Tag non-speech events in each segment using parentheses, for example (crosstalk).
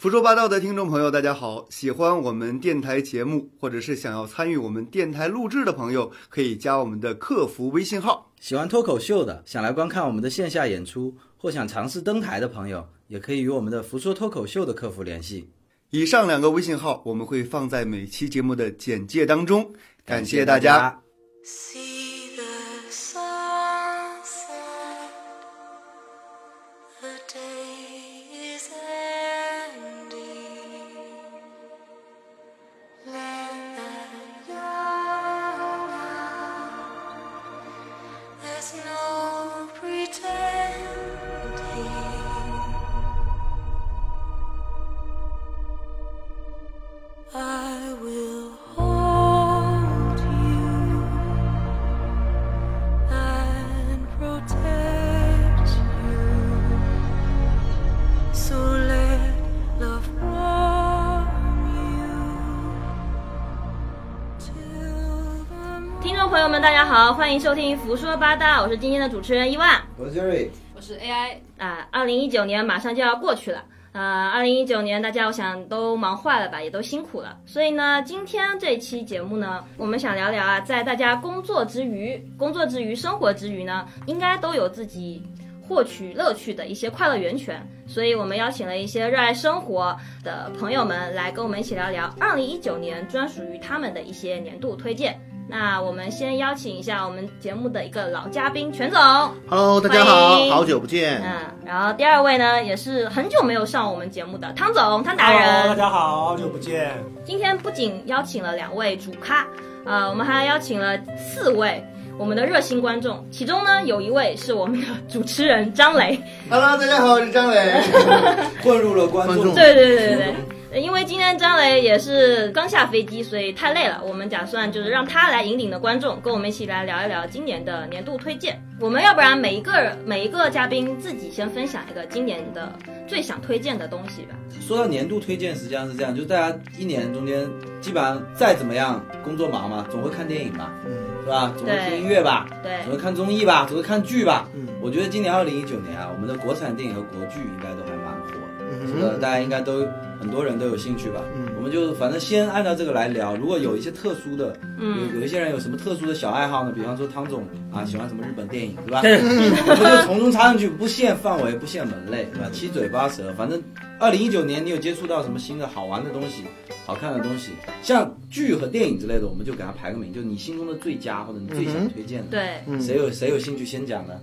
胡说八道的听众朋友，大家好！喜欢我们电台节目，或者是想要参与我们电台录制的朋友，可以加我们的客服微信号。喜欢脱口秀的，想来观看我们的线下演出，或想尝试登台的朋友，也可以与我们的“福说脱口秀”的客服联系。以上两个微信号我们会放在每期节目的简介当中。感谢大家。家， See the sunset. The day is ending. Let the young out. There's no pretending. I will hold you and protect you. So let love warm you till the 听众朋友们，大家好，欢迎收听《胡说八道》，我是今天的主持人伊万。我是 Jerry，我是 AI，啊，二零一九年马上就要过去了。啊，二零一九年大家我想都忙坏了吧，也都辛苦了。所以呢，今天这期节目呢，我们想聊聊啊，在大家工作之余、工作之余、生活之余呢，应该都有自己获取乐趣的一些快乐源泉。所以我们邀请了一些热爱生活的朋友们来跟我们一起聊聊二零一九年专属于他们的一些年度推荐。那我们先邀请一下我们节目的一个老嘉宾全总。 Hello，大家好欢，迎好久不见。嗯，然后第二位呢，也是很久没有上我们节目的汤总，汤达 Hello，大人。家好，好久不见。今天不仅邀请了两位主咖，呃，我们还邀请了四位我们的热心观众，其中呢有一位是我们的主持人张磊。 Hello，大家好，我是张 (laughs) 哎磊。 (laughs) 混入了观观众对对对对对。呃因为今天张磊也是刚下飞机，所以太累了。我们打算就是让他来引领的观众，跟我们一起来聊一聊今年的年度推荐。我们要不然每一个人每一个嘉宾自己先分享一个今年的最想推荐的东西吧。说到年度推荐，实际上是这样，就大家一年中间，基本上再怎么样工作忙嘛，总会看电影吧，嗯是吧？总会对听音乐吧，对，总会看综艺吧，总会看剧吧。嗯我觉得今年二零一九年啊，我们的国产电影和国剧应该都还蛮火的，这个大嗯家应该都很多人都有兴趣吧。嗯我们就反正先按照这个来聊。如果有一些特殊的，嗯有有一些人有什么特殊的小爱好呢？比方说汤总啊，喜欢什么日本电影， (laughs) 对吧？我们就从中插进去，不限范围，不限门类，对吧？七嘴八舌，反正二零一九年你有接触到什么新的好玩的东西、好看的东西，像剧和电影之类的，我们就给它排个名，就你心中的最佳或者你最想嗯哼推荐的。对，嗯谁有谁有兴趣先讲呢？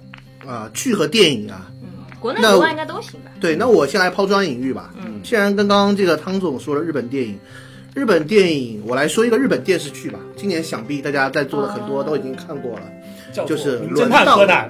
啊，剧和电影啊，嗯，国内那国我外应该都行吧。对，那我先来抛砖引玉吧。嗯既然跟刚刚这个汤总说了日本电影，日本电影我来说一个日本电视剧吧。今年想必大家在座的很多哦都已经看过了，叫做就是名侦探柯南，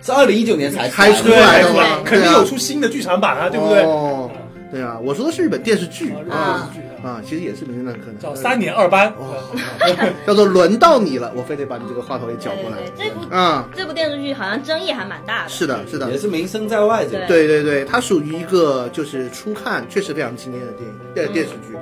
是二零一九年才才出对来的对嘛，肯对定啊有出新的剧场版啊，对不对？哦，对啊，我说的是日本电视剧啊啊日剧啊啊，其实也是名侦探柯南，叫三年二班，哦叫做轮到你了，我非得把你这个话头给对搅过来对对，这部啊。这部电视剧好像争议还蛮大的。是的，是的，也是名声在外这个。对对对，它属于一个就是初看确实非常惊艳的电影电嗯电视剧，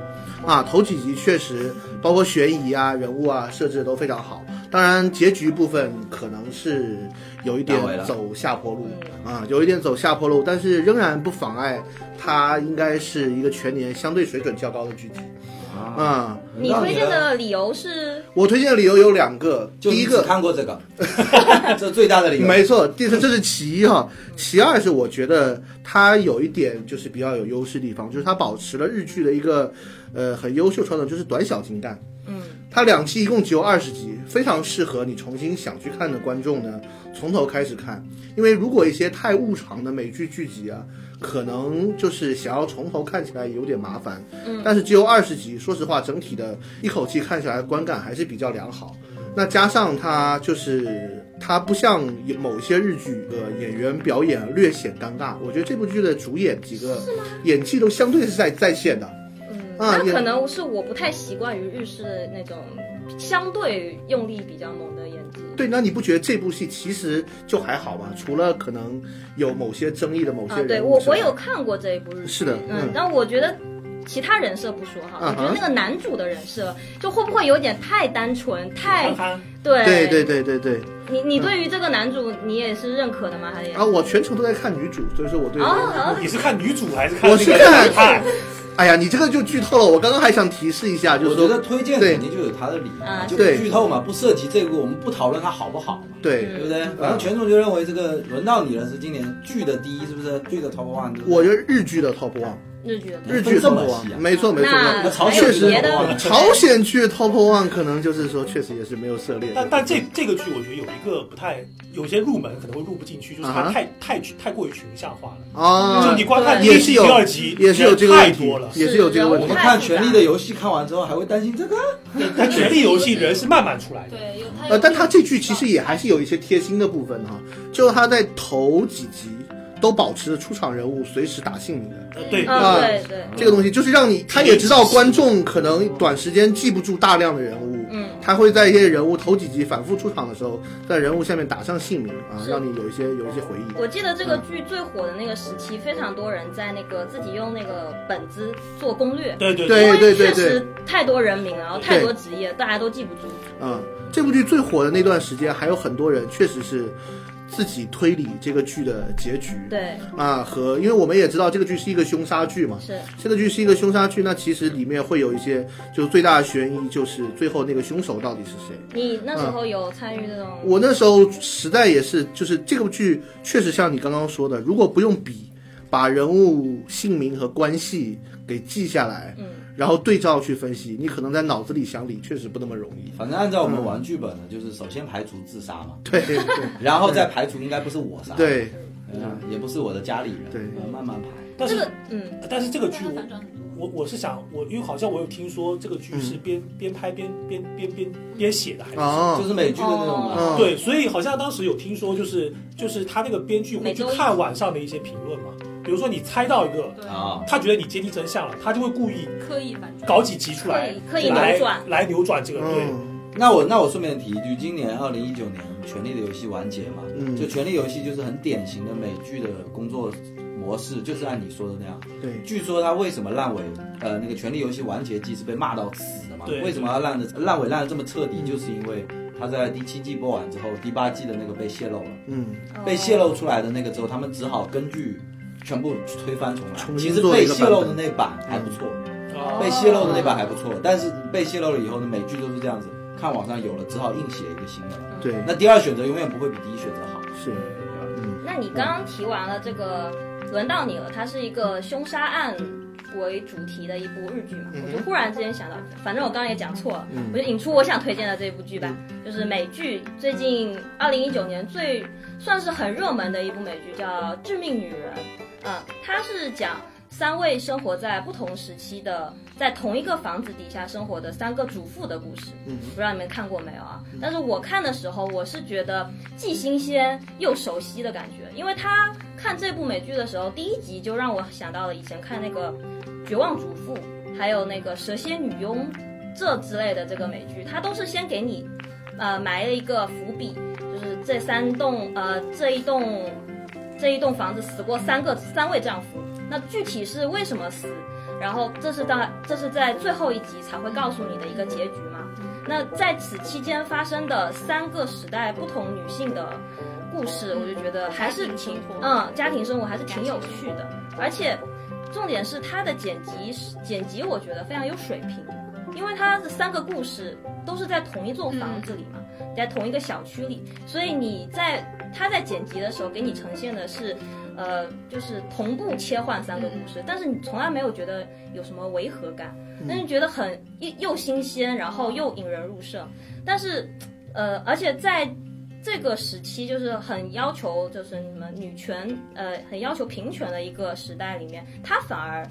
啊，头几集确实包括悬疑啊、人物啊设置都非常好，当然结局部分可能是有一点烂尾了走下坡路嗯啊，有一点走下坡路，但是仍然不妨碍它应该是一个全年相对水准较高的剧集啊，啊。你推荐的理由是我推荐的理由有两个，就第一你个只看过这个， (laughs) 这是最大的理由。没错，第这这是其一哈，其二是我觉得它有一点就是比较有优势地方，就是它保持了日剧的一个呃很优秀传统，就是短小精干。嗯，它两期一共只有二十集，非常适合你重新想去看的观众呢从头开始看，因为如果一些太误长的美剧剧集啊，可能就是想要从头看起来有点麻烦。嗯但是只有二十集，说实话，整体的一口气看下来观感还是比较良好。那加上它就是它不像有某些日剧，呃，演员表演略显尴尬。我觉得这部剧的主演几个演技都相对是在在线的。嗯，啊那也可能是我不太习惯于日式的那种相对用力比较猛的演技。对，那你不觉得这部戏其实就还好吗？除了可能有某些争议的某啊些，对人物我之我外有看过这一部日剧，是的嗯嗯，但我觉得其他人设不说哈，嗯我哼觉得那个男主的人设就会不会有点太单纯，太憨憨，对对对对对对，你你对于这个男主你也是认可的吗？还是也啊，我全程都在看女主，所以说我对，哦，你是看女主还是看我那是个看憨哎呀，你这个就剧透了，我刚刚还想提示一下，就我是觉说得推荐对肯定就有它的理由嘛，啊就不对剧透嘛，不涉及这个，我们不讨论它好不好嘛，对嗯。对不对？反正权重就认为这个轮到你了，是今年剧的第一，是不是？剧的 top one，对不对我觉得日剧的 top one，日剧的日剧这 top 么细 one，啊没错没错，那没那错朝还鲜有确实别的是吗吗？朝鲜剧 top one 可能就是说确实也是没有涉猎的。但但这这个剧我觉得有一个不太，有些入门可能会入不进去，就是啊哈它太太太过于群像化了。就啊你光看第也一是集、有第二集也是有这个太问题多了，。也是有这个问我题啊们。看《权力的游戏》看完之后，还会担心这个？但《权力游戏》人是慢慢出来的，对，有他有呃，但他这剧其实也还是有一些贴心的部分哈、就他在头几集都保持着出场人物随时打姓名的啊呃对，啊嗯，对对，这个东西，就是让你他也知道观众可能短时间记不住大量的人物，嗯，他会在一些人物头几集反复出场的时候，在人物下面打上姓名啊，是让你有一些有一些回忆。我记得这个剧最火的那个时期，非常多人在那个自己用那个本子做攻略，对对对因为对对确实太多人名了，然后太多职业，大家都记不住。嗯，这部剧最火的那段时间，还有很多人确实是自己推理这个剧的结局。对，啊，和因为我们也知道这个剧是一个凶杀剧嘛，是这个剧是一个凶杀剧，那其实里面会有一些，就是最大的悬疑就是最后那个凶手到底是谁。你那时嗯候有参与这种？我那时候实在也是，就是这部剧确实像你刚刚说的，如果不用笔，把人物姓名和关系给记下来，嗯，然后对照去分析，你可能在脑子里想理确实不那么容易。嗯反正按照我们玩剧本呢，就是首先排除自杀嘛，对对 (laughs) 然后再排除应该不是我杀，，对嗯，也不是我的家里人，对呃慢慢排。但这是个嗯，但是这个剧他我反转很多，我我是想我因为好像我有听说这个剧是边边拍边边边边边写的，还是什么？啊就，是美剧的那种嘛。哦嗯，对，所以好像当时有听说，就是就是他那个编剧会去看网上的一些评论嘛，比如说你猜到一个，对，啊，他觉得你接近真相了，他就会故意刻意反转，搞几集出来，刻意刻意来扭转来扭转这个，对，嗯那我那我顺便提一句，今年二零一九年《权力的游戏》完结嘛，嗯就《权力游戏》就是很典型的美剧的工作模式，就是按你说的那样。对，据说他为什么烂尾？呃，那个《权力游戏》完结季是被骂到死的嘛？对为什么要烂的烂尾烂的这么彻底？就是因为他在第七季播完之后，第八季的那个被泄露了，嗯，被泄露出来的那个之后，他们只好根据全部推翻重重来。新其实做一被个泄版露的本那版还不错，啊，被泄露的那版还不错，但是被泄露了以后呢，美剧就是这样子，看网上有了只好硬写一个新的。对，那第二选择永远不会比第一选择好。是，嗯那你刚刚提完了这个，轮到你了，它是一个凶杀案。为主题的一部日剧嘛，我就忽然之间想到，反正我刚刚也讲错了，我就引出我想推荐的这部剧吧，就是美剧最近二零一九年最算是很热门的一部美剧，叫《致命女人》。嗯，它是讲三位生活在不同时期的，在同一个房子底下生活的三个主妇的故事。嗯不知道你们看过没有啊？但是我看的时候，我是觉得既新鲜又熟悉的感觉，因为他看这部美剧的时候，第一集就让我想到了以前看那个《绝望主妇》，还有那个《蛇蝎女佣》这之类的这个美剧，它都是先给你呃埋了一个伏笔，就是这三栋呃这一栋这一栋房子死过三个三位丈夫，那具体是为什么死？然后这是当这是在最后一集才会告诉你的一个结局嘛？那在此期间发生的三个时代不同女性的故事，我就觉得还是挺家庭生活嗯家庭生活还是挺有趣的，而且重点是它的剪辑是剪辑，我觉得非常有水平，因为它的三个故事都是在同一座房子里嘛，在同一个小区里，所以你在他在剪辑的时候给你呈现的是，呃，就是同步切换三个故事，但是你从来没有觉得有什么违和感，但是觉得很又又新鲜，然后又引人入胜，但是，呃，而且在。这个时期就是很要求，就是你们女权，呃，很要求平权的一个时代里面，他反而，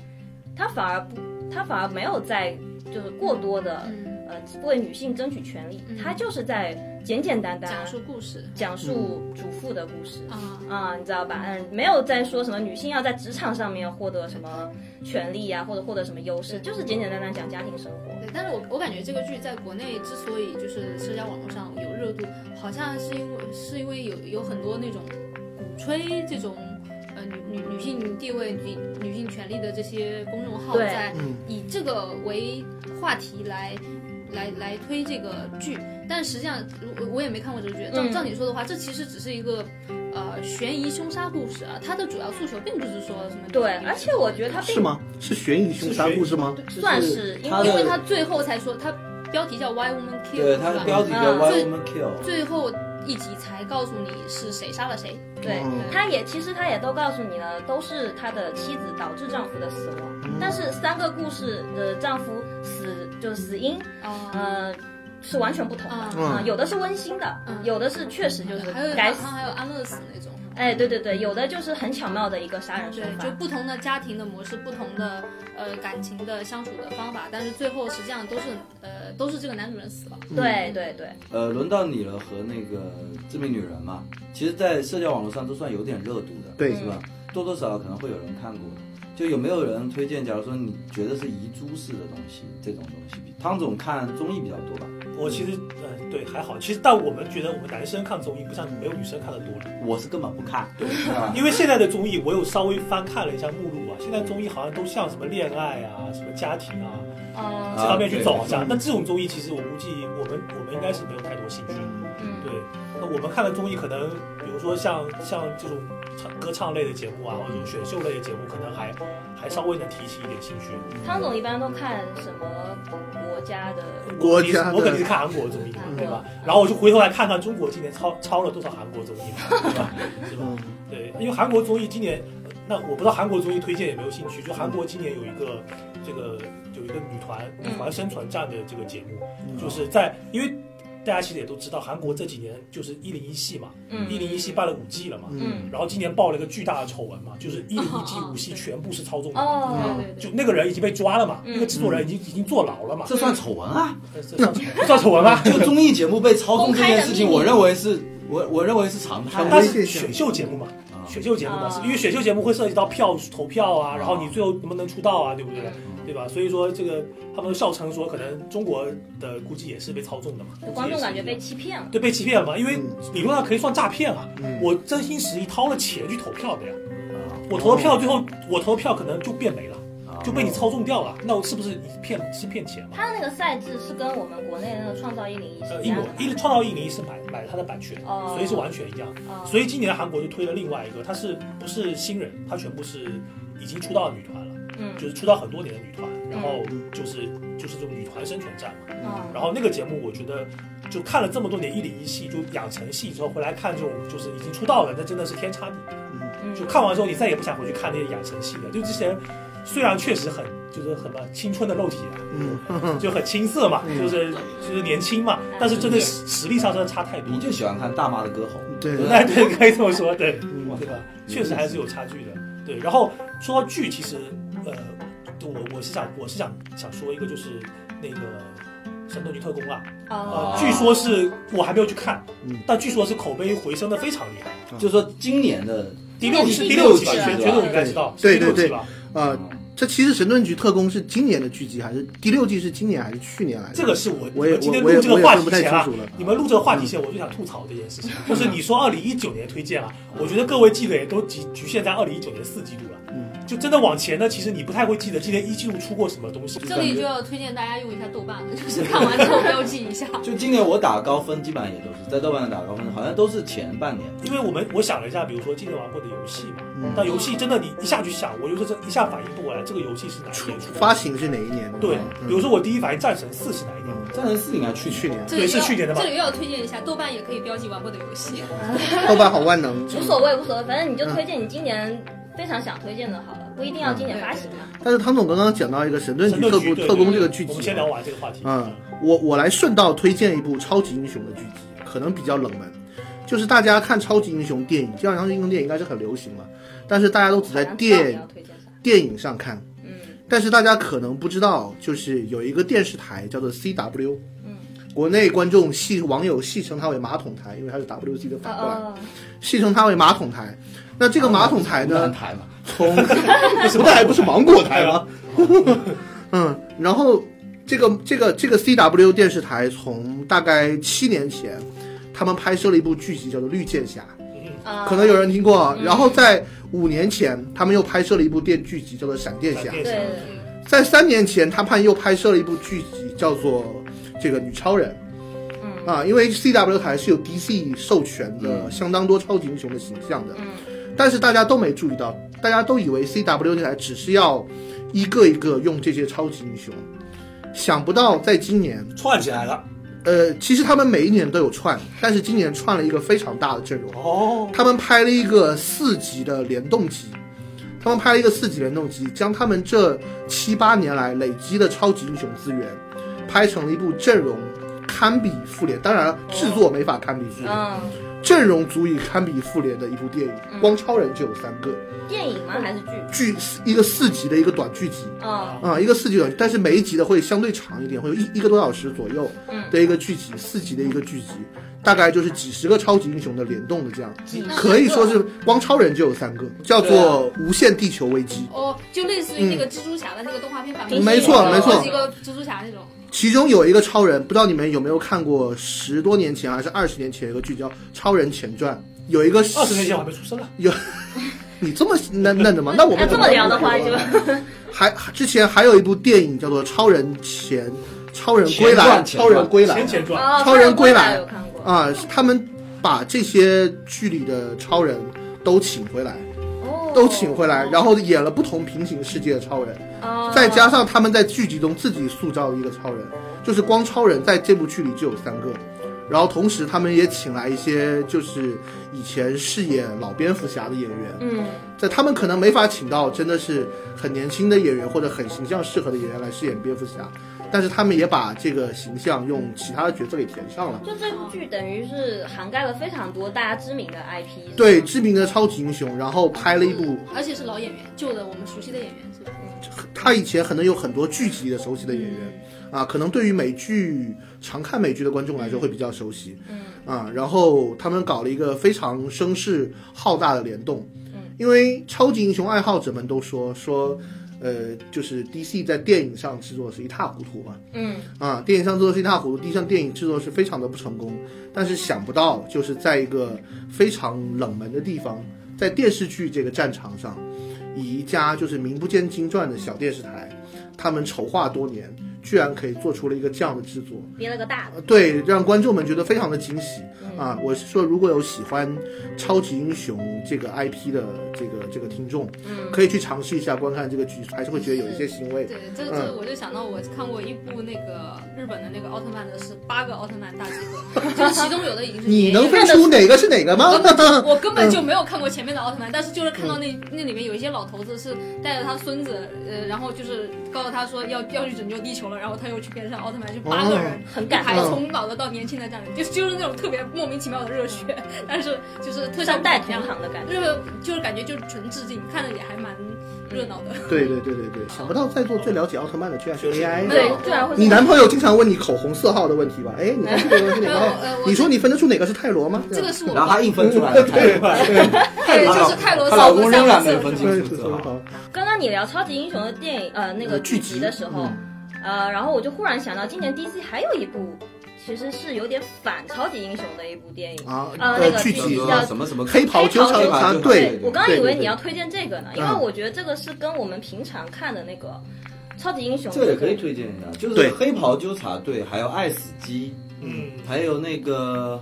他反而不，他反而没有在就是过多的嗯，呃为女性争取权利嗯，她就是在简简单单讲述故事讲述主妇的故事。啊，啊、你知道吧？嗯，没有在说什么女性要在职场上面获得什么权利啊，或者获得什么优势，就是简简单单讲家庭生活。对，但是我我感觉这个剧在国内之所以就是社交网络上有热度，好像是因为是因为有有很多那种鼓吹这种。呃女女女性地位、女女性权利的这些公众号对在嗯以这个为话题来来来推这个剧，但实际上如我也没看过这个剧。照嗯照你说的话，这其实只是一个呃悬疑凶杀故事啊，它的主要诉求并不是说什么对，而且我觉得它并啊是吗？是悬疑凶杀故事吗？算是因他因为的它最后才说，它标题叫 Why Woman Kill，对他是吧的标题叫嗯 Why Woman Kill，最后一集才告诉你是谁杀了谁。对嗯，他也其实他也都告诉你了，都是他的妻子导致丈夫的死亡。嗯但是三个故事的丈夫死就是死因，啊、呃，是完全不同的。啊嗯啊、有的是温馨的，嗯有的是确实就是还有啊该好死像。还有安乐死那种。哎，对对对，有的就是很巧妙的一个杀人手对，法就。不同的家庭的模式，不同的呃感情的相处的方法，但是最后实际上都是呃都是这个男主人死了。对对对，呃，轮到你了和那个致命女人嘛，其实，在社交网络上都算有点热度的，对是吧？多多少少可能会有人看过。就有没有人推荐？假如说你觉得是遗珠式的东西，这种东西，汤总看综艺比较多吧？我其实呃对还好，其实但我们觉得我们男生看综艺不像没有女生看的多了，我是根本不看，是吧？因为现在的综艺我有稍微翻看了一下目录啊，现在综艺好像都像什么恋爱啊、什么家庭啊哦、这方面去走啊一下。那这种综艺其实我估计我们我们应该是没有太多兴趣的。嗯，对，那我们看的综艺可能，比如说像像这种唱歌唱类的节目嗯啊，或者选秀类的节目，可能还还稍微能提起一点兴趣。汤总一般都看什么国家的？国家的我肯定是看韩国综艺，嗯对吧？然后我就回头来看看中国今年超超了多少韩国综艺，对吧？是吧？嗯对，因为韩国综艺今年，呃那我不知道韩国综艺推荐有没有兴趣。就韩国今年有一个这个有一个女团女团生存战的这个节嗯目，就是在因为大家其实也都知道，韩国这几年就是一零一系嘛，一嗯零一系办了五季了嘛，嗯，然后今年爆了一个巨大的丑闻嘛，就是一零一季五系全部是操纵的，哦，对对对，就那个人已经被抓了嘛，嗯那个制作人已经已经坐牢了嘛，这算丑闻啊！这这算这算丑闻 (laughs) 吗？就综艺节目被操纵这件事情，公我开的秘密认为是我我认为是常态常。 (laughs) 但规是现象选秀节目嘛，啊选秀节目嘛，啊是因为选秀节目会涉及到票投票啊，然后你最后能不能出道啊，对不对嗯？对吧？所以说这个他们笑称说，可能中国的估计也是被操纵的嘛，观众感觉估计也被是欺骗了。对被欺骗了嘛，因为理论上可以算诈骗啊，嗯我真心实意掏了钱去投票的呀，我投了票最后我投的票可能就变没了。啊就被你操纵掉了，那我是不是你骗是骗钱嘛？他的那个赛制是跟我们国内的那个创造一零一是呃，一一样模的一吗。创造一零一是买买它的版权，哦所以是完全一样。哦所以今年韩国就推了另外一个，她是不是新人？她全部是已经出道的女团了，嗯就是出道很多年的女团，然后就是就是这种女团生存战嘛。嗯然后那个节目，我觉得就看了这么多年一零一系，就养成系之后回来看这种就是已经出道了，那真的是天差地别。嗯就看完之后，你再也不想回去看那些养成系的。就之前虽然确实很就是很嘛青春的肉体啊，嗯 (laughs) 就很青涩嘛，就是就是年轻嘛，嗯但是真的实实力上真的差太多嗯你。就喜欢看大妈的歌喉，嗯对不那对， (laughs) 可以这么说，对，对吧？确实还是有差距的。对，然后说到剧，其实呃，我我是想我是想想说一个就是那个。神盾局特工啊，哦呃，据说是我还没有去看，嗯但据说是口碑回升的非常厉害。就说今年的第六季，第第六季季吧，是全吧全总应该知道，对是第六对季对吧？呃，这其实《神盾局特工》是今年的剧集，还是第六季是今年还是去年来着？这个是我我也们今天我也录这个话题前我也分不太啊清楚了，嗯你们录这个话题前，我就想吐槽这件事情， (laughs) 就是你说二零一九年推荐啊，我觉得各位记得也都局局限在二零一九年四季度了。嗯就真的往前呢，其实你不太会记得今年一季度出过什么东西。这里就要推荐大家用一下豆瓣，就是看完之后标记一下。就今年我打高分，基本上也都是在豆瓣上打高分，好像都是前半年。因为我们我想了一下，比如说今年玩过的游戏嘛，嗯但游戏真的你一下去想，我就是这一下反应不过来，这个游戏是哪一年出的？发行是哪一年的？对，比如说说我第一反应战神四是哪一年？战神四应该去去年这里是要去年的吧这里又要推荐一下，豆瓣也可以标记玩过的游戏。豆瓣好万能， (laughs) 无所谓无所谓，反正你就推荐你今年非常想推荐的好了，不一定要今年发行嘛。啊但是汤总刚刚讲到一个《神盾局神盾特局工对特工》这个剧我们集先，聊完这个话题。嗯，我我来顺道推荐一部超级英雄的剧集，可能比较冷门，就是大家看超级英雄电影，这两年英雄电影应该是很流行了，但是大家都只在好像知道你电要推荐啥？电影上看，嗯但是大家可能不知道，就是有一个电视台叫做 CW，嗯，国内观众戏网友戏称它为马桶台，因为它是 WC 的哦反过来，哦，戏称它为马桶台。那这个马桶台南呢，台嘛，从 (laughs) 不台不是芒果台吗？ (laughs) 嗯，然后这个这个这个 CW 电视台从大概七年前，他们拍摄了一部剧集叫做《绿箭侠》。哦可能有人听过。然后在五年前他们又拍摄了一部电剧集，叫做《闪电侠》。闪电对侠啊对嗯在三年前，他们又拍摄了一部剧集，叫做《这个女超人》。嗯啊，因为 CW 台是有 DC 授权的嗯相当多超级英雄的形象的，嗯但是大家都没注意到，大家都以为 CW 那台只是要一个一个用这些超级英雄，想不到在今年，串起来了呃，其实他们每一年都有串，但是今年串了一个非常大的阵容，哦，他们拍了一个四集的联动集，他们拍了一个四集联动集，将他们这七八年来累积的超级英雄资源，拍成了一部阵容堪比复联，当然了制作没法堪比复联，嗯，阵容足以堪比复联的一部电影，嗯光超人就有三个电影吗还是剧？剧，一个四集的一个短剧集。嗯哦，啊、一个四集短，但是每一集的会相对长一点，会有一一个多小时左右嗯的一个剧集，四集的一个剧集，大概就是几十个超级英雄的联动的这样。那可以说是光超人就有三个，叫做啊《无限地球危机哦，就类似于那个蜘蛛侠的那个动画片版本，没错有没错好几个蜘蛛侠那种，》，其中有一个超人，不知道你们有没有看过十多年前还是二十年前有一个剧叫《超人前传》，有一个二十年前我还没出生啊呢，你这么嫩嫩的吗？那我那们这么聊的话就还之前还有一部电影叫做《超人前》。超人归前来，传前超人归来前前传哦，超人归来有看过啊！他们把这些剧里的超人都请回来，哦，都请回来，然后演了不同平行世界的超人。哦，再加上他们在剧集中自己塑造了一个超人，就是光超人在这部剧里就有三个，然后同时他们也请来一些就是以前饰演老蝙蝠侠的演员，嗯在他们可能没法请到真的是很年轻的演员或者很形象适合的演员来饰演蝙蝠侠，但是他们也把这个形象用其他的角色给填上了。就这部剧等于是涵盖了非常多大家知名的 IP 是吗。对知名的超级英雄，然后拍了一部而且是老演员，旧的我们熟悉的演员是吧？他以前可能有很多剧集的熟悉的演员啊，可能对于美剧常看美剧的观众来说会比较熟悉，嗯啊，然后他们搞了一个非常声势浩大的联动，嗯，因为超级英雄爱好者们都说说，呃，就是 DC 在电影上制作是一塌糊涂嘛，嗯，啊，电影上制作是一塌糊涂，地上电影制作是非常的不成功。但是想不到，就是在一个非常冷门的地方，在电视剧这个战场上，以一家就是名不见经传的小电视台，他们筹划多年，居然可以做出了一个这样的制作，憋了个大的。呃对，让观众们觉得非常的惊喜嗯啊！我是说，如果有喜欢超级英雄这个 IP 的这个这个听众，嗯可以去尝试一下观看这个剧，还是会觉得有一些欣慰。嗯对，嗯这这我就想到我看过一部那个日本的那个奥特曼的是八个奥特曼大集 (laughs) 合，就是其中有的已经是爷你爷能分出哪个是哪个吗？ (laughs) 嗯我根本就没有看过前面的奥特曼，但是就是看到那那里面有一些老头子是带着他孙子，呃，然后就是告诉他说要要去拯救地球了，然后他又去变成奥特曼，就八个人，很一感排动，从老的到年轻的这样，就是就是那种特别莫名其妙的热血，但是就是特效三代带同堂的感觉。就是就是感觉就是纯致敬，看着也还蛮热闹的。对对对对对，想不到在座最了解奥特曼的居然是确实 AI。没有对，居然会是你男朋友经常问你口红色号的问题吧？哎，你分出哪个是 (laughs) 哪没有个号？呃，我你说你分得出哪个是泰罗吗？嗯这个是我然后爸他硬分出来了，对她 (laughs) 对，哎就是泰罗斯她老和公萨仍然姆没有斯。分对清楚是字说号。好刚刚你聊超级英雄的电影，呃，那个呃剧剧集集的时候，呃，然后我就忽然想到，今年 DC 还有一部其实是有点反超级英雄的一部电影，啊，呃那个具具体体叫什么什么黑袍纠黑察袍纠察团队对，我刚刚以对对为对你要推荐这个呢，因为嗯我觉得这个是跟我们平常看的那个超级英雄这也可以推荐一下，就对是黑袍纠察队，还有爱死机，嗯，还有那个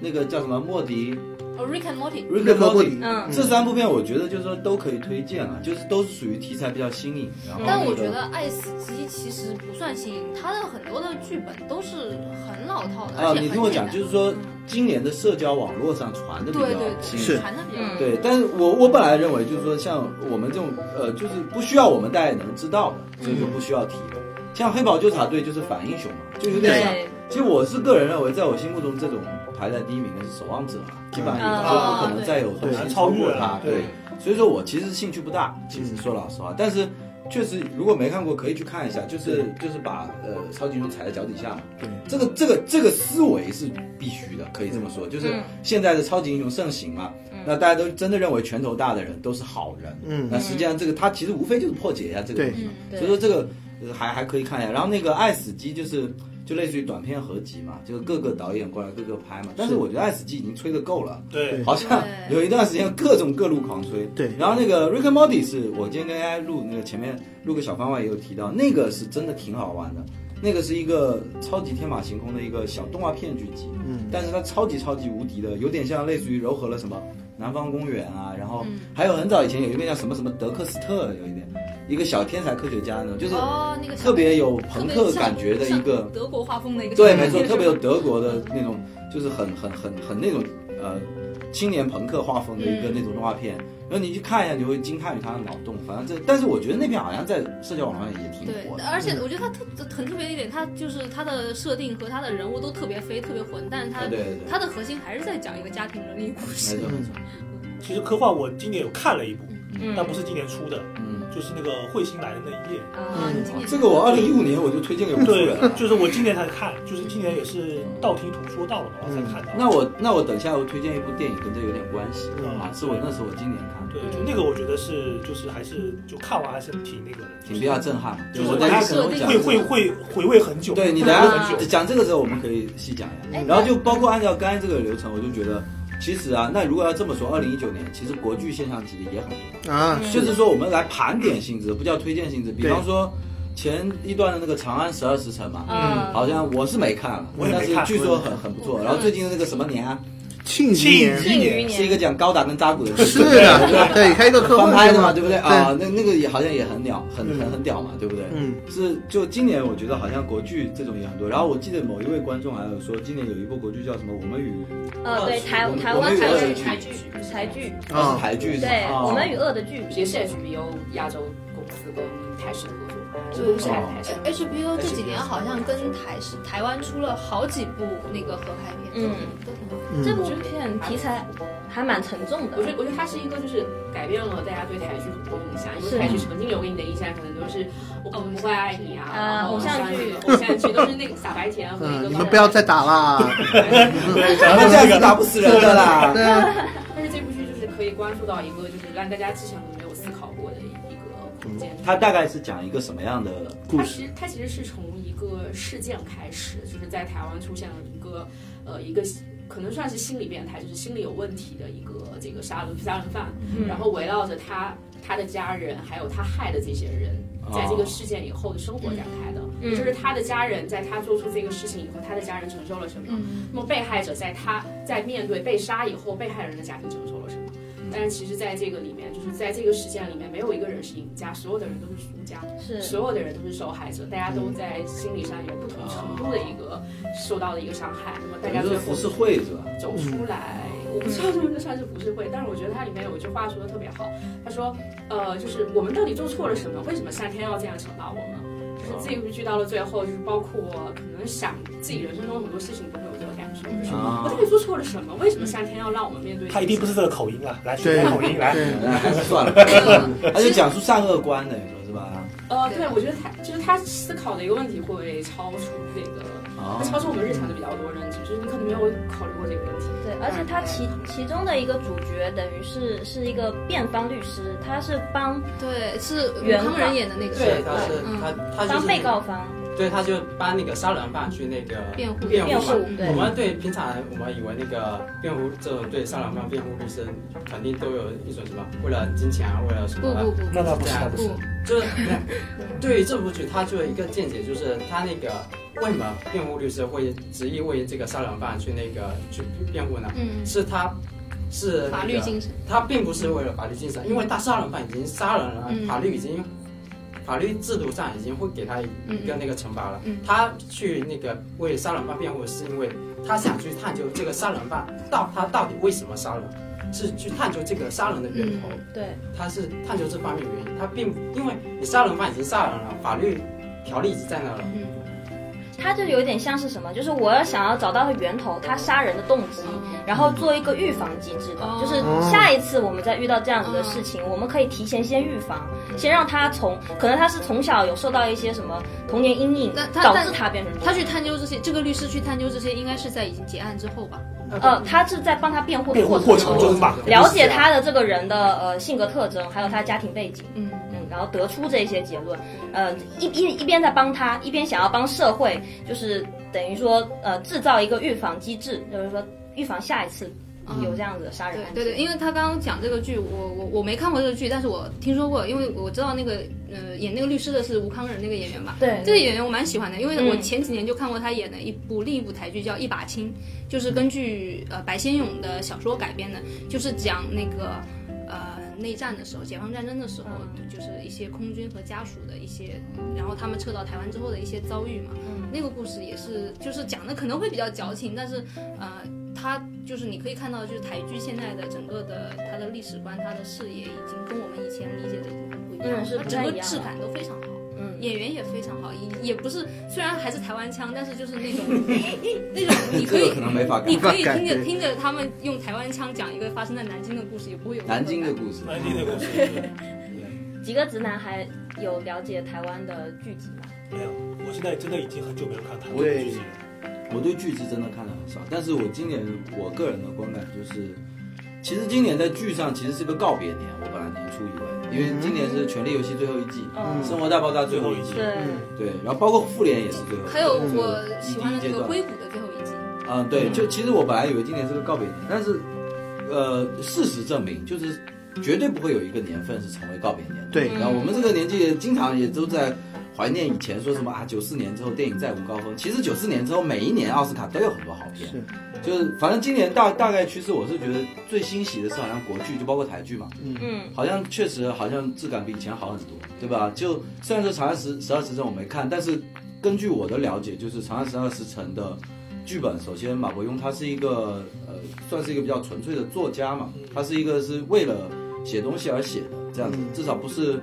那个叫什么莫迪哦，Rick and Morty。瑞克任何莫问迪题，嗯这三部片，我觉得就是说都可以推荐啊，就是都是属于题材比较新颖，然后但那我个啊觉得《爱死机》其实不算新颖，它的很多的剧本都是很老套的，啊，而且你很听我简讲，单就是说今年的社交网络上传的比较对对新对，颖是传的比较嗯对，但是我我本来认为就是说，像我们这种呃，就是不需要我们大家也能知道嗯的，所以说不需要提的。像黑袍纠察队就是反英雄嘛，就有点像。对，其实我是个人认为，在我心目中这种排在第一名的是守望者嘛，基本上也就哦不可能再有东西超过他。对对，所以说我其实兴趣不大，其实说老实话，但是。确实，如果没看过，可以去看一下，就是就是把呃超级英雄踩在脚底下嘛。对，这个这个这个思维是必须的，可以这么说，就是嗯现在的超级英雄盛行嘛，嗯那大家都真的认为拳头大的人都是好人，嗯那实际上这个他其实无非就是破解一下这个对东西嘛，嗯对所以说这个呃还还可以看一下。然后那个爱死机就是就类似于短片合集嘛，就是各个导演过来各个拍嘛。但是我觉得爱死机已经吹的够了，对，好像对有一段时间各种各路狂吹。对然后那个 Rick and Morty 是我今天跟大家录那个前面录个小番外也有提到，那个是真的挺好玩的，那个是一个超级天马行空的一个小动画片剧集，嗯，但是它超级超级无敌的，有点像类似于糅合了什么南方公园啊，然后嗯还有很早以前有一个叫什么什么德克斯特，有一点一个小天才科学家呢，就是哦，那个小特别有朋特克别像感觉的一个像德国画风的一个对，小没孩错，子特别有德国的那种，就是很很很很那种呃青年朋克画风的一个嗯那种动画片。然后你去看一下，你会惊叹于他的脑洞。反正这，但是我觉得那片好像在社交网络上也挺对火，的。而且我觉得他特很特别的一点，他就是他的设定和他的人物都特别飞，特别混，但是他啊对对对，他的核心还是在讲一个家庭伦理故没事。错没错， (laughs) 其实科幻我今年有看了一部，嗯但不是今年出的，嗯，就是那个《彗星来的那一夜啊你今年这个我二零一五年我就推荐给我》，夫人对，了。就是我今年才看，就是今年也是道听途说到了嘛，然后才看到。嗯那我那我等下我推荐一部电影跟这有点关系嗯啊，是我那是我今年看的，对，就那个我觉得是，就是还是就看完还是挺那个的，挺比较震撼的。就是我等下它可能讲会会会回味很久。对你等下回味很久。讲这个时候，我们可以细讲一下哎。然后就包括按照刚才这个流程，我就觉得，其实啊，那如果要这么说，二零一九年其实国剧现象级的也很多，啊，嗯就是说我们来盘点性质，不叫推荐性质。比对方说前一段的那个《长安十二时辰》嘛，嗯好像我是没看了，我也但没是看据说很很不错。然后最近的那个什么年啊，庆庆余年余庆余是一个年，讲高达跟扎古的故事是的，对，开一个科翻幻拍的片嘛，对不对啊？？那那个也好像也很鸟，嗯很很很屌嘛，对不对？嗯，是就今年我觉得好像国剧这种也很多。然后我记得某一位观众还有说，今年有一部国剧叫什么《我们与呃，对，台我们台我湾们与台恶的湾距台离剧，台剧，那啊是台剧是吧对，啊我们与恶的距也离，是 HBO 亚洲公司跟台视的合作，就是啊上海台视。 HBO 这几年好像跟台是台湾出了好几部那个合拍片，嗯，都挺好。这部片题材还蛮沉重我觉的，得，我觉得它是一个，就是改变了大家对台剧很多印象，因是为台剧曾经留给你的印象可能都是我可能不会爱你啊，呃然后偶像像剧偶像剧都是那个傻白甜和一嗯，个。你们不要再打啦！(laughs) 对，咱讲们到这样这是个，打不死人的啦。对啊，但是这部剧就是可以关注到一个，就是让大家之前没有思考过的一个空间。嗯它大概是讲一个什么样的故它事？其实它其实是从一个事件开始，就是在台湾出现了一个呃一个可能算是心理变态，就是心理有问题的一个这个杀人杀人犯，嗯然后围绕着他他的家人还有他害的这些人，在这个事件以后的生活展开的，嗯就是他的家人在他做出这个事情以后，他的家人承受了什么，嗯嗯嗯那么被害者在他在面对被杀以后，被害人的家庭承受了什么。但是其实，在这个里面，就是在这个事件里面，没有一个人是赢家，所有的人都是输家。是所有的人都是受害者，大家都在心理上有不同程度的一个受到的一个伤害。那么大等家于最是后浮世绘是吧？走嗯出来，我不知道这个算是不是会，但是我觉得它里面有一句话说的特别好，他说，呃，就是我们到底做错了什么？为什么上天要这样惩罚我们？啊就是这一部剧到了最后，就是包括可能想自己人生中很多事情都会有这个感受，就是啊我到底做错了什么？为什么上天要让我们面对？他一定不是这个口音啊，来，学对口音来。对，那 (laughs) 还是 (laughs) 算了，他就讲述善恶观的，你说是吧？呃，对，我觉得他就是他思考的一个问题会超出这个，啊会超出我们日常的比较多认知，就是你可能没有考虑过这个问题。对，而且他其其中的一个主角等于是是一个辩方律师，他是帮对，是原武康人演的那个，嗯对，他是他他就帮是被告方，对，他就帮那个杀人犯去那个辩护辩辩护护嘛。对我们对平常我们以为那个辩护这种对杀人犯辩护律师，肯定都有一种什么为了金钱啊，为了什不么啊不不那倒不是，那不是不，，就是对于这部剧，他就有一个见解，就是他那个为什么辩护律师会执意为这个杀人犯去那个去辩护呢？嗯，是他是、法律精神，他并不是为了法律精神，因为他杀人犯已经杀人了，嗯法律已经，法律制度上已经会给他一个嗯那个惩罚了。嗯他去那个为杀人犯辩护，是因为他想去探究这个杀人犯到他到底为什么杀人，是去探究这个杀人的源嗯头，对，他是探究这方面原因。他并因为你杀人犯已经杀人了，法律条例已经在那了，嗯他就有点像是什么，就是我要想要找到源头，他杀人的动机，然后做一个预防机制的，哦就是下一次我们再遇到这样子的事情，我们可以提前先预防，先让他从可能他是从小有受到一些什么童年阴影那，他导但致他变成这他样去探究这些，这个律师去探究这些，应该是在已经结案之后吧？呃，他是在帮他辩护的辩护过过程程中中吧，了解他的这个人的呃性格特征，还有他家庭背景。嗯，嗯，然后得出这些结论，呃，一一一边在帮他，一边想要帮社会，就是等于说呃制造一个预防机制，就是说预防下一次有这样子的杀人对案件。对对，因为他刚刚讲这个剧，我我我没看过这个剧，但是我听说过，因为我知道那个呃演那个律师的是吴康仁那个演员吧。对这个演员我蛮喜欢的，因为我嗯前几年就看过他演的一部另一部台剧叫《一把青》，就是根据呃白先勇的小说改编的，就是讲那个呃内战的时候，解放战争的时候，嗯就是一些空军和家属的一些，然后他们撤到台湾之后的一些遭遇嘛。嗯那个故事也是，就是讲的可能会比较矫情，但是呃，它就是你可以看到，就是台剧现在的整个的它的历史观、它的视野，已经跟我们以前理解的已经很不一样嗯了，是它不整太个一样质了感都非常好。嗯演员也非常好，也也不是，虽然还是台湾腔，但是就是那种 (laughs) 那种你可这以个可能没法看你。可以感听着觉听着他们用台湾腔讲一个发生在南京的故事，也不会有南京的故 (laughs) 故事，南京的故事对几个直男还有了解台湾的剧集吗？没有，我现在真的已经很久没有看台湾对剧集了。我对剧集真的看的很少，但是我今年我个人的观感就是，其实今年在剧上其实是个告别年，我本来年初以为，因为今年是《权力游戏》最后一季，嗯生活大爆炸》最后一季，对，对，然后包括《复联》也是最后一季，还有我喜欢的嗯第一那阶个段硅谷的最后一集，嗯，对，就其实我本来以为今年是个告别年，但是，呃，事实证明，就是绝对不会有一个年份是成为告别年的。对然后我们这个年纪经常也都在怀念以前说什么啊，九四年之后电影再无高峰。其实九四年之后每一年奥斯卡都有很多好片，是就是反正今年大大概趋势，我是觉得最欣喜的是好像国剧，就包括台剧嘛，嗯，好像确实好像质感比以前好很多，对吧？就虽然说《长安十十二时辰》我没看，但是根据我的了解，就是《长安十二时辰》的剧本，首先马伯庸他是一个呃，算是一个比较纯粹的作家嘛，他是一个是为了写东西而写的这样子，嗯至少不是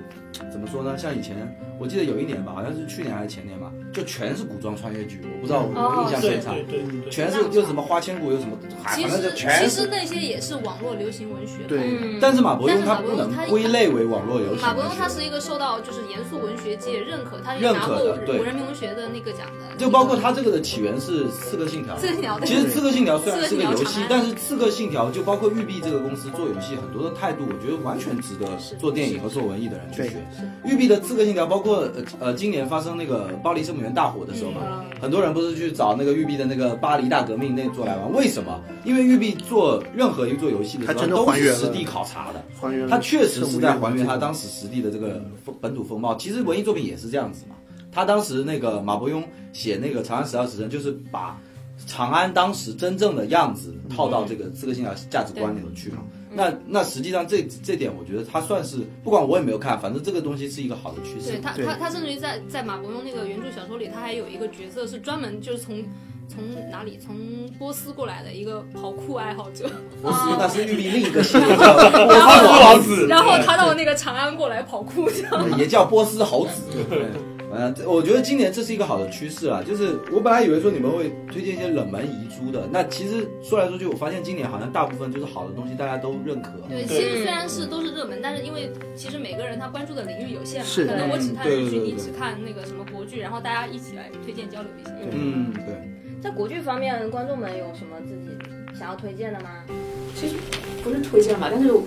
怎么说呢？像以前我记得有一年吧，好像是去年还是前年吧，就全是古装穿越剧，我不知道嗯我我哦印象对正常，对对对，全是又什么花千骨，又什么，反其正就实全其是实。那些也是网络流行文学。对嗯但是马伯庸但是他马伯不庸能他归类为网络游戏。马伯庸他是一个受到就是严肃文学界认可，他也认拿可过的对古人民文学的那个奖的，就包括它这个的起源是《刺客信条》。这条的。其实《刺客信条》虽然是个游刺客戏信条长安，但是《刺客信条》就包括育碧这个公司做游戏很多的态度，我觉得完全值得做电影和做文艺的人去学。育碧的《刺客信条》，包括呃呃今年发生那个巴黎圣母院大火的时候嘛，嗯很多人不是去找那个育碧的那个巴黎大革命那做来玩？为什么？因为育碧做任何一做游戏的时它候真的都还是原实地了考察的，还原了他确实是在还原他圣母院的这个当时实地的这嗯个风本土风貌。其实文艺作品也是这样子嘛。他当时那个马伯庸写那个《长安十二时辰》，就是把长安当时真正的样子嗯套到这个刺客信条价值观里头去嘛。那那实际上这这点，我觉得他算是不管我也没有看，反正这个东西是一个好的趋势对。他，对他他甚至于在在马伯庸那个原著小说里，他还有一个角色是专门就是从从哪里从波斯过来的一个跑酷爱好 (laughs) 者，不是，那是玉璧另一个系列，叫波斯王子，嗯然后他到那个长安过来跑酷，这样 (laughs) 也叫波斯 (laughs) 猴子。对，呃，这我觉得今年这是一个好的趋势啊。就是我本来以为说你们会推荐一些冷门遗珠的，那其实说来说去，我发现今年好像大部分就是好的东西大家都认可。 (laughs) 对，其实虽然是都是热门，但是因为其实每个人他关注的领域有限嘛，是可能我只看对日剧，对对你只看那个什么国剧，然后大家一起来推荐交流一下。嗯，对，在国剧方面，观众们有什么自己想要推荐的吗？不是推荐吧，但是我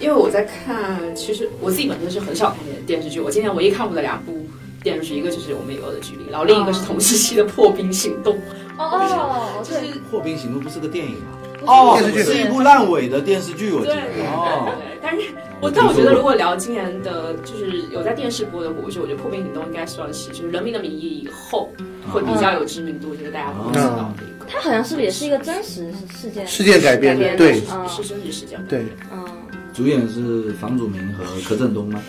因为我在看，其实我自己本身是很少看电视剧，我今年唯一看过的两部电视剧，一个就是《我们与恶的距离》，然后另一个是同时期的《破冰行动》。哦，就是对， 《破冰行动》不是个电影啊，哦电视剧是一部烂尾的电视剧，我记得。哦，对，但是我但我觉得，如果聊今年的，就是有在电视播的国剧，我觉得《破冰行动》应该算是就是《人民的名义》以后会比较有知名度，就是大家会知道的一个。它好像是不是也是一个真实事件？事件改编的，对嗯是真实事件。对，嗯，主演是房祖名和柯震东吗？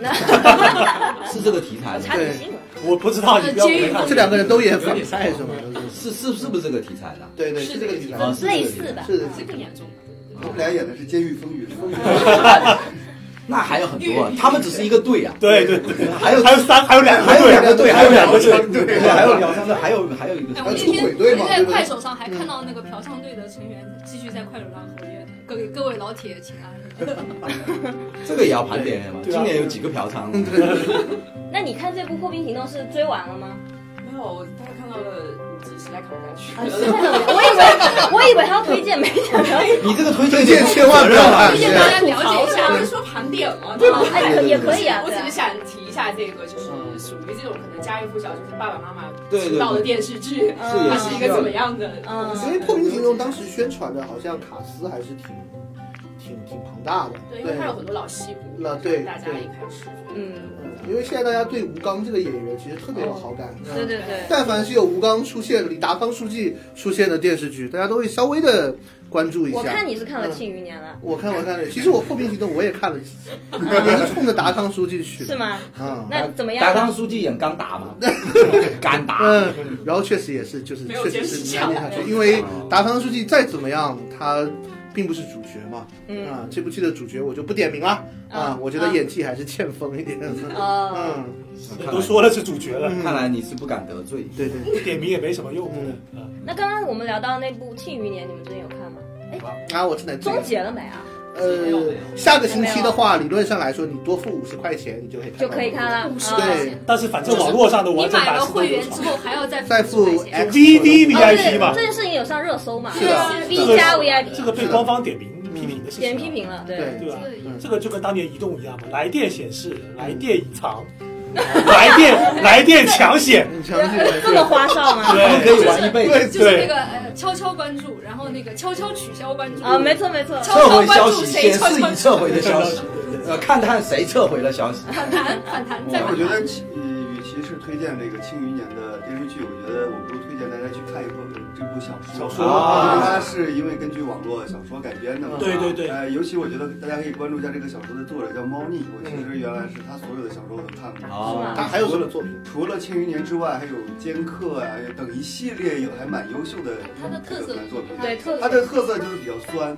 是这个题材查的，你新闻。我不知道你不要回看这两个人都演反派是吗？是是是不是这个题材的？对对，是这个题材，是类似吧是的，这更严重了。他们俩演的是《监狱风云》。 (laughs) 那 (laughs) 还有很多，啊他们只是一个队啊。对对对，还有还有三，还有两还有两个队，队，还有两个队，队，对，还有两三队，还有还有一个哎，队我还那出天轨队嘛我在对不嗯对快手上还看到那个嫖娼队的成员继续在快手上活跃呢，各位各位老铁，请安 (laughs) 逸。这个也要盘点嘛。对啊今年有几个嫖娼？那你看这部《破冰行动》是追完了吗？没没有，我大概看到了五集，实在看不下去啊，了。我以为我以为 (laughs) 他要推荐，没想到你这个推推荐荐千万不要看推，荐大家了解一下。我是说盘点嘛，对吧吧？哎，可也可以啊，我对嗯只啊是想提一下这个，就是属于这种可能家喻户晓，就是爸爸妈妈对对知道的电视剧，嗯它是一个怎么样的？嗯因为《破冰行动》当时宣传的好像卡斯还是挺挺挺庞大的，对，因为它有很多老戏骨，那对大家一开始觉得嗯嗯因为现在大家对吴刚这个演员其实特别有好感，哦嗯对对对。但凡是有吴刚出现、李达芳书记出现的电视剧，大家都会稍微的关注一下。我看你是看了《庆余年》了，我看我看了，其实我《破冰行动》我也看了几集，也是冲着达康书记去的。是？吗？啊、那怎么样？达康书记演刚打嘛，敢打。嗯，然后确实也是，就是没有确实坚持是下难来下去，因为达康书记再怎么样，他并不是主角嘛。嗯啊，这部剧的主角我就不点名了啊嗯，我觉得演技还是欠丰一点。哦，嗯，我都说了是主角了，看来你是不敢得罪。对对对。点名也没什么用。嗯，那刚刚我们聊到那部《庆余年》，你们最近有看吗？哎啊，我真的终结了没啊？呃，下个星期的话，理论上来说，你多付五十块钱，你就可以看就可以看了。啊对，但是反正网络上的你完整买版了是都会有员传之后还要再再付付钱。 X ，V V 左右 V 哦， I 对 P 嘛，这件事情有上热搜嘛？是的这 V 个啊加这个 VIP，被官方点名批评的事情啊，点批评了，对。对对吧？嗯这个就跟当年移动一样嘛，来电显示，来电隐藏，来电来电抢险，你相信我这么花哨吗？对，可以玩一辈子。就是那个呃悄悄关注，然后那个悄悄取消关注啊，没错没错，超撤回消 (laughs) 息，显示已撤回的消息，呃，看看谁撤回了消息。反弹反 (laughs) 弹再但我反觉弹得，。嗯，与其是推荐这个《庆余年》的电视剧，我觉得我不如推荐大家去看一部呃这部小说。小说因为啊它是因为根据网络小说改编的嘛。对对对呃，尤其我觉得大家可以关注一下这个小说的作者叫猫腻，我其实原来是他所有的小说我都看过。吗嗯哦他还有什么作品？除了《庆余年》之外，还有《剑客》啊等一系列有还蛮优秀的它的特色短作品。对特它色的特色就是比较酸，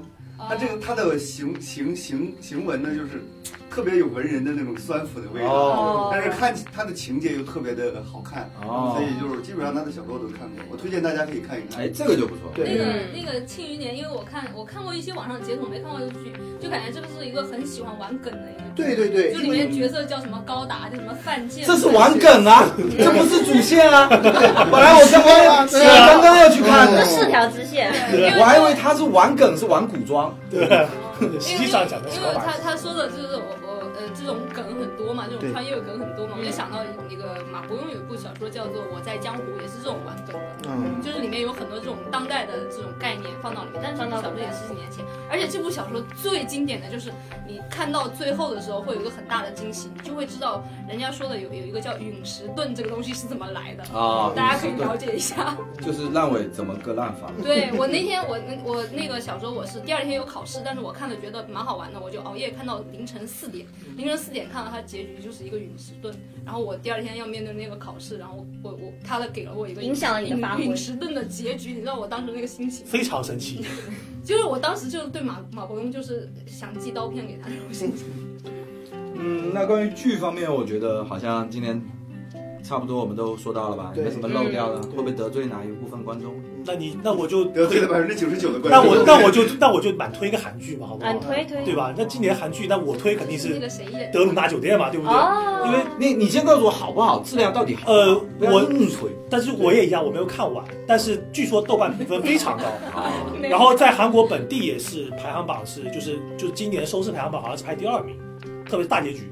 它这个它的行行行行文呢，就是特别有文人的那种酸腐的味道。哦但是看起它的情节又特别的好看，哦所以就是基本上他的小说我都看过，我推荐大家可以看一看。哎，这个就不错。那对，个嗯那个《庆余年》，因为我看我看过一些网上截图，没看过这部剧，就感觉这个是一个很喜欢玩梗的一个剧。对对对，就里面角色叫什么高达，叫什么范建，这是玩梗啊，这不是主线 (laughs) 啊！本来我刚是啊刚是啊刚刚要去看这哦的，四条支线，啊对，因为我还以为他是玩梗，是玩古装。实际上讲的是因老为板他。他说的就是我我呃这种梗很多嘛，这对种穿越梗很多嘛，我就想到那个马伯庸有一部小说叫做《我在江湖》，也是这种玩梗的，嗯，就是里面有很多这种当代的这种概念放到里面，但是这部小说也十几年前，而且这部小说最经典的就是你看到最后的时候会有一个很大的惊喜，你就会知道人家说的有有一个叫陨石盾这个东西是怎么来的。啊哦大家可以了解一下。就是烂尾怎么个烂法？对我那天我那我那个小时候我是第二天有考试，但是我看了觉得蛮好玩的，我就熬夜看到凌晨四点，嗯凌晨四点看到它结局就是一个陨石盾，然后我第二天要面对那个考试，然后我我我他的给了我一个影响了你的发挥陨石盾的结局，你知道我当时那个 (laughs) 心情，非常神奇，就是我当时就对马马伯庸就是想寄刀片给他那种心情。嗯，那关于剧方面，我觉得好像今天差不多我们都说到了吧？有对没有什么漏掉的？会不会得罪哪一部分观众？那你那我就得罪了百分之九十九的观那众。我那我就那我就满推一个韩剧嘛，好不好嗯，？推推对吧？那今年韩剧，那我推肯定那是个谁演《 (laughs) 的？德鲁纳酒店》嘛，对不对？哦因为你你先告诉我好不好？质量到底好不好？呃不要我硬推但是我也一样，我没有看完，但是据说豆瓣评分非常高，啊！没有 (laughs) 然后在韩国本地也是排行榜是就是就今年收视排行榜好像是排第二名，特别是大结局，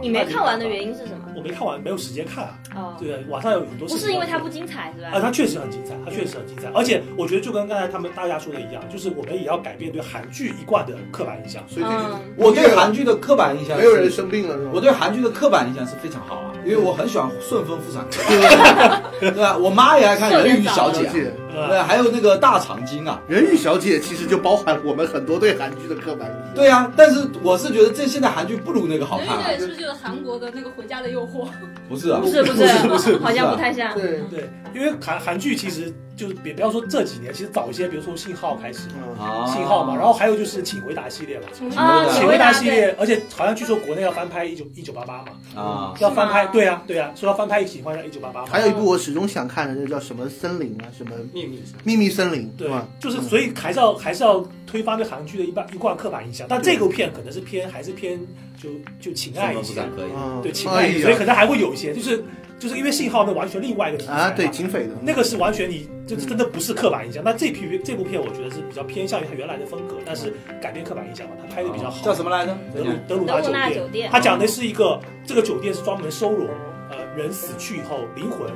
你没看完的原因是什么？我没看完，没有时间看啊。哦，对，网上有很多事不情是因为它不精彩是啊，吧？它确实很精彩，它确实很精彩，而且我觉得就跟刚才他们大家说的一样，就是我们也要改变对韩剧一贯的刻板印象。所以这嗯就是我对韩剧的刻板印象没有是人生病了是吗？我对韩剧的刻板印象是非常好啊，因为我很喜欢顺丰妇产 (laughs) 科， (laughs) 对吧？我妈也爱看《人鱼小姐》啊，呃，对，还有那个《大长今》啊，人鱼小姐其实就包含我们很多对韩剧的刻板印象。对啊。但是我是觉得这现在韩剧不如那个好人看、鱼啊小，姐是不是就是韩国的那个《回家的诱惑》？不是啊不？ (laughs) 是不不是不是是，不 (laughs) 是好像不太像。对，对，因为韩韩剧其实就是别不要说这几年，其实早一些，比如说信号开始，嗯，啊，信号嘛，然后还有就是请回答系列嘛，啊，请请回回答答系列，而且好像据说国内要翻拍一九一九八八嘛，啊，要翻拍，是吗对啊对啊，说要翻拍《喜欢上一九八八》嘛还，有一部我始终想看的，那个叫什么森林啊，什么秘密。秘密森林，对吧？嗯就是所以还是要还是要推翻对韩剧的一般一贯刻板印象，但这个片可能是偏还是偏就就情爱顺一丰妇些产，科也嗯，对情哎爱一些，所以呀可，能还会有一些就是就是因为信号那完全另外一个题材啊，对，嘛警匪的嗯那个是完全你就是真的不是刻板印象。那这批这部片我觉得是比较偏向于它原来的风格，但是嗯改变刻板印象嘛，它拍的比较好。哦叫什么来着？德鲁德鲁德纳鲁酒纳店酒。店，嗯他讲的是一个这个酒店是专门收容呃人死去以后灵魂，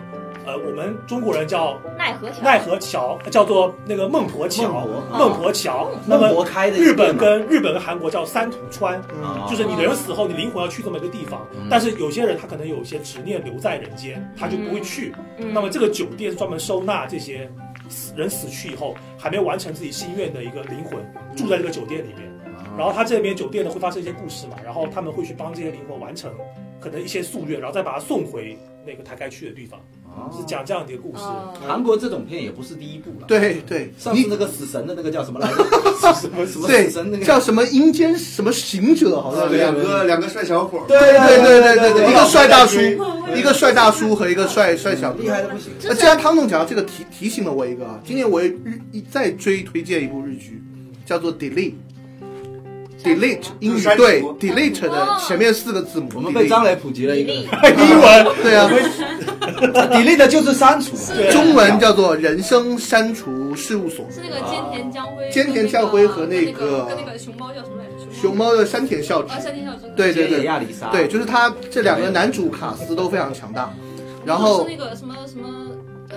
呃我们中国人叫奈何桥，奈何桥，叫做那个孟婆孟桥，婆，啊孟婆桥。那孟么婆开的日本跟日本跟韩国叫三途川，嗯就是你人死后，你灵魂要去这么一个地方哦嗯。但是有些人他可能有一些执念留在人间，他就不会去。嗯那么这个酒店是专门收纳这些死人死去以后还没完成自己心愿的一个灵魂，住在这个酒店里面。然后他这边酒店呢会发生一些故事嘛，然后他们会去帮这些灵魂完成可能一些夙愿，然后再把它送回那个他该去的地方，哦是讲这样的一个故事。哦韩国这种片也不是第一部了。，对对，上次你那个死神的那个叫什么来 (laughs) 着？什么什么死神那对个叫什么阴间什么行者，好像呃对两个两个帅小伙儿，对对对对对对，对，一个帅大叔，一个帅大叔和一个帅帅小厉害的不行。那既然汤总讲到这个提提醒了我一个啊，今年我也日一再追推荐一部日剧，叫做 Delete。delete 英语删除对 delete 的前面四个字母，我们被张磊磊普及了一个比利英文 (laughs) 对啊， ，delete 就是删除，中文叫做人生删除事务所。是那个菅田将晖，菅田将晖和那那个跟那个熊猫叫什么来着？熊猫的山田孝之啊，，山田孝之。对对杰野对亚里沙，对，就是他这两个男主卡斯都非常强大。然后是那个什么什么呃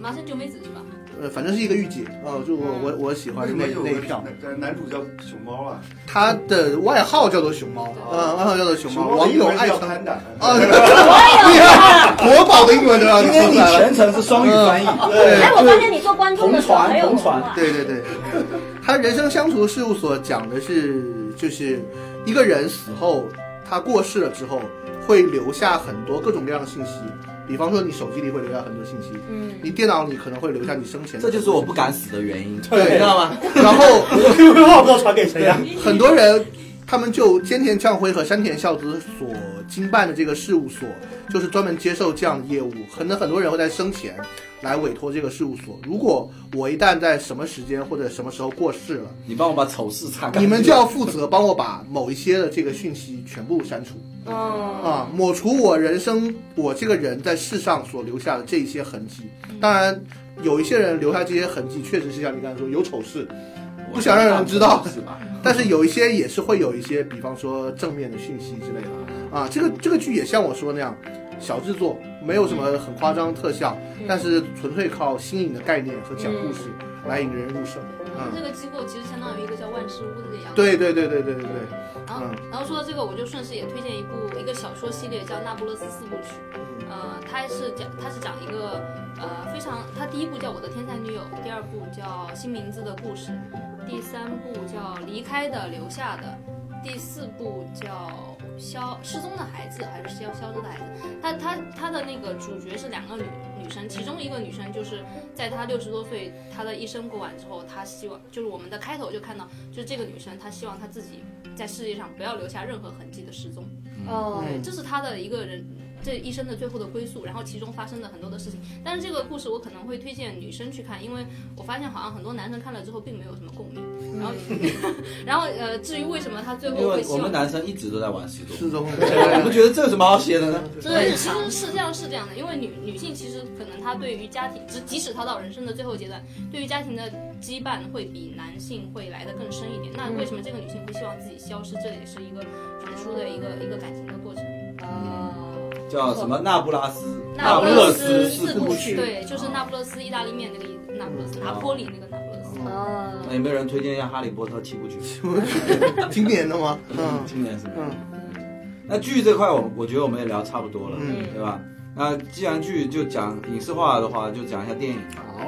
麻生久美子是吧？呃，反正是一个御姐哦，就我我我喜为欢什那么有那一个票。男男主叫熊猫啊？他的外号叫做熊猫，嗯，外号叫做熊猫，网友爱叫称潘达， (laughs) 啊， (laughs) 厉害，国宝的英文都让今你天出你来了。全程是双语翻译，对哎，我发现你做观众的时候红船很有啊红文化船对对对，他人生相处事务所讲的是，就是一个人死后，他过世了之后，会留下很多各种各样的信息，比方说你手机里会留下很多信息，嗯，你电脑里可能会留下你生前的，这就是我不敢死的原因，对你知道吗？然后我 QQ 号不知道传给谁啊呀、很多人，他们就菅田将晖和山田孝之所经办的这个事务所，就是专门接受这样的业务。可能很多人会在生前来委托这个事务所。如果我一旦在什么时间或者什么时候过世了，你帮我把丑事擦干净，你们就要负责帮我把某一些的这个讯息全部删除哦，啊，抹除我人生我这个人在世上所留下的这一些痕迹。当然，有一些人留下这些痕迹，确实是像你刚才说有丑事，不想让人知道是吧？但是有一些也是会有一些，比方说正面的讯息之类的啊。这个这个剧也像我说那样，小制作，没有什么很夸张的特效，但是纯粹靠新颖的概念和讲故事来引人入胜。它嗯嗯，哦这个机构其实相当于一个叫万事屋的这样。。对对对对对对对，嗯然后，然后说到这个，我就顺势也推荐一部一个小说系列，叫《那不勒斯四部曲》。呃，它是讲它是讲一个呃非常，它第一部叫《我的天才女友》，第二部叫《新名字的故事》，第三部叫《离开的留下的》，第四部叫《消失踪的孩子》还是消消失的孩子？它它它的那个主角是两个女女生，其中一个女生就是在她六十多岁，她的一生过完之后，她希望就是我们的开头就看到，就是这个女生她希望她自己在世界上不要留下任何痕迹的失踪。哦，对，这是他的一个人这一生的最后的归宿，然后其中发生的很多的事情。但是这个故事我可能会推荐女生去看，因为我发现好像很多男生看了之后并没有什么共鸣。然后， (laughs) 然后呃，至于为什么他最后嗯因为会希我们望，男生一直都在玩失踪，失踪我们觉得这有什么好写的呢？对，其实是这样是这样的，因为女女性其实可能她对于家庭，即即使她到人生的最后阶段，对于家庭的羁绊会比男性会来的更深一点。那为什么这个女性会希望自己消失？这也是一个成熟的一个一个感情的过程。哦，啊叫什么那不拉斯，那不勒呃斯四部曲。对，就是那不勒斯意大利面那个意那不勒斯，拿坡里那个拿不勒斯。那哦，有没有人推荐一下《哈利波特》七部 (laughs) 曲？得今年的吗？嗯今年是没有嗯那剧这块我，我觉得我们也聊差不多了，嗯对吧？那既然剧就讲影视化的话，就讲一下电影吧。好，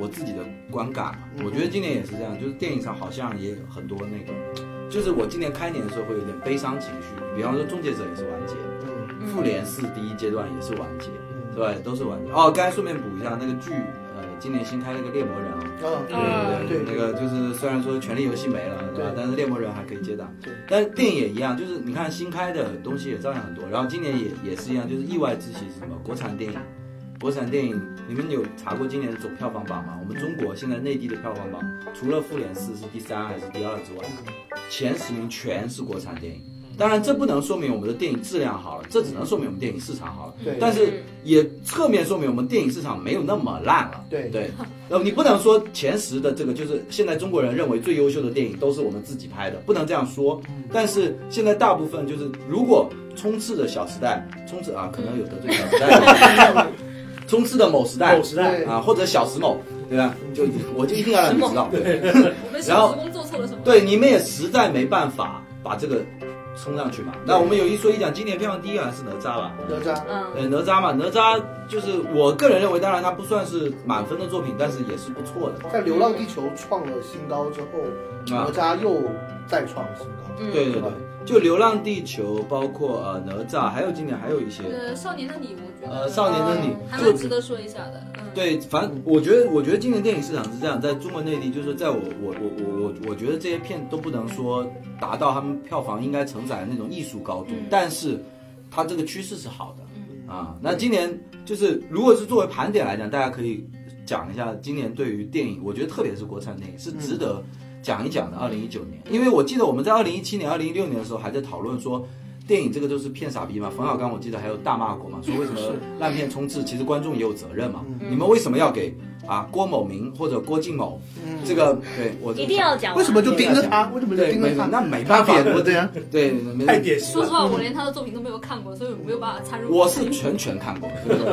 我自己的观感啊，嗯我觉得今年也是这样，就是电影上好像也有很多那个，就是我今年开年的时候会有点悲伤情绪，比方说《终结者》也是完结，嗯《复联四》第一阶段也是完结，对，都是完结。哦，刚才顺便补一下那个剧，呃，今年新开了一个《猎魔人》啊，嗯对那个就是虽然说《权力游戏》没了，对吧对？但是《猎魔人》还可以接档对。但是电影也一样，就是你看新开的东西也照样很多。然后今年也也是一样，就是意外之喜是什么？国产电影，国产电影，你们有查过今年的总票房榜吗？我们中国现在内地的票房榜，嗯除了《复联四》是第三还是第二之外，前十名全是国产电影。当然，这不能说明我们的电影质量好了，这只能说明我们电影市场好了。对但是也侧面说明我们电影市场没有那么烂了。对对，呃，你不能说前十的这个就是现在中国人认为最优秀的电影都是我们自己拍的，不能这样说。但是现在大部分就是，如果充斥着《小时代》，充斥啊，可能有得罪《小时代》，充斥的某时代某时代，啊，或者小时某，对吧？就我就一定要让你知道，对。我们 (laughs) 然小后时工做错了什么？对，你们也实在没办法把这个冲上去嘛。那我们有一说一讲，今年票房第一好像是哪吒吧？哪吒，嗯，呃，哪吒嘛，哪吒就是我个人认为，当然它不算是满分的作品，但是也是不错的。在《流浪地球》创了新高之后，哪嗯啊吒又再创新高。对对对，就《流浪地球》，包括呃哪吒，还有今年还有一些呃，少年的你，我觉呃得少年的你，嗯还就蛮值得说一下的。嗯，对，反正我觉得，我觉得今年电影市场是这样，在中国内地，就是在我我我我我我觉得这些片都不能说达到他们票房应该承载的那种艺术高度，但是它这个趋势是好的、嗯啊。那今年就是如果是作为盘点来讲，大家可以讲一下今年对于电影，我觉得特别是国产电影是值得嗯讲一讲的。二零一九年，因为我记得我们在二零一七年、二零一六年的时候还在讨论说。电影这个就是骗傻逼嘛，冯小刚我记得还有大骂过嗯嘛，说为什么烂片充斥，其实观众也有责任嘛，你们为什么要给啊郭某明或者郭靖某、这个对我一定要讲完。嗯为什么就盯着他？为什么就对盯没着那他？没他办法扁，我的 (laughs) 对呀，啊对没太典型说实了。话，我连他的作品都没有看过，所以我没有办法参入。我是全全看过，对不对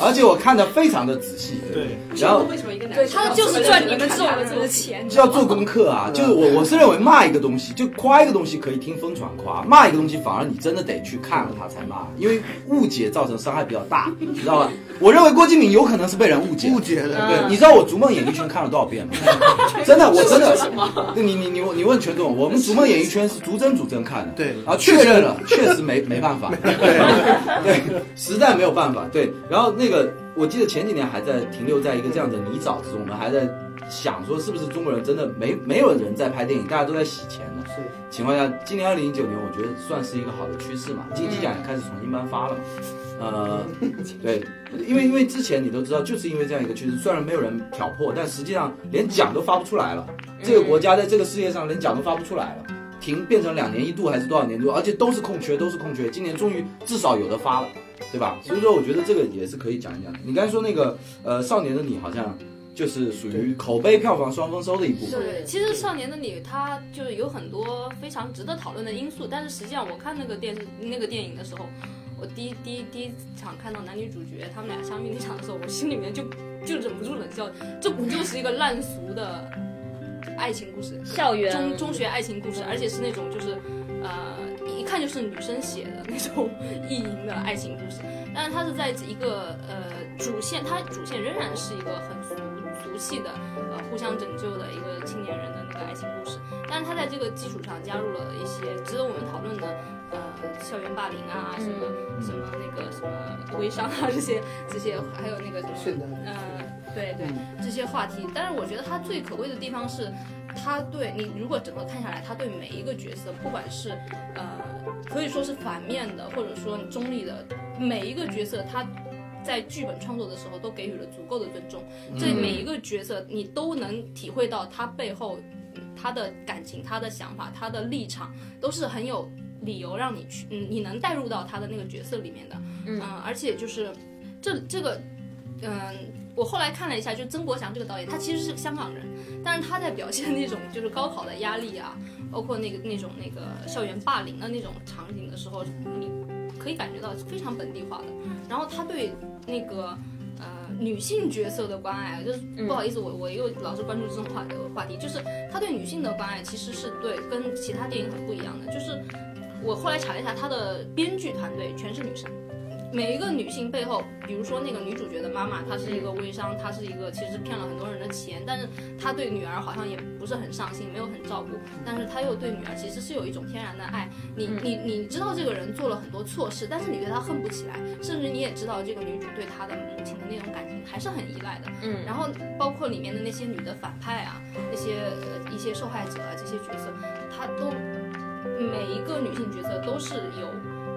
而且我看的非常的仔细，对，然后为什么一个男对生他要就是这么赚认你们真地这看种他人的钱，就要做功课啊，就是我我是认为骂一个东西，就夸一个东西可以听风传夸，骂一个东西反而你真的得去看了它才骂，因为误解造成伤害比较 (laughs) 大，你知道吧？我认为郭敬明有可能是被人误解，误解了。对，你知道我《逐梦演艺圈》看了多少遍吗？真的，我真的。你你你你问全总，我们《逐梦演艺圈》是逐帧逐帧看的，对啊，确认了，确实没没 (laughs) 办法，对，实在没有办法，对。然后那个，我记得前几年还在停留在一个这样的泥沼之中，我们还在想说，是不是中国人真的没没有人在拍电影，大家都在洗钱呢？是情况下，今年二零一九年，我觉得算是一个好的趋势嘛。金嗯鸡奖也开始重新颁发了嘛， (laughs) 呃，对，因为因为之前你都知道，就是因为这样一个趋势，虽然没有人挑破，但实际上连奖都发不出来了。嗯这个国家在这个世界上连奖都发不出来了，停变成两年一度还是多少年度，而且都是空缺，都是空缺。今年终于至少有的发了，对嗯吧？所以说，我觉得这个也是可以讲一讲的。你刚才说那个呃，《少年的你》好像就是属于口碑票房双丰收的一部分。对，其实《少年的你》它就是有很多非常值得讨论的因素，但是实际上我看那个电视那个电影的时候，我第一第一第一场看到男女主角他们俩相遇那场的时候，我心里面就 (laughs) 就忍不住冷笑，这不就是一个烂俗的爱情故事，校园中中学爱情故事，而且是那种就是呃一看就是女生写的那种意淫的爱情故事，但是它是在一个呃主线，它主线仍然是一个很俗俗气的呃互相拯救的一个青年人的那个爱情故事，但是它在这个基础上加入了一些值得我们讨论的呃校园霸凌啊什么、什么那个什么微商啊这些这些，还有那个什么现在呃对对这些话题，但是我觉得它最可贵的地方是。他对你如果整个看下来，他对每一个角色，不管是呃可以说是反面的，或者说你中立的，每一个角色他。在剧本创作的时候，都给予了足够的尊重。这每一个角色，你都能体会到他背后，嗯他的感情、他的想法、他的立场，都是很有理由让你去，嗯，你能带入到他的那个角色里面的。嗯，而且就是这这个，嗯、我后来看了一下，就曾国祥这个导演，他其实是个香港人，但是他在表现那种就是高考的压力啊，包括那个那种那个校园霸凌的那种场景的时候，你可以感觉到非常本地化的。然后他对那个呃女性角色的关爱，就是不好意思，我我又老是关注这种话话题，就是他对女性的关爱其实是对跟其他电影很不一样的。就是我后来查了一下，他的编剧团队全是女生。每一个女性背后，比如说那个女主角的妈妈，她是一个微商，她是一个其实骗了很多人的钱，但是她对女儿好像也不是很上心，没有很照顾，但是她又对女儿其实是有一种天然的爱。你你你知道这个人做了很多错事，但是你对她恨不起来，甚至你也知道这个女主对她的母亲的那种感情还是很依赖的。嗯然后包括里面的那些女的反派啊，那些呃一些受害者啊这些角色，她都每一个女性角色都是有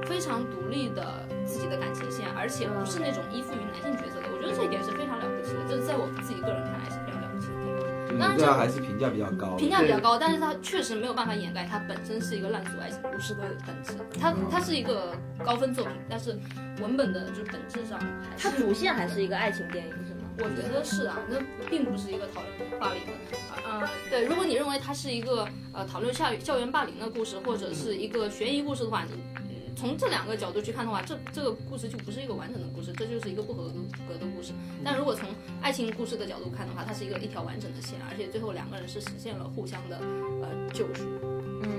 非常独立的自己的感情线，而且不是那种依附于男性角色的。我觉得这一点是非常了不起的，这是在我自己个人看来是非常了不起的地方。当然对这啊，还是评价比较高的。评价比较高，但是它确实没有办法掩盖它本身是一个烂俗爱情故事的本质。它它是一个高分作品，但是文本的就是本质上还是它主线还是一个爱情电影是吗？我觉得是啊，那并不是一个讨论霸凌的，呃，对，如果你认为它是一个呃讨论校校园霸凌的故事，或者是一个悬疑故事的话，你从这两个角度去看的话，这这个故事就不是一个完整的故事，这就是一个不合格的故事。但如果从爱情故事的角度看的话，它是一个一条完整的线，而且最后两个人是实现了互相的呃救赎。嗯，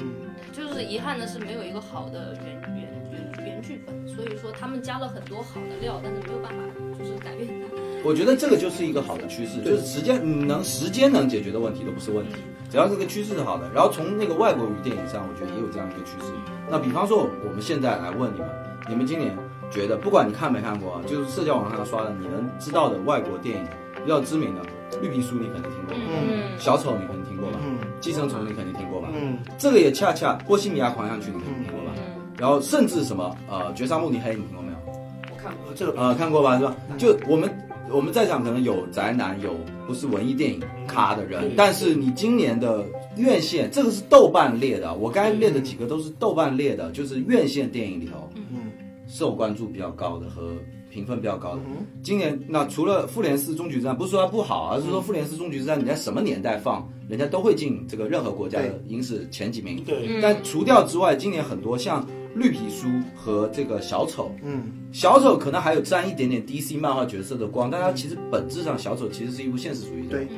嗯，就是遗憾的是没有一个好的原原原原剧本，所以说他们加了很多好的料，但是没有办法就是改变它。我觉得这个就是一个好的趋势，就是时间你能时间能解决的问题都不是问题，只要这个趋势是好的。然后从那个外国语电影上，我觉得也有这样一个趋势。那比方说，我们现在来问你们，你们今年觉得不管你看没看过啊，就是社交网上刷的，你能知道的外国电影比较知名的，《绿皮书》你肯定听过吧，嗯小丑》你肯定听过吧，嗯《寄生虫》你肯定听过吧，嗯这个也恰恰《波西米亚狂想曲》你肯定听过吧，然后甚至什么呃《绝杀慕尼黑》你听过没有？我看过。这个呃，看过吧，是吧？就我们我们在场可能有宅男，有不是文艺电影咖的人，但是你今年的院线，这个是豆瓣列的，我刚才列的几个都是豆瓣列的，就是院线电影里头嗯受关注比较高的和评分比较高的。嗯今年那除了《复联四：终局之战》，不是说它不好，而是说《复联四：终局之战》你在什么年代放，人家都会进这个任何国家的影史前几名。对，嗯但除掉之外，今年很多像绿皮书和这个小丑，嗯小丑可能还有沾一点点 DC 漫画角色的光，但它其实本质上小丑其实是一部现实主义的对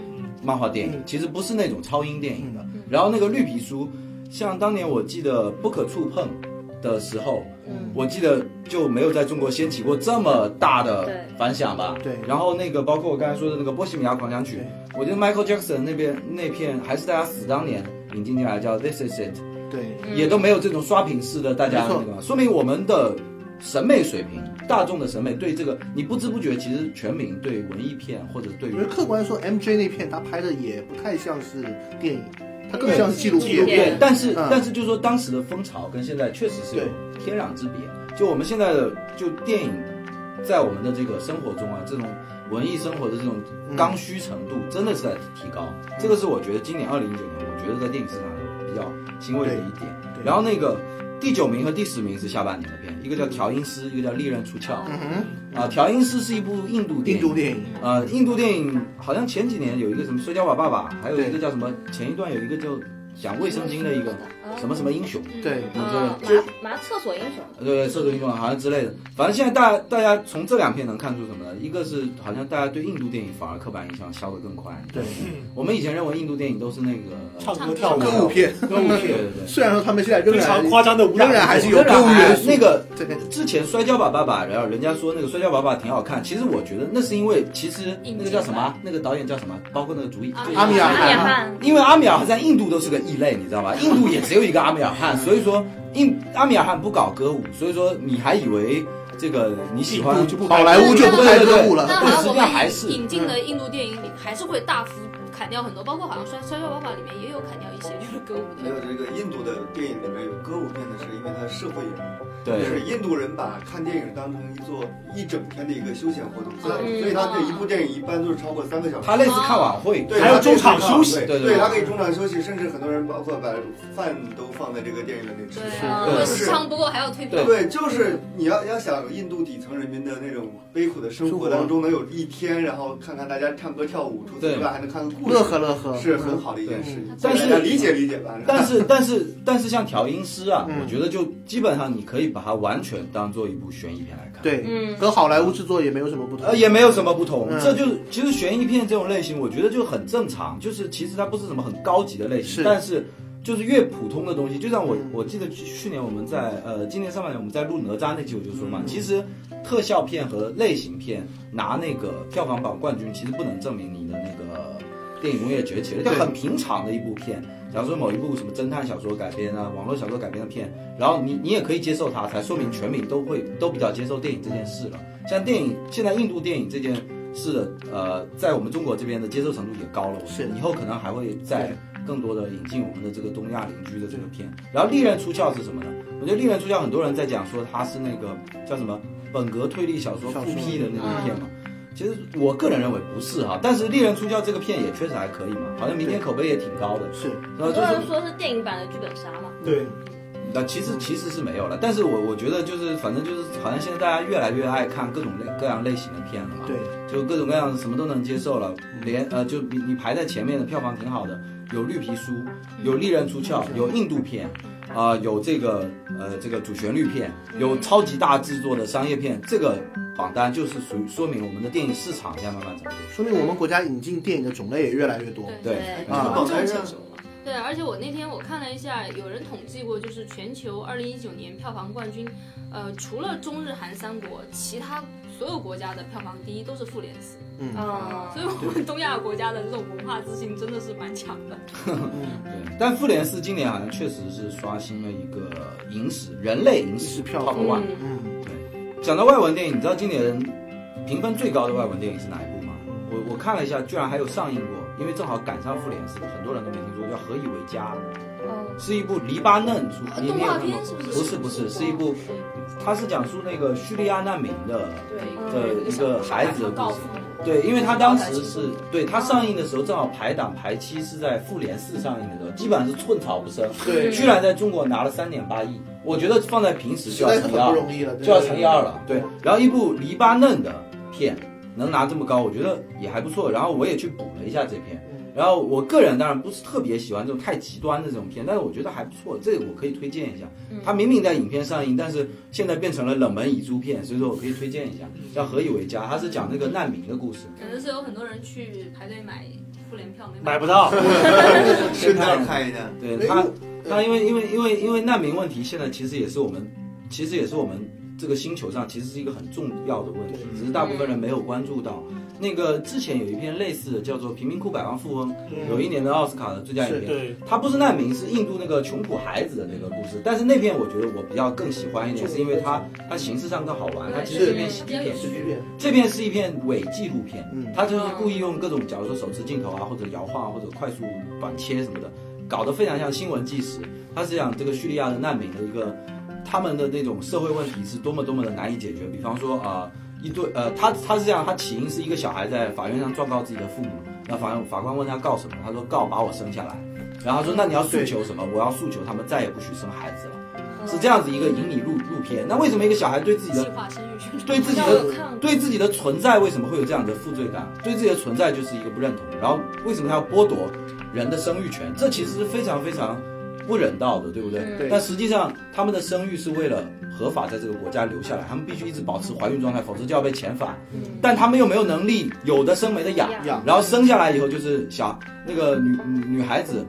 漫画电影嗯，其实不是那种超英电影的。然后那个绿皮书，像当年我记得不可触碰的时候，嗯我记得就没有在中国掀起过这么大的对反响吧。对然后那个包括我刚才说的那个《波西米亚狂想曲》，我觉得 Michael Jackson 那边那片还是大家死当年引进进来叫《This Is It》，对，也都没有这种刷屏式的大家那嗯没个，说明我们的审美水平，大众的审美对这个，你不知不觉其实全民对文艺片或者对于因为客观说，MJ 那片他拍的也不太像是电影，它更像是纪录纪录片片。对，但是、嗯但是就是说当时的风潮跟现在确实是有天壤之别。就我们现在的就电影，在我们的这个生活中啊，这种文艺生活的这种刚需程度嗯真的是在提高。这个是我觉得今年二零一九年，我觉得在电影市场比较欣慰的一点。嗯对然后那个第九名和第十名是下半年的片，一个叫《调音师》，一个叫《利刃出鞘》。嗯哼，啊，《调音师》是一部印度电印影。度电影，呃，印度电影好像前几年有一个什么《摔跤吧，爸爸》，还有一个叫什么，嗯前一段有一个叫讲卫生巾的一个什么什么英雄，对，嗯啊，这麻麻厕所英雄，呃，对，厕所英雄好像之类的。反正现在大大家从这两片能看出什么呢？一个是好像大家对印度电影反而刻板印象消得更快。对，我们以前认为印度电影都是那个唱歌跳舞，歌舞片。歌舞片，对对虽然说他们现在仍非然常夸张的舞蹈，仍啊然还是对。有歌舞元素那个这个之前摔跤吧爸爸，然后人家说那个摔跤吧爸爸挺好看，其实我觉得那是因为其实那个叫什么啊，那个导演叫什么，包括那个主演阿米尔阿米尔汗，汗，因为阿米尔汗在印度都是个异类，你知道吧？印度也只有一个阿米尔汗，所以说印阿米尔汗不搞歌舞，所以说你还以为这个你喜欢印度就不好莱坞就不拍歌舞了。但对好像实我际上还是嗯们引进的印度电影里，还是会大幅砍掉很多，包括好像摔《摔跤爸爸》里面也有砍掉一些就是歌舞没有的。这个印度的电影里面有歌舞片的是因为它社会人，对就是印度人把看电影当成一座一整天的一个休闲活动，所嗯以所以他这一部电影一般都是超过三个小时。他类似看晚会，对，还有他可以中场休息对对对对，对他可以中场休息，甚至很多人包括把饭都放在这个电影里面吃。对啊，对我时长不够还要退票。对，就是你要要想印度底层人民的那种悲苦的生活当中，能有一天，然后看看大家唱歌跳舞，除此之对外还能看看故事，乐呵乐呵，是很好的一件事情。但是大家理解理解吧， (laughs) 但是但是但是像调音师啊，嗯我觉得就基本上你可以把它完全当做一部悬疑片来看，，对，嗯跟好莱坞制作也没有什么不同呃，。也没有什么不同，嗯这就是其实悬疑片这种类型，我觉得就很正常，就是其实它不是什么很高级的类型，是但是就是越普通的东西，就像我、嗯我记得去去年我们在呃今年上半年我们在录哪吒那期我就说嗯嘛，其实特效片和类型片拿那个票房榜冠军，其实不能证明你的那个电影工业崛起了，就对很平常的一部片。假如说某一部什么侦探小说改编啊，网络小说改编的片，然后你你也可以接受它，才说明全民都会都比较接受电影这件事了。像电影现在印度电影这件事的，呃，在我们中国这边的接受程度也高了，我觉得是以后可能还会再对更多的引进我们的这个东亚邻居的这个片。然后《利刃出鞘》是什么呢？我觉得《利刃出鞘》很多人在讲说它是那个叫什么本格推理小说小复说辟的那个片嘛。其实我个人认为不是哈，但是《猎人出鞘》这个片也确实还可以嘛，好像民间口碑也挺高的。呃是，然很后就多是人说是电影版的剧本杀嘛，对，那其实其实是没有了，但是我我觉得就是反正就是好像现在大家越来越爱看各种类各样类型的片了嘛，对，嗯就各种各样什么都能接受了，连呃就你你排在前面的票房挺好的，有绿皮书，有利刃出鞘，有印度片。啊、有这个呃，这个主旋律片，有超级大制作的商业片，这个榜单就是属于说明我们的电影市场在慢慢涨。说明我们国家引进电影的种类也越来越多。对啊观众接受了。对，啊而且我那天我看了一下，有人统计过，就是全球二零一九年票房冠军，呃，除了中日韩三国，其他所有国家的票房第一都是复联四。啊嗯，嗯所以我们东亚国家的这种文化自信真的是蛮强的。对，但复联四今年好像确实是刷新了一个影史人类影史是票 top 房 one。嗯，讲到外文电影，你知道今年评分最高的外文电影是哪一部吗？我我看了一下，居然还有上映过，因为正好赶上复联四，很多人都没听说，叫《何以为家》，嗯是一部黎巴嫩主，啊你动你有画看过片是不哦是？不是不是，是一部，它是讲述那个叙利亚难民的。对嗯的一个孩子的告故诉事我，对，因为它当时是对它上映的时候正好排档排期是在复联四上映的时候，基本上是寸草不生，对，居然在中国拿了三点八亿，我觉得放在平时实就要在是乘以很二不。容易了，对就要乘以二了。对，然后一部黎巴嫩的片能拿这么高，我觉得也还不错。然后我也去补了一下这片，然后我个人当然不是特别喜欢这种太极端的这种片，但是我觉得还不错，这个我可以推荐一下。它明明在影片上映，但是现在变成了冷门遗珠片，所以说我可以推荐一下，叫《何以为家》，它是讲那个难民的故事。可能是有很多人去排队买复联票没买 (laughs) (laughs) 不到，深造看一看，对哎他我，他因为因为因为因为难民问题，现在其实也是我们，其实也是我们这个星球上其实是一个很重要的问题，只是大部分人没有关注到。那个之前有一篇类似的叫做《贫民窟百万富翁》，有一年的奥斯卡的最佳影片。对，它不是难民，是印度那个穷苦孩子的那个故事。但是那篇我觉得我比较更喜欢一点，是因为它它形式上更好玩，它其实是这篇喜剧片是这边这片是一片伪纪录片嗯，它就是故意用各种，假如说手持镜头啊，或者摇晃啊，或者快速短切什么的，搞得非常像新闻纪实。它是讲这个叙利亚的难民的一个，他们的那种社会问题是多么多么的难以解决。比方说啊、一对呃，他他是这样，他起因是一个小孩在法院上状告自己的父母，那法院法官问他告什么，他说告把我生下来，然后他说那你要诉求什么？我要诉求他们再也不许生孩子了。是这样子一个引你入入片，那为什么一个小孩对自己的计划生育宣传。对自己我有的看过对自己的存在为什么会有这样的负罪感？对自己的存在就是一个不认同，然后为什么他要剥夺人的生育权？这其实是非常非常不人道的，对不对？对但实际上他们的生育是为了合法在这个国家留下来，他们必须一直保持怀孕状态，否则就要被遣返。但他们又没有能力，有的生没的养，养然后生下来以后就是小那个女女女孩子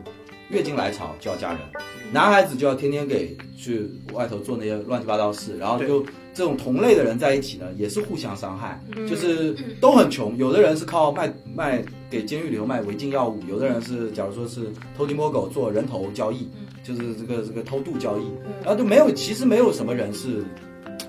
月经来潮就要嫁人，嗯男孩子就要天天给去外头做那些乱七八糟事，然后就这种同类的人在一起呢，也是互相伤害，嗯就是都很穷，有的人是靠卖卖给监狱里头卖违禁药物，有的人是假如说是偷鸡摸狗做人头交易，嗯就是这个这个偷渡交易，然后就没有其实没有什么人是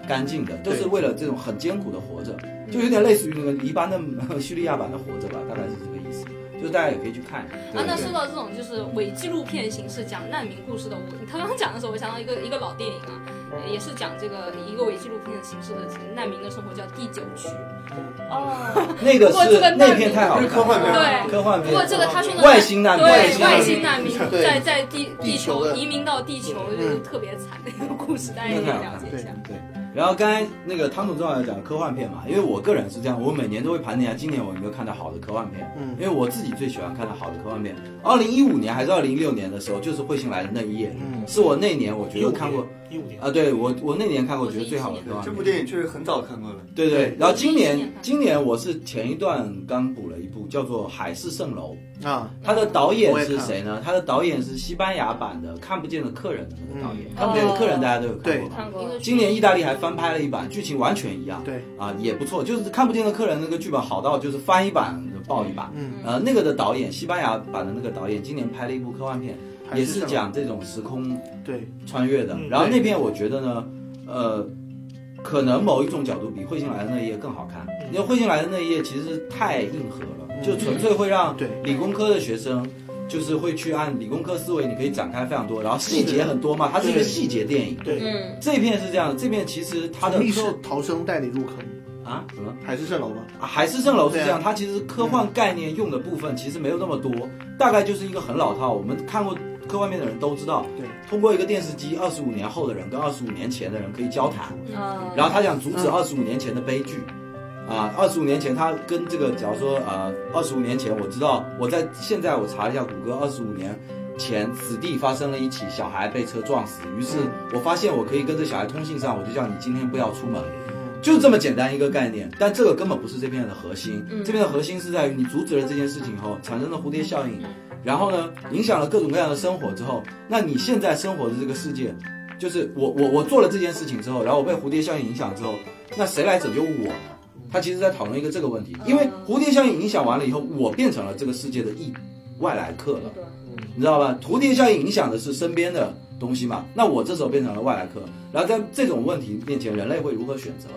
干净的，都是为了这种很艰苦的活着，嗯就有点类似于那个黎巴嫩叙利亚版的活着吧，大概是这个意思。就是大家也可以去看。对啊，那对说到这种就是伪纪录片形式讲难民故事的，我你刚刚讲的时候，我想到一个一个老电影啊，呃也是讲这个一个伪纪录片的形式的难民的生活，叫《第九区》。 (laughs) 哦，那个不过这是个那片太好看了，科幻片对科幻不片过这个他说的外星难民，对外外星星难难民民对在在地地地球球的移民到地球嗯就是特别惨的一个故事，大家也可以了解一下。对。然后刚才那个汤总正好讲科幻片嘛，因为我个人是这样，我每年都会盘点一下今年我有没有看到好的科幻片，嗯因为我自己最喜欢看的好的科幻片。二零一五年还是二零一六年的时候，就是《彗星来的那一夜》，嗯是我那年我觉得看过一五年，啊，对我我那年看过觉得最好的科幻这片部。电影确实很早看过了，对对，然后今我是一七年年看的今年我是前一段刚补了一部叫做《海市蜃楼》，啊，他的导演是谁呢？他的导演是西班牙版的《看不见的客人》的那个导演，嗯看不见的客人》哦大家都有看对过吧？看过，今年意大利还翻拍了一版，剧情完全一样。对啊，也不错，就是《看不见的客人》那个剧本好到就是翻译版爆一把。嗯，呃，那个的导演，西班牙版的那个导演，今年拍了一部科幻片，还也是是像讲这种时空对穿越的嗯。然后那片我觉得呢，呃，可能某一种角度比《彗星来的那一夜》更好看，嗯因为《彗星来的那一夜》其实太硬核了，就纯粹会让对理工科的学生。就是会去按理工科思维，你可以展开非常多，然后细节很多嘛，它是一个对细节电影。对，嗯这片是这样，这片其实它的密科室逃生带你入坑，啊？什么？海市蜃楼吗？啊海市蜃楼是这对啊样，它其实科幻概念用的部分其实没有那么多，大概就是一个很老套。我们看过科幻片的人都知道，对，通过一个电视机，二十五年后的人跟二十五年前的人可以交谈，嗯，然后他想阻止二十五年前的悲剧。啊，二十五年前他跟这个，假如说，呃，二十五年前我知道，我在现在我查了一下谷歌，二十五年前此地发生了一起小孩被车撞死，于是我发现我可以跟这小孩通信上，我就叫你今天不要出门，就这么简单一个概念。但这个根本不是这篇的核心，嗯这篇的核心是在于你阻止了这件事情后产生了蝴蝶效应，然后呢，影响了各种各样的生活之后，那你现在生活的这个世界，就是我我我做了这件事情之后，然后我被蝴蝶效应影响之后，那谁来拯救我？他其实在讨论一个这个问题，因嗯为蝴蝶效应影响完了以后，我变成了这个世界的一外来客了。对你知道吧？蝴蝶效应影响的是身边的东西嘛，那我这时候变成了外来客，然后在这种问题面前，人类会如何选择？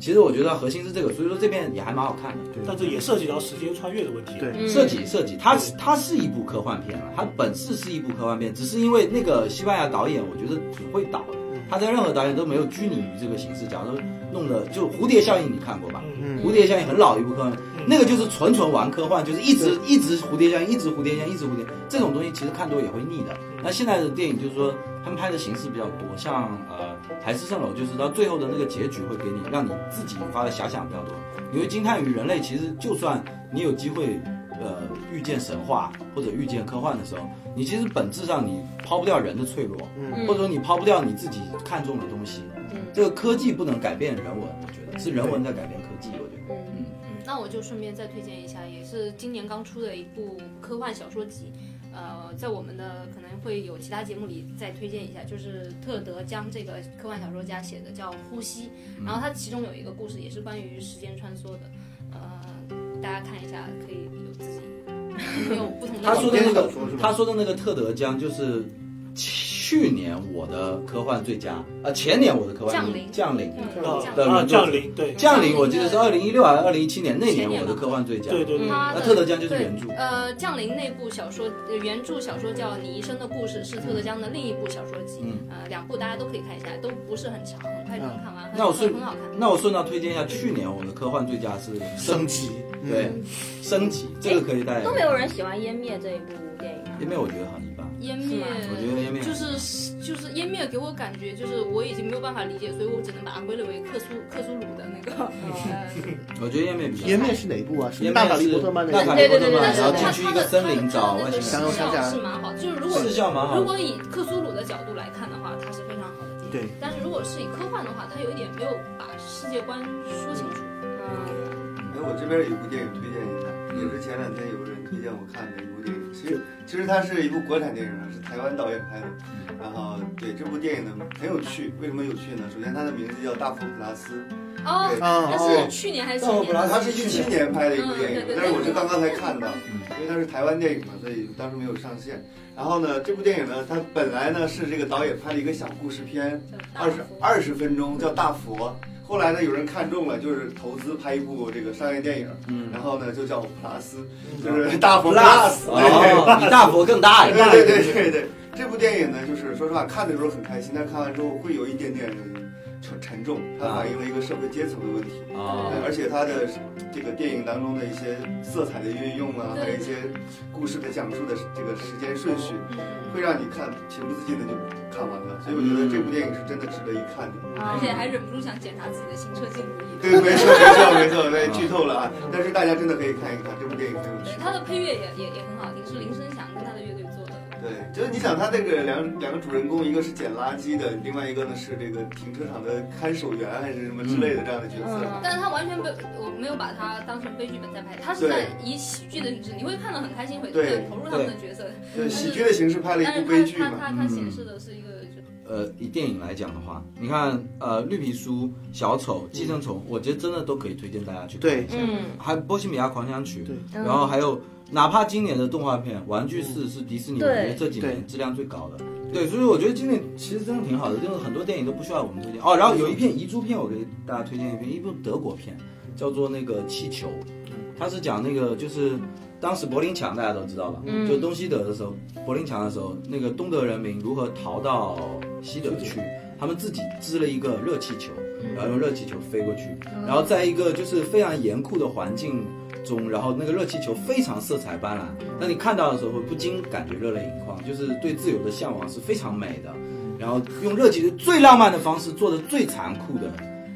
其实我觉得核心是这个，所以说这边也还蛮好看的。嗯但这也涉及到时间穿越的问题。对嗯设计设计，它是它是一部科幻片了，它本质是一部科幻片，只是因为那个西班牙导演，我觉得挺会导的，嗯他在任何导演都没有拘泥于这个形式，假如弄的就蝴蝶效应，你看过吧？嗯，蝴蝶效应很老的一部科幻，嗯那个就是纯纯玩科幻，就是一直一直蝴蝶效应，一直蝴蝶效应，一直蝴蝶这种东西，其实看多也会腻的。嗯那现在的电影就是说，他们拍的形式比较多，像呃《海市蜃楼》，就是到最后的那个结局会给你让你自己引发的遐想比较多，你会惊叹于人类其实就算你有机会。呃，遇见神话或者遇见科幻的时候，你其实本质上你抛不掉人的脆弱，嗯或者说你抛不掉你自己看重的东西。嗯这个科技不能改变人文，我觉得是人文在改变科技，我觉得。嗯那我就顺便再推荐一下，也是今年刚出的一部科幻小说集，呃，在我们的可能会有其他节目里再推荐一下，就是特德将这个科幻小说家写的叫《呼吸》，然后它其中有一个故事也是关于时间穿梭的，呃，大家看一下可以有自己有没有不嗯同的他说的那个小说是吧他说的那个特德江就是去年我的科幻最佳，呃，前年我的科幻降临降临嗯啊这样的啊，名字降临对，降临，我记得是二零一六还是二零一七年那年前年我吧的科幻最佳。对对对，他的嗯那特德江就是原著对呃，降临那部小说，呃原著小说叫《你一生的故事》，是特德江的另一部小说集。嗯呃，两部大家都可以看一下，都不是很长，很快就嗯能看完，那我很顺很好看。那我顺道推荐一下，去年我的科幻最佳是升级，嗯对，升级，这个可以哎带。都没有人喜欢《湮灭》这一部电影啊因为我觉得很一般，湮是灭吗，我觉得因为就是就是湮灭给我感觉就是我已经没有办法理解，所以我只能把它归类为克苏克苏鲁的那个。哦呃，我觉得湮灭比较。湮灭是哪一部啊？湮是灭大法利是波特曼那大个法吗？利对对波特对对曼，对对然后对进去一个森林找外星视想人想，想效想是蛮好，就是如果视效蛮好如的。果以克苏鲁的角度来看的话，它是非常好的电影。对，但是如果是以科幻的话，它有一点没有把世界观说清楚。嗯哎，我这边有一部电影推荐一下，也是前两天有人推荐我看的一部电影。其实其实它是一部国产电影啊，是台湾导演拍的。然后对这部电影呢很有趣，为什么有趣呢？首先它的名字叫《大佛普拉斯》，哦，对，啊它哦是，去年还是但前我本来年？它是一七年拍的一部电影嗯对对，但是哎我是刚刚才看到，嗯因为它是台湾电影嘛，所以当时没有上线。然后呢，这部电影呢，它本来呢是这个导演拍的一个小故事片，二十二十分钟叫《大佛》。后来呢，有人看中了，就是投资拍一部这个商业电影，嗯然后呢就叫《普拉斯》，就是 (laughs) 大佛 plus，对哦，比大佛更大一对对点。对对对，这部电影呢，就是说实话，看的时候很开心，但看完之后会有一点点沉沉重，它反映了一个社会阶层的问题，啊对而且它的这个电影当中的一些色彩的运用啊，对还有一些故事的讲述的这个时间顺序，会让你看情不自禁的就看完了，所以我觉得这部电影是真的值得一看的。而且还忍不住想检查自己的行车记录仪。嗯对，没错，没错，没错，对，剧透了啊！但是大家真的可以看一看这部电影，很有趣对，。它的配乐也也也很好听，是林声祥跟他的乐队做的。对，就是你想他这个两两个主人公，一个是捡垃圾的，另外一个呢是这个停车场的看守员还是什么之类的这样的角色。但是他完全被我没有把它当成悲剧本在拍，他是在以喜剧的形式，你会看得很开心，会对会投入他们的角色。对，喜剧的形式拍了一但是部悲剧他嘛。嗯他他他显示的是一个，呃，以电影来讲的话，你看，呃，《绿皮书》《小丑》《寄生虫》，我觉得真的都可以推荐大家去看。对，嗯，还有《波西米亚狂想曲》对，嗯然后还有哪怕今年的动画片《玩具四》是迪士尼我对觉得这几年质量最高的。对，所以我觉得今年其实真的挺好的，就是很多电影都不需要我们推荐哦。然后有一片遗珠片，我给大家推荐一片，一部德国片，叫做那个《气球》，它是讲那个就是当时柏林墙大家都知道吧，嗯就东西德的时候，柏林墙的时候，那个东德人民如何逃到西德去，他们自己织了一个热气球，然后用热气球飞过去，然后在一个就是非常严酷的环境中，然后那个热气球非常色彩斑斓，当你看到的时候会不禁感觉热泪盈眶，就是对自由的向往是非常美的。然后用热气球最浪漫的方式做的最残酷的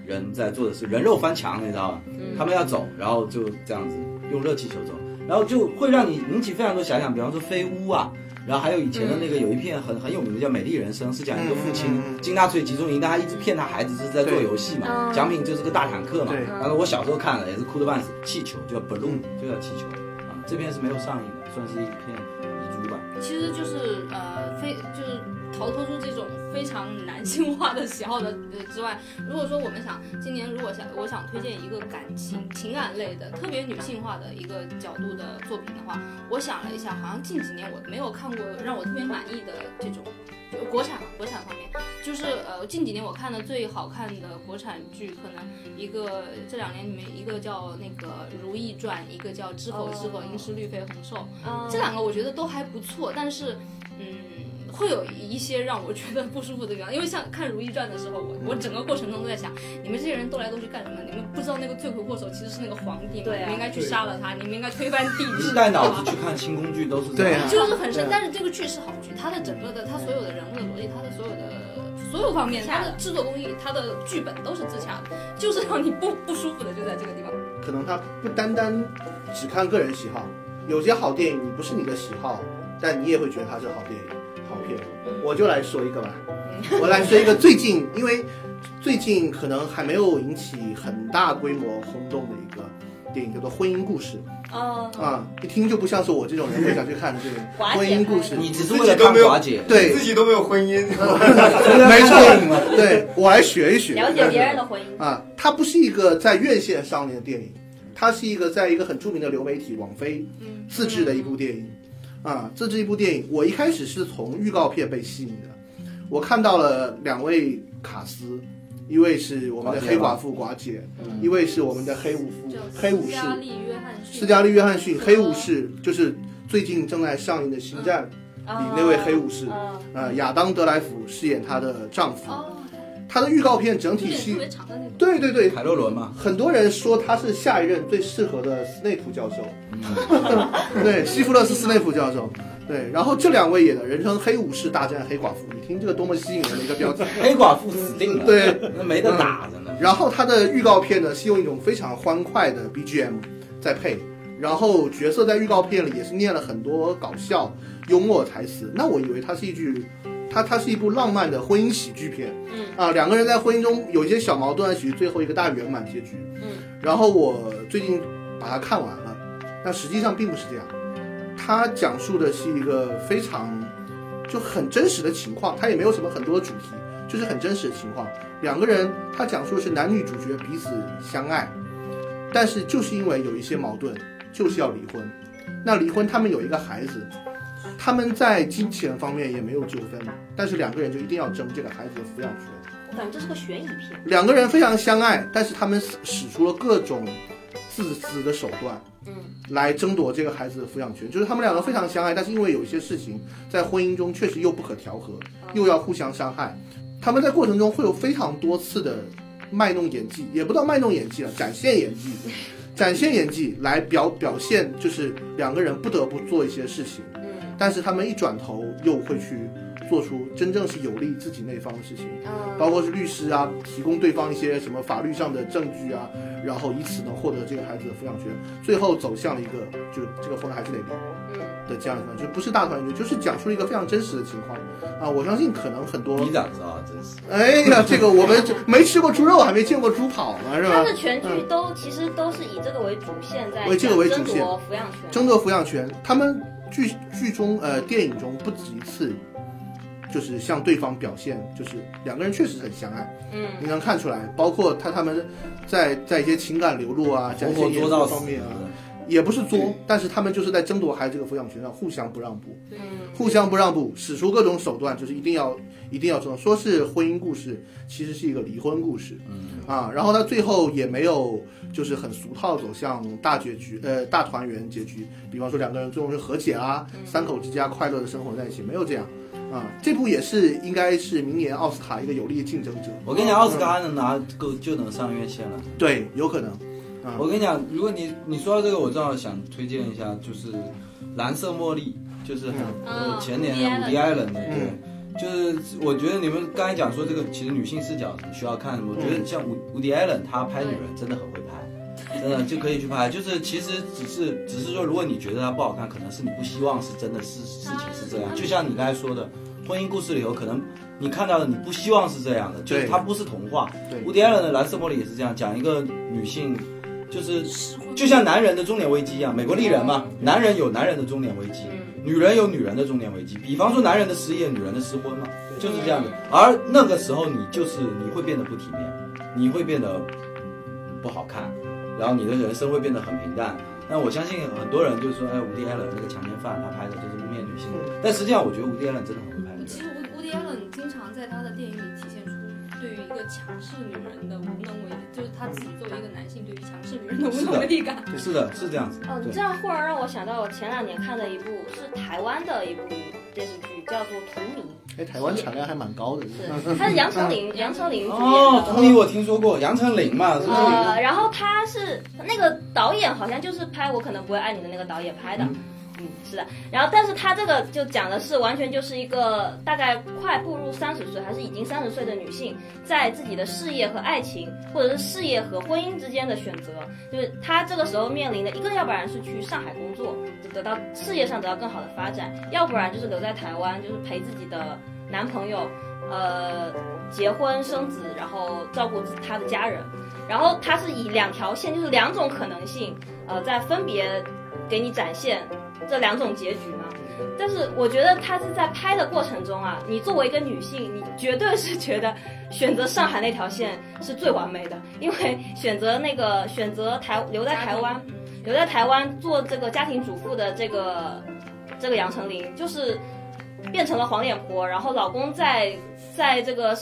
人在做的是人肉翻墙，你知道吧？嗯他们要走，然后就这样子用热气球走，然后就会让你引起非常多遐想，比方说飞屋啊。然后还有以前的那个有一片很很有名的叫《美丽人生》，是讲一个父亲嗯金纳粹集中营，但他一直骗他孩子是在做游戏嘛，嗯奖品就是个大坦克嘛对。嗯然后我小时候看了也是哭的半死，气球叫 balloon，就叫气球啊，这片是没有上映的，算是一片遗珠吧。其实就是呃，非就是逃脱出这种非常男性化的喜好的呃之外，如果说我们想今年如果想我想推荐一个感情情感类的特别女性化的一个角度的作品的话，我想了一下，好像近几年我没有看过让我特别满意的这种。就国产国产方面，就是呃，近几年我看的最好看的国产剧，可能一个这两年里面一个叫那个《如懿传》，一个叫《知否知否，应是绿肥红瘦》。嗯这两个我觉得都还不错，但是，嗯，会有一些让我觉得不舒服的地方。因为像看《如懿传》的时候，我我整个过程中都在想，你们这些人斗来斗去干什么？你们不知道那个罪魁祸首其实是那个皇帝吗？对啊你们应该去杀了他，你们应该推翻帝啊你制。是 (laughs) 带脑子去看清宫剧都是这对样啊。就是很深对，但是这个剧是好剧，它的整个的它所有的人物的逻辑，它的所有的所有方面，它的制作工艺，它的剧本都是自洽的，就是让你不不舒服的就在这个地方。可能他不单单只看个人喜好，有些好电影你不是你的喜好，但你也会觉得它是好电影、好片。我就来说一个吧，我来说一个最近，因为最近可能还没有引起很大规模轰动的一个电影，叫做《婚姻故事》哦，啊、一听就不像是我这种人会想去看的这个寡姐嗯《婚姻故事》。你只是为了看寡姐，对自，己都没有婚 (laughs) 姻，没错，对我来学一学，了解别人的婚姻，啊，它不是一个在院线上映的电影，它是一个在一个很著名的流媒体网飞嗯自制的一部电影。啊，自制一部电影，我一开始是从预告片被吸引的，我看到了两位卡斯，一位是我们寡的姐嗯黑吧寡妇寡姐，一位是我们的黑武夫黑武士斯嘉丽约翰逊，斯嘉丽约翰逊，黑武士就是最近正在上映的《星战》里那位黑武士，嗯，呃，亚当德莱福饰演她的丈夫。哦，她的预告片整体对，是特，别长的那种。对对对，凯洛伦嘛，很多人说他是下一任最适合的斯内普教授，嗯 (laughs) 对，西弗勒斯斯内普教授，对，然后这两位演的人称黑武士大战黑寡妇，你听这个多么吸引人的一个标题。 (laughs) 黑寡妇死定了，对，嗯那没得打的呢。然后他的预告片呢是用一种非常欢快的 BGM 在配，然后角色在预告片里也是念了很多搞笑、幽默台词。那我以为它是一句，它它是一部浪漫的婚姻喜剧片，嗯啊，两个人在婚姻中有一些小矛盾，取最后一个大圆满结局。嗯，然后我最近把它看完了，但实际上并不是这样。它讲述的是一个非常就很真实的情况，它也没有什么很多主题，就是很真实的情况。两个人，他讲述的是男女主角彼此相爱，但是就是因为有一些矛盾，就是要离婚。那离婚，他们有一个孩子，他们在金钱方面也没有纠纷，但是两个人就一定要争这个孩子的抚养权。我感觉这是个悬疑片，两个人非常相爱，但是他们使出了各种自私的手段，嗯，来争夺这个孩子的抚养权。就是他们两个非常相爱，但是因为有一些事情在婚姻中确实又不可调和，又要互相伤害。他们在过程中会有非常多次的卖弄演技，也不到卖弄演技了，展现演技，展现演技来表表现，就是两个人不得不做一些事情，嗯但是他们一转头又会去做出真正是有利自己那一方的事情。包嗯，括是律师啊，提供对方一些什么法律上的证据啊，然后以此呢获得这个孩子的抚养权，最后走向了一个就是这个婚还是得离的这样一个，就不是大团圆，就是讲述了一个非常真实的情况啊。我相信可能很多你，咋知道？真是。哎呀，这个我们没吃过猪肉，还没见过猪跑呢，是它吧？嗯的全剧都其实都是以这个为主线，在为这个为主争线夺抚养权，争夺抚养权，他们剧剧中呃电影中不止一次，就是向对方表现，就是两个人确实很相爱。嗯你能看出来，包括他他们在在一些情感流露啊、展活现活演捉出到方死面啊，也不是作，但是他们就是在争夺孩子这个抚养权上互相不让步，对互相不让步，使出各种手段，就是一定要一定要争。说是婚姻故事，其实是一个离婚故事，嗯啊，然后呢，最后也没有就是很俗套走向大结局，呃，大团圆结局。比方说两个人最后是和解啊，嗯三口之家快乐的生活在一起，没有这样。啊，这部也是应该是明年奥斯卡一个有力的竞争者。我跟你讲，奥斯卡能拿够就能上院线了。嗯对，有可能。啊我跟你讲，如果你你说到这个，我正好想推荐一下，就是《蓝色茉莉》，就是很、嗯呃前年嗯的伍迪·艾伦的，嗯对。就是我觉得你们刚才讲说这个，其实女性视角需要看什么？我觉嗯得像伍伍迪·艾伦，他拍女人真的很会拍，真的就可以去拍。就是其实只是只是说，如果你觉得它不好看，可能是你不希望是真的事事情是这样。就像你刚才说的，婚姻故事里有可能你看到的你不希望是这样的，就是对它不是童话。对伍迪·艾伦的《蓝色茉莉》也是这样，讲一个女性，就是就像男人的中年危机一样，美国丽人嘛，嗯男人有男人的中年危机，女人有女人的中年危机。比方说，男人的失业，女人的失婚嘛，就是这样的。而那个时候，你就是你会变得不体面，你会变得不好看，然后你的人生会变得很平淡。那我相信很多人就说，哎，伍迪·艾伦那个强奸犯，他拍的就是污蔑女性。但实际上，我觉得伍迪·艾伦真的很会拍女其人。实吴吴迪艾伦经常在他的电影里体现出对于一个强势女人的无能为力，就是他自己作为一个男性对于强势女人的无能为力感。是的，是这样子。哦，你对这样忽然让我想到我前两年看的一部是台湾的一部电视剧，叫做《同名哎，台湾产量还蛮高的。》，是它是杨丞琳，杨丞琳主演的。哦，同理，我听说过杨丞琳嘛，是不是？呃，然后他是那个导演，好像就是拍《我可能不会爱你》的那个导演拍的。嗯是的，然后但是他这个就讲的是完全就是一个大概快步入三十岁，还是已经三十岁的女性，在自己的事业和爱情，或者是事业和婚姻之间的选择，就是她这个时候面临的一个，要不然是去上海工作，就得到事业上得到更好的发展，要不然就是留在台湾，就是陪自己的男朋友，呃，结婚生子，然后照顾自她的家人。然后它是以两条线，就是两种可能性，呃，在分别给你展现这两种结局嘛。但是我觉得他是在拍的过程中啊，你作为一个女性，你绝对是觉得选择上海那条线是最完美的，因为选择那个选择台留在台湾，留在台湾做这个家庭主妇的这个这个杨丞琳，就是变成了黄脸婆，然后老公在在这个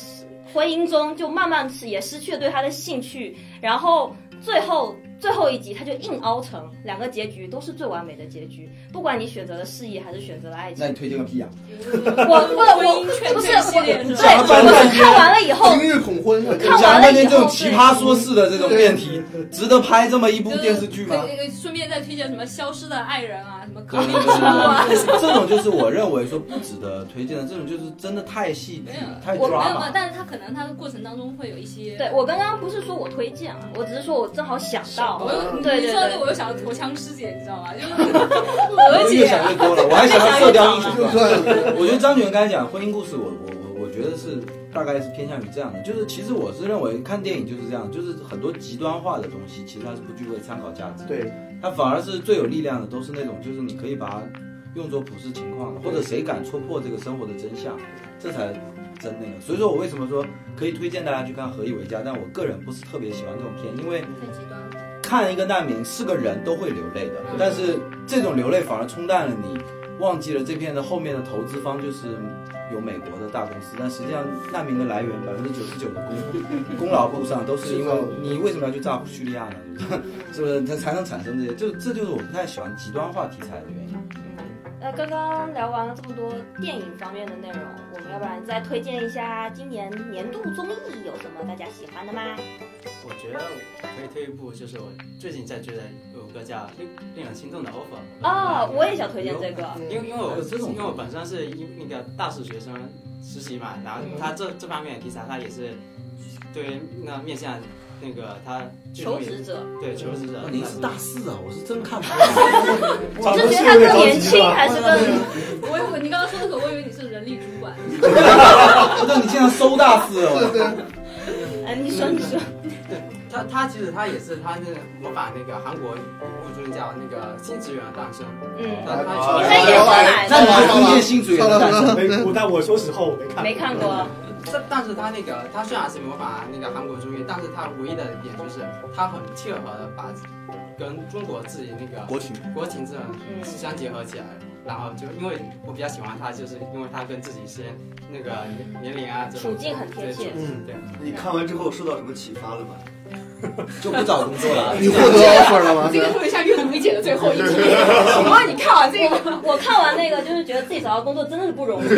婚姻中就慢慢也失去了对她的兴趣，然后最后最后一集他就硬凹成两个结局都是最完美的结局，不管你选择了事业还是选择了爱那情你，推荐个屁呀、啊我不我不是我对，我是看完了以后今日恐婚，看讲完半了天以这种后，奇葩说式的这种辩题，值得拍这么一部电视剧 (laughs) 吗？那呃个顺便再推荐什么《消失的爱人》啊，什么对对啊对对，这种就是我认为说不值得推荐的，这种就是真的太戏剧、太 (laughs) 我没抓有没有马，。但是他可能他的过程当中会有一些对我刚刚不是说我推荐啊，我只是说我正好想到，我又对你对说的对我。又想到陀枪师姐，你知道吗？就是我越想越多了，我还想要射雕英雄传。对，我觉得张全刚才讲婚姻故事我，我我我觉得是大概是偏向于这样的，就是其实我是认为看电影就是这样，就是很多极端化的东西，其实它是不具备参考价值。对，它反而是最有力量的，都是那种就是你可以把它用作普世情况的，或者谁敢戳破这个生活的真相，这才真那个。所以说我为什么说可以推荐大家去看《何以为家》，但我个人不是特别喜欢这种片，因为看一个难民是个人都会流泪的，嗯但是这种流泪反而冲淡了你忘记了这片的后面的投资方就是有美国的大公司，但实际上难民的来源百分之九十九的 (laughs) 功功劳簿上都是因为你为什么要去炸叙利亚呢？ (laughs) 是不是它才能产生这些？就这就是我不太喜欢极端化题材的原因。那刚刚聊完了这么多电影方面的内容，我们要不然再推荐一下今年年度综艺有什么大家喜欢的吗？我觉得我可以推一部，就是我最近在追的有个叫《令令人心动的 offer》。哦，我也想推荐这个。因为因为我还有这种因为我本身是一那个大四学生实习嘛，然后嗯他这这方面的题材，他也是对于那面向那个他剧求中也职者，对求职者，您是大四，四啊， (laughs) (laughs) 我是 (laughs) 真看不懂。长就得觉是得他更有点着年急轻吧？还是更啊 (laughs) 我以为你刚刚说的时候，我以为你是人力主管， (laughs) 我对你竟然搜大四对哦。对， (laughs) 哎，你说你说，他他其实他也是他那个模仿那个韩国女主角那个新职员的诞生，嗯，他他啊他也是来那你就的，推荐新组员的诞生。没，我但我说实话我没看，没看过。但但是他那个，他虽然是模仿那个韩国综艺，但是他唯一的一点就是他很切合的把跟中国自己那个国情。国情这种嗯相结合起来，然后就因为我比较喜欢他，就是因为他跟自己一些那个年龄啊这种处境很贴切对嗯对，你看完之后受到什么启发了吗？就不找工作了。啊你获得 offer 了吗？这个会像阅读理解的最后一题。哇，你看完这个，我看完那个，就是觉得自己找到工作真的是不容易，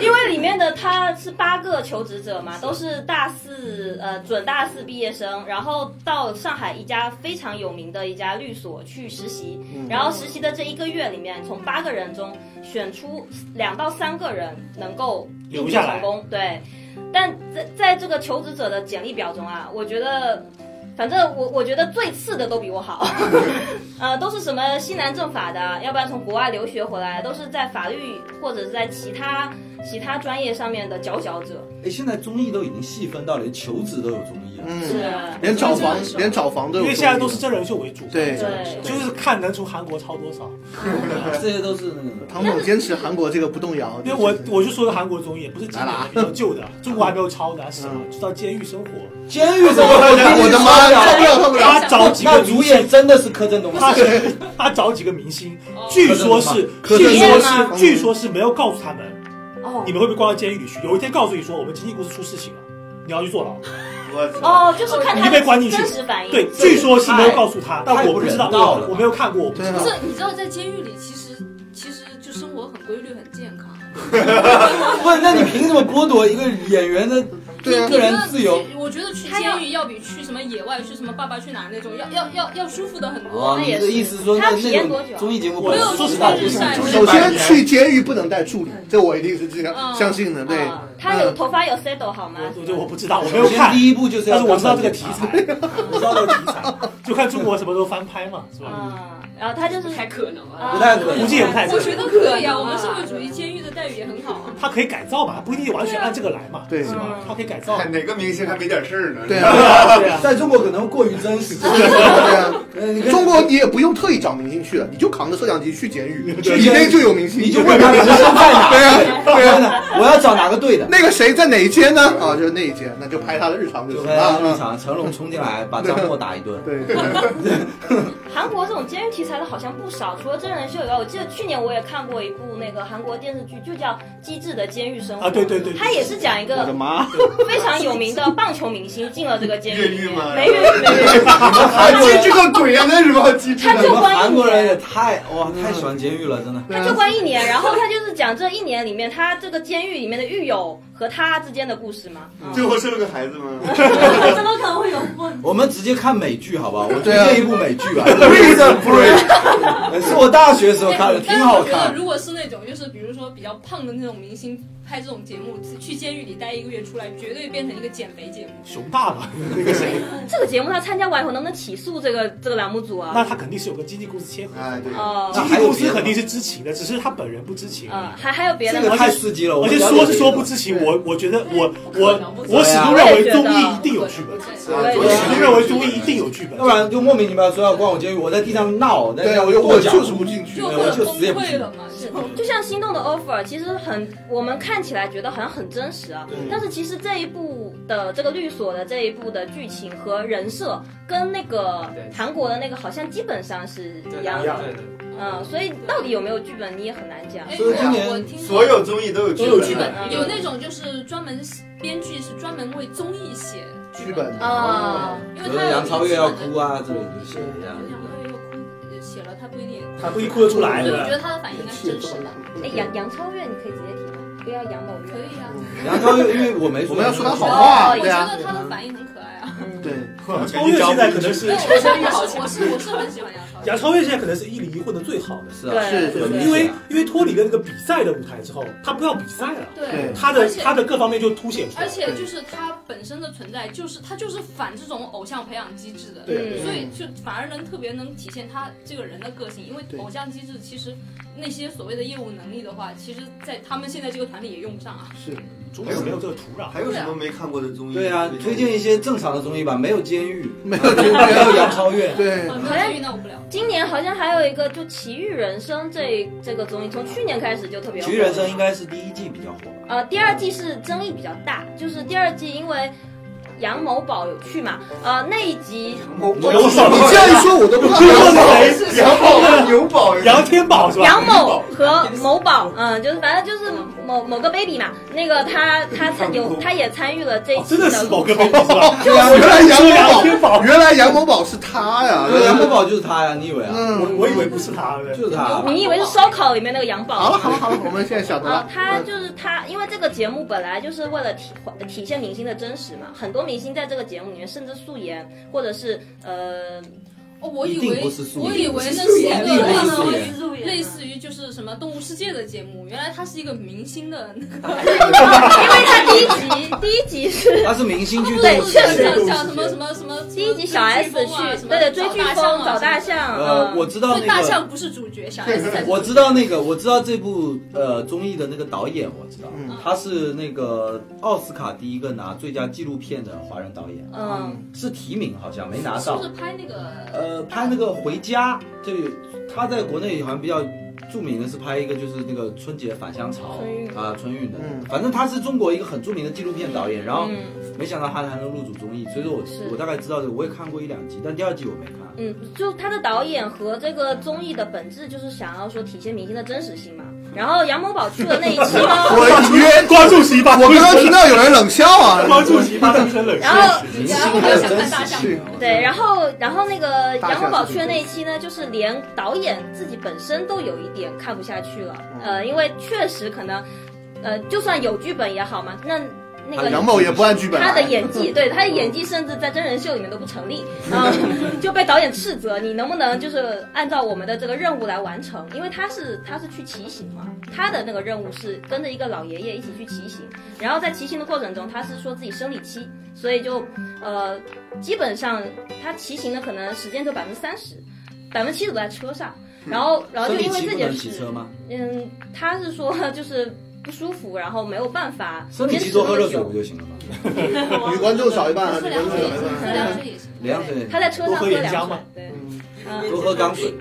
因为里面的他是八个求职者嘛，都是大四呃准大四毕业生，然后到上海一家非常有名的一家律所去实习，然后实习的这一个月里面，从八个人中选出两到三个人能够留下来成功，对。但在在这个求职者的简历表中啊，我觉得反正我我觉得最次的都比我 (laughs) 好，呃，都是什么西南政法的，要不然从国外留学回来，都是在法律或者是在其他其他专业上面的佼佼者。哎，现在综艺都已经细分到连求职都有综艺了。嗯，啊，连找房我觉得这个是连找房都因有为动力，现在都是真人秀为主，对对就是看能从韩国抄多少。 (laughs) 这些都是那个唐总坚持韩国这个不动摇。因为我我就说个韩国综艺，不是经典啊的，比较旧的，中国还没有抄嗯的，是啊什么？就叫《监狱生活监狱怎么？我的妈，受不了受不》，他了！找几个那主明演星，真的是 (laughs) 柯震东吗？他他找几个明星，据说是哦柯据震说东是吗据说是没有告诉他们，哦你们会被关到监狱里去。有一天告诉你说，我们经纪公司出事情了，你要去坐牢。我操！哦，就是看你他就被关的进去真实反应。对，据说是没有告诉他，但太我不知道太不人道，了我我没有看过，我不对知啊道不。是，你知道在监狱里其实其实就生活很规律，很健康。不是，那你凭什么剥夺一个演员的对啊个人自由？去我觉得去他要监狱要比去什么野外、去什么爸爸去哪儿那种要要要要舒服的很多。哦，你的意思是说那他体那验多种久啊综艺节目我本身说是实大话不不是是很很首先去监狱不能带助理，这我一定是这样嗯相信的。对，啊他有头发有 settle 好吗？我就我不知道，我没有首先看。第一步就是但要是当我知道上这个警题察，材，我知道这个题材，就看中国什么时候翻拍嘛，是吧？嗯，然后他就是不太可能啊！不太可估能。计也不太我可觉能，得可以啊，我们社会主义监狱的待遇也很好啊。它可以改造嘛，不一定完全按这个来嘛，对啊是吧？它可以改造，哎哪个明星还没点事儿呢？对对啊，啊， (laughs) 对啊，在中国可能过于真实，对啊。呃你跟中国你也不用特意找明星去了，你就扛着摄像机去监狱，监狱里面就有明星，你就问他人生在哪？对啊，对啊。我要找哪个队的？那个谁在哪一间呢？啊，就是那一间，那就拍他的日常就就行拍了。他日啊常，成龙冲进来把张默打一顿。对， (laughs) 韩国这种监狱题材的好像不少，除了真人秀以外，我记得去年我也看过一部那个韩国电视剧，就叫《机智的监狱生活》啊对对对对它也是讲一我的个妈！非常有名的棒球明星进了这个监狱里越狱吗面，没越狱没越狱，还机智个鬼啊！那什么机智他你就们关一年韩国人也太哇，太喜欢监狱了，真的。啊他就关一年，然后他就是讲这一年里面他这个监狱里面的狱友和他之间的故事嘛。嗯最后生了个孩子 (laughs) 吗？怎么可能会有问？我们直接看美剧好不好？我推对啊荐一部美剧吧，《Prison Break》，是我大学时候看的，挺但是好我觉得，看。如果是那种就是比如说比较胖的那种明星拍这种节目，去监狱里待一个月出来，绝对变成一个减肥节目。熊大嘛，那个谁，这个节目他参加完以后能不能起诉这个这个栏目组那啊？他肯定是有个经纪公司切合，哎，对，哦，经纪公司肯定是知情的，只是他本人不知情。嗯，还还有别这的个吗？太刺激了，我而且了解说是说不这个知情，我我觉得我不可能我不可能我始终认为综艺一定有剧本，啊对对我始终认为综艺一定有剧本要。不然就莫名其妙说要关我监狱，我在地上闹，在地对，上我就我跺脚就是不进去就。我或就者死崩也不信溃了嘛，是吧就像《心动的 offer》，其实很我们看起来觉得好像很真实啊，但是其实这一部的这个律所的这一部的剧情和人设跟那个对韩国的那个好像基本上是对一样对的，对对。嗯，所以到底有没有剧本你也很难讲。哎，所以今年我听说所有综艺都有啊都有剧本嗯有那种就是专门编剧是专门为综艺写剧本啊，因为比如他说有杨超越要哭啊，啊，这种就是这样。杨超越要哭呃写了他不一定也哭，他故意哭得出来所以我觉的，得他的反应应该是真实的。哎，杨杨超越你可以直接提吗？不要杨某可月。以啊，杨超越，因为我没我们要说他好话我对觉啊得他的反应很可爱啊。对，超越现在可能是对，我是我是我是很喜欢杨超越。杨超越现在可能是一零一混的最好的，是啊，对是有对因为明显啊因为脱离了那个比赛的舞台之后，他不要比赛了，对，他的而且他的各方面就凸显出来而。且就是他本身的存在，就是他就是反这种偶像培养机制的，啊对所以就反而能特别能体现他这个人的个性，因为对偶像机制其实那些所谓的业务能力的话，其实在他们现在这个团里也用不上啊。是中国没有这个土壤，还有什么没看过的综艺？对啊，推荐一些正常的综艺吧，没有监狱，没有没有杨超越。对，很多人遇到不了，今年好像还有一个就《奇遇人生》这这个综艺，从去年开始就特别《火。体育人生》应该是第一季比较火吧。呃，第二季是争议比较大，就是第二季因为杨某宝有去嘛？呃，那一集我我我你这样一说，我都不知道杨杨宝宝是谁杨宝牛宝杨天宝是吧？杨某和某 (laughs) 宝，嗯，就是反正就是某某个 baby 嘛，那个他他参 (laughs) 哦有他也参与了这一哦期真的的是某个妹子是吧？原来杨杨某天宝，宝，原来杨某宝是他呀，对，杨某宝就是他呀，你以为啊？我嗯，我以为不是他，对就是他，你以为是烧烤里面那个杨好宝？了好了好了，我们现在晓得啊了，。他就是他，因为这个节目本来就是为了体体现明星的真实嘛，很多明星在这个节目里面甚至素颜，或者是呃，哦，我一以定为不是素我以颜为那是一一定不是个素类颜似于类似于就是什么动物世界的节目，原来它是一个明星的那 (laughs) 个，因为他第一集第一集是他是明星剧对动物世确实像界。像什么什么什么啊第一集小 S 去对对追飓风找大，象，呃，嗯我知道所以大那个，象不是主角，小 S 才是我知道那个，我知道这部呃综艺的那个导演，我知道嗯他是那个奥斯卡第一个拿最佳纪录片的华人导演，嗯。是提名好像没拿是到不。是拍那个呃，拍那个《回家》，这个他在国内好像比较著名的是拍一个就是那个春节返乡潮春运啊，春运的嗯，反正他是中国一个很著名的纪录片导演，然后嗯没想到他还能入主综艺，所以说我是我大概知道这个，我也看过一两集，但第二季我没看。嗯，就他的导演和这个综艺的本质就是想要说体现明星的真实性嘛。然后杨某宝去了那一期呢，我隐约，关注席吧，我刚刚听到有人冷笑啊关，注席吧，一声冷然后笑。明星的真实性，对，然后然后那个大杨象某宝去的那一期呢，就是连导演自己本身都有一点看不下去了，嗯呃，因为确实可能，呃，就算有剧本也好嘛，那那个啊杨某也不按剧本来，他的演 (laughs) 技，对他的演技，甚至在真人秀里面都不成立，然后就被导演斥责，你能不能就是按照我们的这个任务来完成？因为他是他是去骑行嘛，他的那个任务是跟着一个老爷爷一起去骑行，然后在骑行的过程中，他是说自己生理期，所以就呃，基本上他骑行的可能时间就百分之三十，百分之七十都在车上，然后然后嗯生就理因为期这不件能骑事，车吗？嗯，他是说就是。不舒服，然后没有办法。生理期坚持多喝那么热水久不就行了吗？女观众少一半啊，四女两观众水也少一行，四半。两水也行。 (laughs) 两水，他在车上多喝喝岩凉浆水嘛，对，嗯嗯多喝钢水。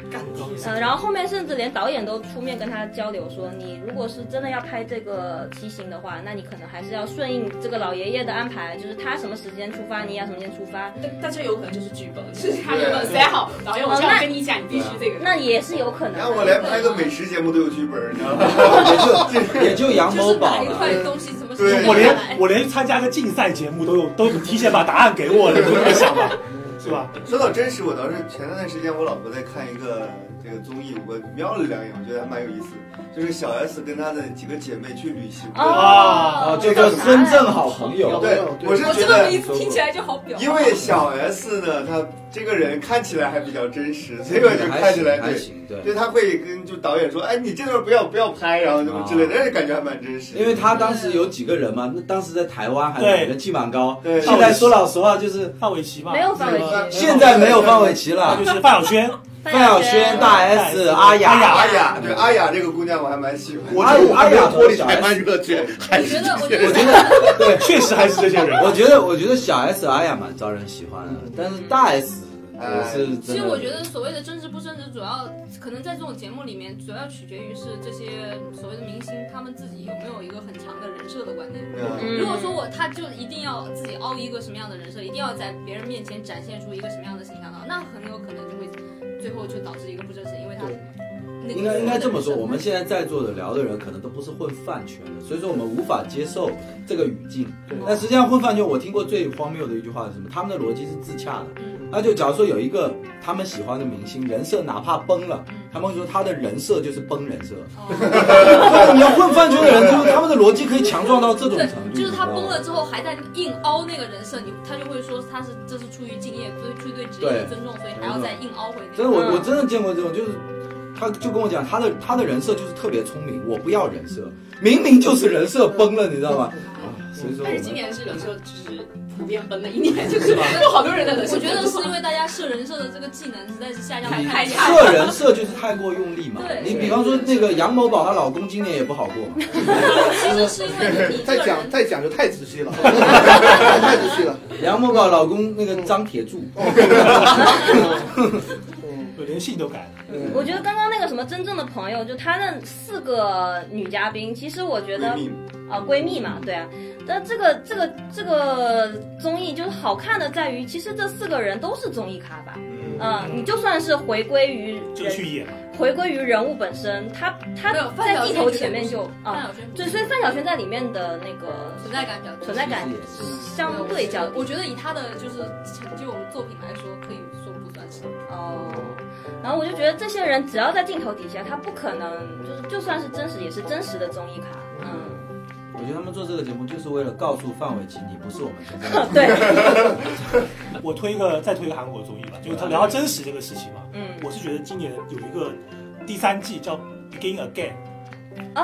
嗯，然后后面甚至连导演都出面跟他交流说，你如果是真的要拍这个骑行的话，那你可能还是要顺应这个老爷爷的安排，就是他什么时间出发，你也要什么时间出发，但但这有可能就是剧本，就是他原本塞好，导演我这样跟你讲，你必须这个。哦那也是有可能你的。看我连拍个美食节目都有剧本，你知道吗？ (laughs) 也就杨就某是宝哪一了。块东西怎么对写我下连来？我连参加个竞赛节目都有都提前把答案给我了，你会想吧？是吧？说到真实，我倒是前段时间我老婆在看一个这个综艺，我瞄了两眼，我觉得还蛮有意思的，就是小 S 跟她的几个姐妹去旅行。哦啊，，叫做深圳好朋友。对，我是我觉这个得名，字听起来就好表。因为小 S 呢，她这个人看起来还比较真实，这个就看起来还对，行，对，就她会跟就导演说，哎，你这段不要不要拍，然后什么之类的，但是感觉还蛮真实。啊因为他当时有几个人嘛，那当时在台湾还对人气蛮高。对现在说老实话，就是范玮琪嘛，没有范玮琪，现在没有范玮琪那了就，是范晓萱，范范晓萱、大 S、阿阿雅雅。阿雅，对阿雅这个姑娘我还蛮喜欢的。我阿觉得我还阿没有雅脱离小台 S，湾热圈，还我是觉得，我这觉得我些觉得，对， (laughs) 确实还是这些人。我觉得，我觉得小 S、阿雅蛮招人喜欢的，但是大 S 哎我是真的。其实我觉得所谓的真实不真实，主要可能在这种节目里面，主要取决于是这些所谓的明星他们自己有没有一个很强的人设的观念。嗯嗯如果说我他就一定要自己凹一个什么样的人设，一定要在别人面前展现出一个什么样的形象的话，那很有可能就会最后就导致一个不真实，因为他那个应该应该这么说，我们现在在座的聊的人可能都不是混饭圈的，所以说我们无法接受这个语境。但实际上混饭圈，我听过最荒谬的一句话是什么？他们的逻辑是自洽的。嗯那就假如说有一个他们喜欢的明星人设哪怕崩了，嗯他们会说他的人设就是崩人设。哦那 (laughs) 你要混饭圈的人，就是他们的逻辑可以强壮到这种对程，度。就是他你知道吗崩了之后还在硬凹那个人设，你他就会说他是这是出于敬业，出于出于对职业的尊重，所以还要再硬凹回那真的，个。我嗯我真的见过这种，就是他就跟我讲，他的他的人设就是特别聪明，我不要人设，明明就是人设崩了，你知道嗯吗？啊，所以说我但哎是今们年是人设就是普遍 (laughs) 崩的一年，就是有好多人的人设我觉得崩是了因为大家设人设的这个技能实在是下降太太太差。设人设就是太过用力嘛。对你比方说那个杨某宝，她老公今年也不好过嘛。其实是因为你再个讲人再讲就太仔细了，太仔细了。杨某宝老公那个张铁柱，嗯，对，连姓都改了。我觉得刚刚那个什么真正的朋友，就她那四个女嘉宾，其实我觉得闺蜜啊、闺蜜嘛，对啊。但这个这个这个综艺就是好看的在于，其实这四个人都是综艺咖吧，嗯、你就算是回归于这个去人野嘛，回归于人物本身，他他没有范在晓镜萱头绝对前面不是就范啊，晓萱对，所以范晓萱在里面的那个存在感比较多存在感相对较低我觉得以他的就是成就作品来说，可以说不算是。哦。然后我就觉得这些人只要在镜头底下，他不可能就是就算是真实也是真实的综艺咖，嗯，我觉得他们做这个节目就是为了告诉范玮琪，你不是我们真正的。对，我推一个，再推一个韩国综艺吧，就是他聊到真实这个事情嘛。嗯，我是觉得今年有一个第三季叫《Begin Again》，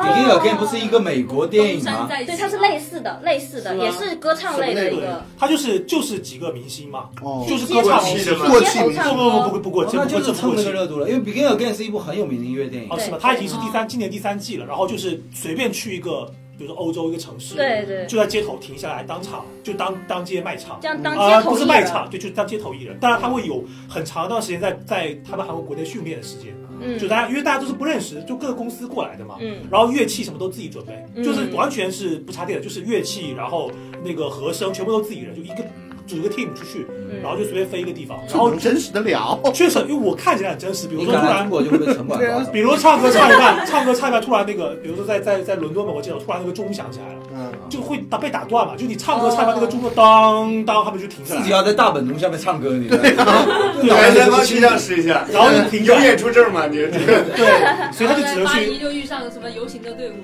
Begin Again 不是一个美国电影吗？对，它是类似的，类似的，是吗也是歌唱类的一个，他就是就是几个明星嘛，哦就是歌唱明星。是吗过街气头明唱不不不歌不，不过哦这那不就过是这不蹭过这个去。热度了，因为《Begin Again》是一部很有名的音乐电影哦，。是吗？他已经是第三，今年第三季了。然后就是随便去一个，比如说欧洲一个城市，对对，就在街头停下来，当场就当当街卖唱这。样当啊、街头不艺是人卖唱，对，就是当街头艺人。当然，他会有很长一段时间在在他们韩国国内训练的时间，嗯就大家因为大家都是不认识，就各个公司过来的嘛。嗯然后乐器什么都自己准备，嗯就是完全是不插电的，就是乐器，然后那个和声全部都自己人，就一个组一个 team 出去，嗯然后就随便飞一个地方，这然后能真实的了？确实，因为我看起来很真实，比如你说敢突来中然。啊国就会被城管抓走。比如说唱歌唱一半， (laughs) 唱歌唱一半，突然那个，比如说在在在伦敦某个街头，突然那个钟响起来了，嗯，就会打被打断嘛。就你唱歌唱一半，那个钟就当当，他们就停哦自下来己。要在大本钟下面唱歌，你知道吗？对，来帮学校试一下，然后你停下有来演出证吗？你这对，所以他就只 (laughs) (laughs) 能八去一就遇上了什么游行的队伍，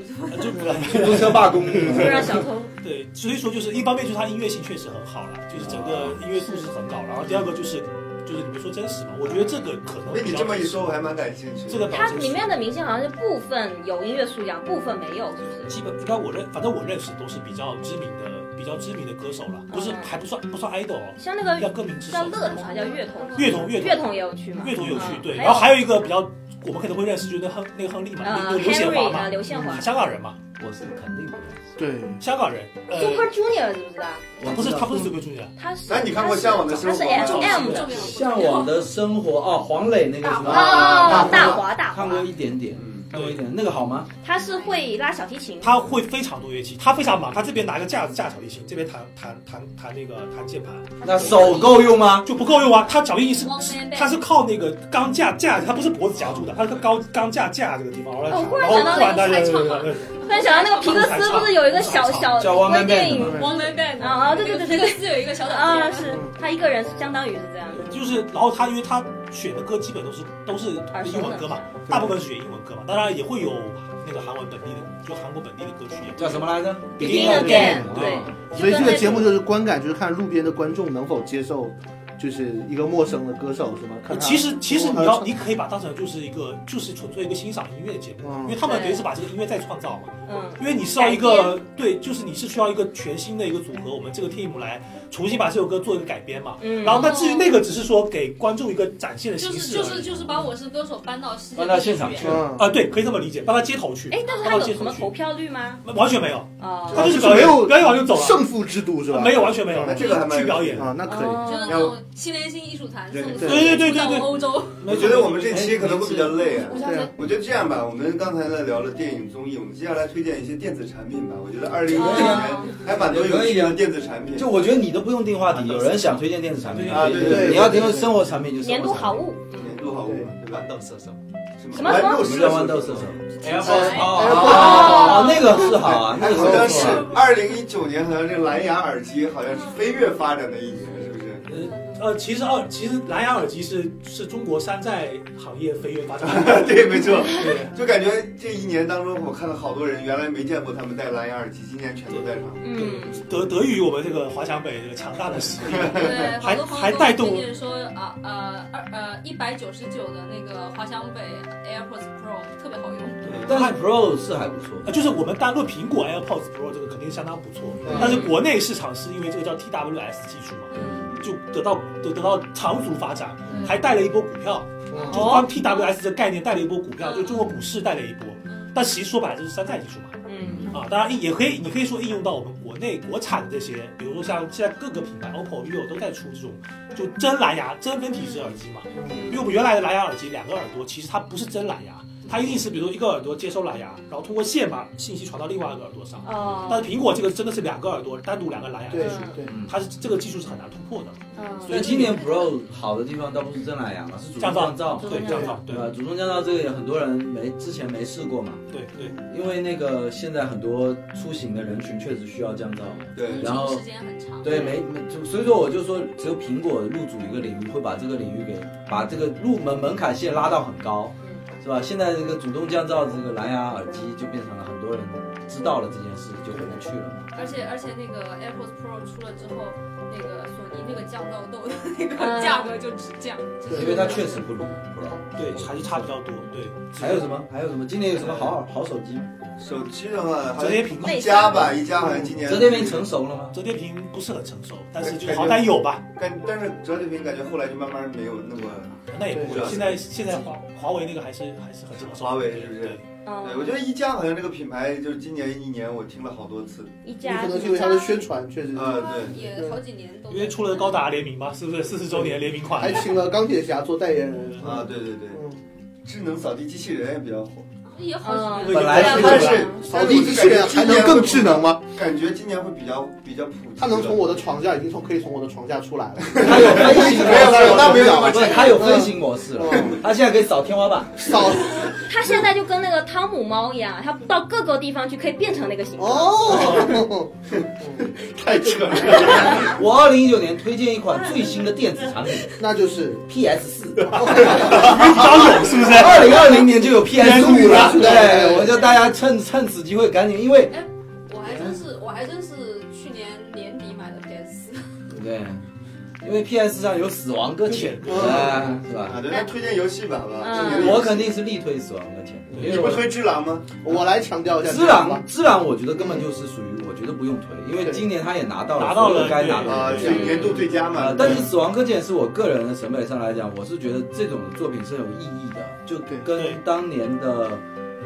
就 (laughs) 出租车罢工。就让小偷， (laughs) 对，所以说就是一方面就是他音乐性确实很好了，就是整个音乐素质很高。然后第二个就是就是你们说真实嘛，我觉得这个可能被比你较这么一说，我还蛮感兴趣的。这个保它证里面的明星好像是部分有音乐素养，部分没有，是不是？基本应该我认，反正我认识都是比较知名的比较知名的歌手了，不是嗯还不算不算 idol，哦像那个要更名之手叫。乐童还叫乐童，乐童乐乐童童也有去嘛？乐童有趣，嗯对。还然后还有一个比较我们可能会认识，就是那亨那个亨利嘛，那呃个刘宪华，Henry 啊，嘛，嗯刘宪华香港人嘛，我是肯定不认对，香港人， ，Super 呃， Junior 知不知道？识。不是他不是随便。 Super Junior，他是，哎那你看过他是向往的生他活是吗 M 向 M 往向往的生活哦，黄磊那个什么，哦哦，哦大华，华大华看，过一点点，嗯，看过一点，那个好吗？他是会拉小提琴，他会非常多乐器，他非常忙，他这边拿个架子架小提琴，这边弹弹弹弹那个弹键盘那手够用吗？就不够用啊。他小提琴是 One man band 他是靠那个钢架架，他不是脖子夹住的，他是靠钢架架这个地方，然后哦忽然然想后到突然大那家个就开唱突然想到那个皮克斯不是有一个小小叫 One Man 微 Band 电嘛影王梅贝啊啊对对对对这个是有一个小短啊，片，是他一个人相当于是这样的，就是然后他因为他选的歌基本都是都是耳熟英文能歌嘛详，大部分是选英文歌嘛，当然也会有那个韩文本地的，就韩国本地的歌曲也会叫什么来着 Begin Again，对对，哦所以这个节目就是观感，就是看路边的观众能否接受，就是一个陌生的歌手是吗？呃看他其实其实你要你可以把它当成就是一个就是纯粹一个欣赏音乐的节目，嗯因为他们等于是把这个音乐再创造嘛。嗯，因为你是要一个对，就是你是需要一个全新的一个组合，我们这个 team 来重新把这首歌做一个改编嘛。嗯然后，那至于那个只是说给观众一个展现的就是形式而就已。是就是把《我是歌手》搬到世界搬到现场去嗯，啊，对，可以这么理解，搬到街头去。哎，但是他搬有到街什么头投去，票率吗？完全没有，哦，他就是就是没有表演完就走了，胜负制度是吧？没有完全没有那，这个还蛮去表演。啊，那可以。就是哦那种新连新艺术团送对送对对对对对欧洲，我觉得我们这期可能会比较累啊。对啊，我觉得这样吧，我们刚才呢聊了电影综艺，我们接下来推荐一些电子产品吧。我觉得二零一六年还蛮多有趣的电子产品，就我觉得你都不用定话题，有人想推荐电子产品啊对对对你要推荐生活产品就年度好物，年度好物嘛，对吧？豆射手什什么豌豆什么射手叫豌豆射手？ ，AirPods 哦，那个是好啊，那哎，个好像是是二零一九年，好像这蓝牙耳机好像是飞跃发展的一年，是不是？呃呃，其实二其实蓝牙耳机是是中国山寨行业飞跃发展 (laughs) 的。对，没错。对。就感觉这一年当中，我看到好多人原来没见过他们戴蓝牙耳机，今年全都戴上了。嗯，得得益于我们这个华强北这个强大的实力，对，好还多朋友还带动最近说啊呃二呃一百九十九的那个华强北 AirPods Pro 特别好用，但是 Pro 是还不错。呃就是我们单论苹果 AirPods Pro 这个肯定相当不错，但是国内市场是因为这个叫 TWS 技术嘛，嗯，就得到得得到长足发展，还带了一波股票，就哦光 TWS 这个概念带了一波股票，嗯就中国股市带了一波嗯，但其实说白了就是山寨技术嘛，嗯，啊，当然也可以，你可以说应用到我们国内国产这些，比如说像现在各个品牌，OPPO、vivo 都在出这种就真蓝牙、真分体式耳机嘛。因为我们原来的蓝牙耳机两个耳朵，其实它不是真蓝牙，它一定是比如说一个耳朵接收蓝牙，然后通过线把信息传到另外一个耳朵上。哦，但是苹果这个真的是两个耳朵单独两个蓝牙技对术，对，它是这个技术是很难突破的。嗯，但今年 Pro 好的地方倒不是真蓝牙嘛，是主动降噪，对，这样子啊对对吧？主动降噪这个也很多人没之前没试过嘛，对对因为那个现在很多出行的人群确实需要降噪，对然后时间很长。对，没没就所以说我就说，只有苹果入主一个领域，会把这个领域给把这个入门门槛线拉到很高，是吧？现在这个主动降噪这个蓝牙耳机就变成了很多人知道了这件事就回不去了嘛。而且而且那个 AirPods Pro 出了之后，那个索尼那个降噪豆的那嗯个价格就直降。对因为它确实不如 Pro。对，还是差比较多。对，还有什么？还有什么？今年有什么好好手机？手机的话，好折像叠屏嘛，一加吧，一加好像今年折叠屏成熟了吗？折叠屏不是很成熟，但是就好歹有吧。但但是折叠屏感觉后来就慢慢没有那么，那也不会对，现在现在华华为那个还是还是很成熟的。华为是不是对？对我觉得一加好像这个品牌就是今年一年我听了好多次，一也加可能是因为它的宣传确实是，呃，对，也好几年都因为出了高达联名嘛，是不是四十周年联名款还？请了钢铁侠做代言人啊，，对对对，嗯，智能扫地机器人也比较火，也好几嗯年。本来是但是扫地机器人还能更智，能吗？但是我感觉今年会比较比较普及了。它能从我的床下已经从可以从我的床下出来了，它有飞行模没有没有式，那没有那么不是，它有飞行模式了嗯，它现在可以扫天花板。扫它现在就跟那个汤姆猫一样，它到各个地方去可以变成那个形状。哦，太扯了， (laughs) 我二零一九年推荐一款最新的电子产品那就是。 PS 四，张勇是不是？二零二零年就有 PS 五了。 PS5 对，我叫大家趁趁此机会赶紧，因为我还真是，我还真是去年年底买的 PS 4对，因为 PS 上有死亡搁浅，哎，是吧？嗯啊，对，那推荐游戏吧好吧，今年的游戏我肯定是力推死亡搁浅，因你为不我推只狼吗？我来强调一下，知朗，知朗，我觉得根本就是属于，我觉得不用推，因为对今年他也拿到拿到所有了该拿对啊，的这奖个。年度最佳嘛呃，，但是《死亡搁浅》是我个人的审美上来讲，我是觉得这种作品是有意义的，就对对跟当年的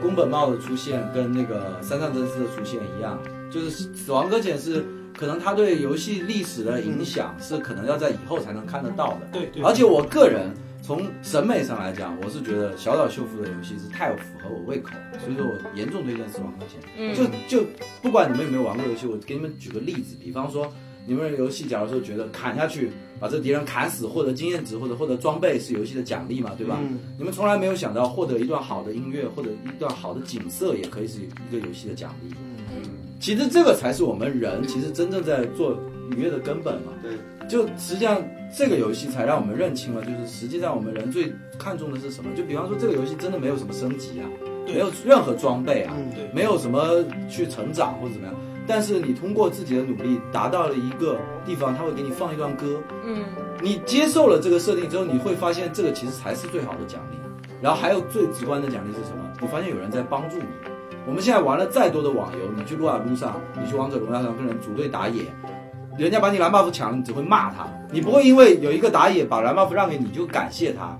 宫本茂的出现跟那个山上真司的出现一样，就是《死亡搁浅》是可能他对游戏历史的影响是可能要在以后才能看得到的。嗯对对，而且我个人从审美上来讲，我是觉得小岛秀夫的游戏是太符合我胃口了，所以说我严重推荐《死亡搁浅》。嗯，就就不管你们有没有玩过游戏，我给你们举个例子，比方说你们游戏假如说觉得砍下去把这敌人砍死，获得经验值或者获得装备是游戏的奖励嘛，对吧？嗯，你们从来没有想到获得一段好的音乐或者一段好的景色也可以是一个游戏的奖励。其实这个才是我们人其实真正在做愉悦的根本嘛。对，就实际上这个游戏才让我们认清了，就是实际上我们人最看重的是什么？就比方说这个游戏真的没有什么升级啊，对没有任何装备啊，嗯对没有什么去成长或者怎么样。但是你通过自己的努力达到了一个地方，他会给你放一段歌，嗯，你接受了这个设定之后，你会发现这个其实才是最好的奖励。然后还有最直观的奖励是什么？你发现有人在帮助你。我们现在玩了再多的网游，你去撸啊撸上，你去王者荣耀上跟人组队打野，人家把你蓝 buff 抢了，你只会骂他，你不会因为有一个打野把蓝 buff 让给你就感谢他。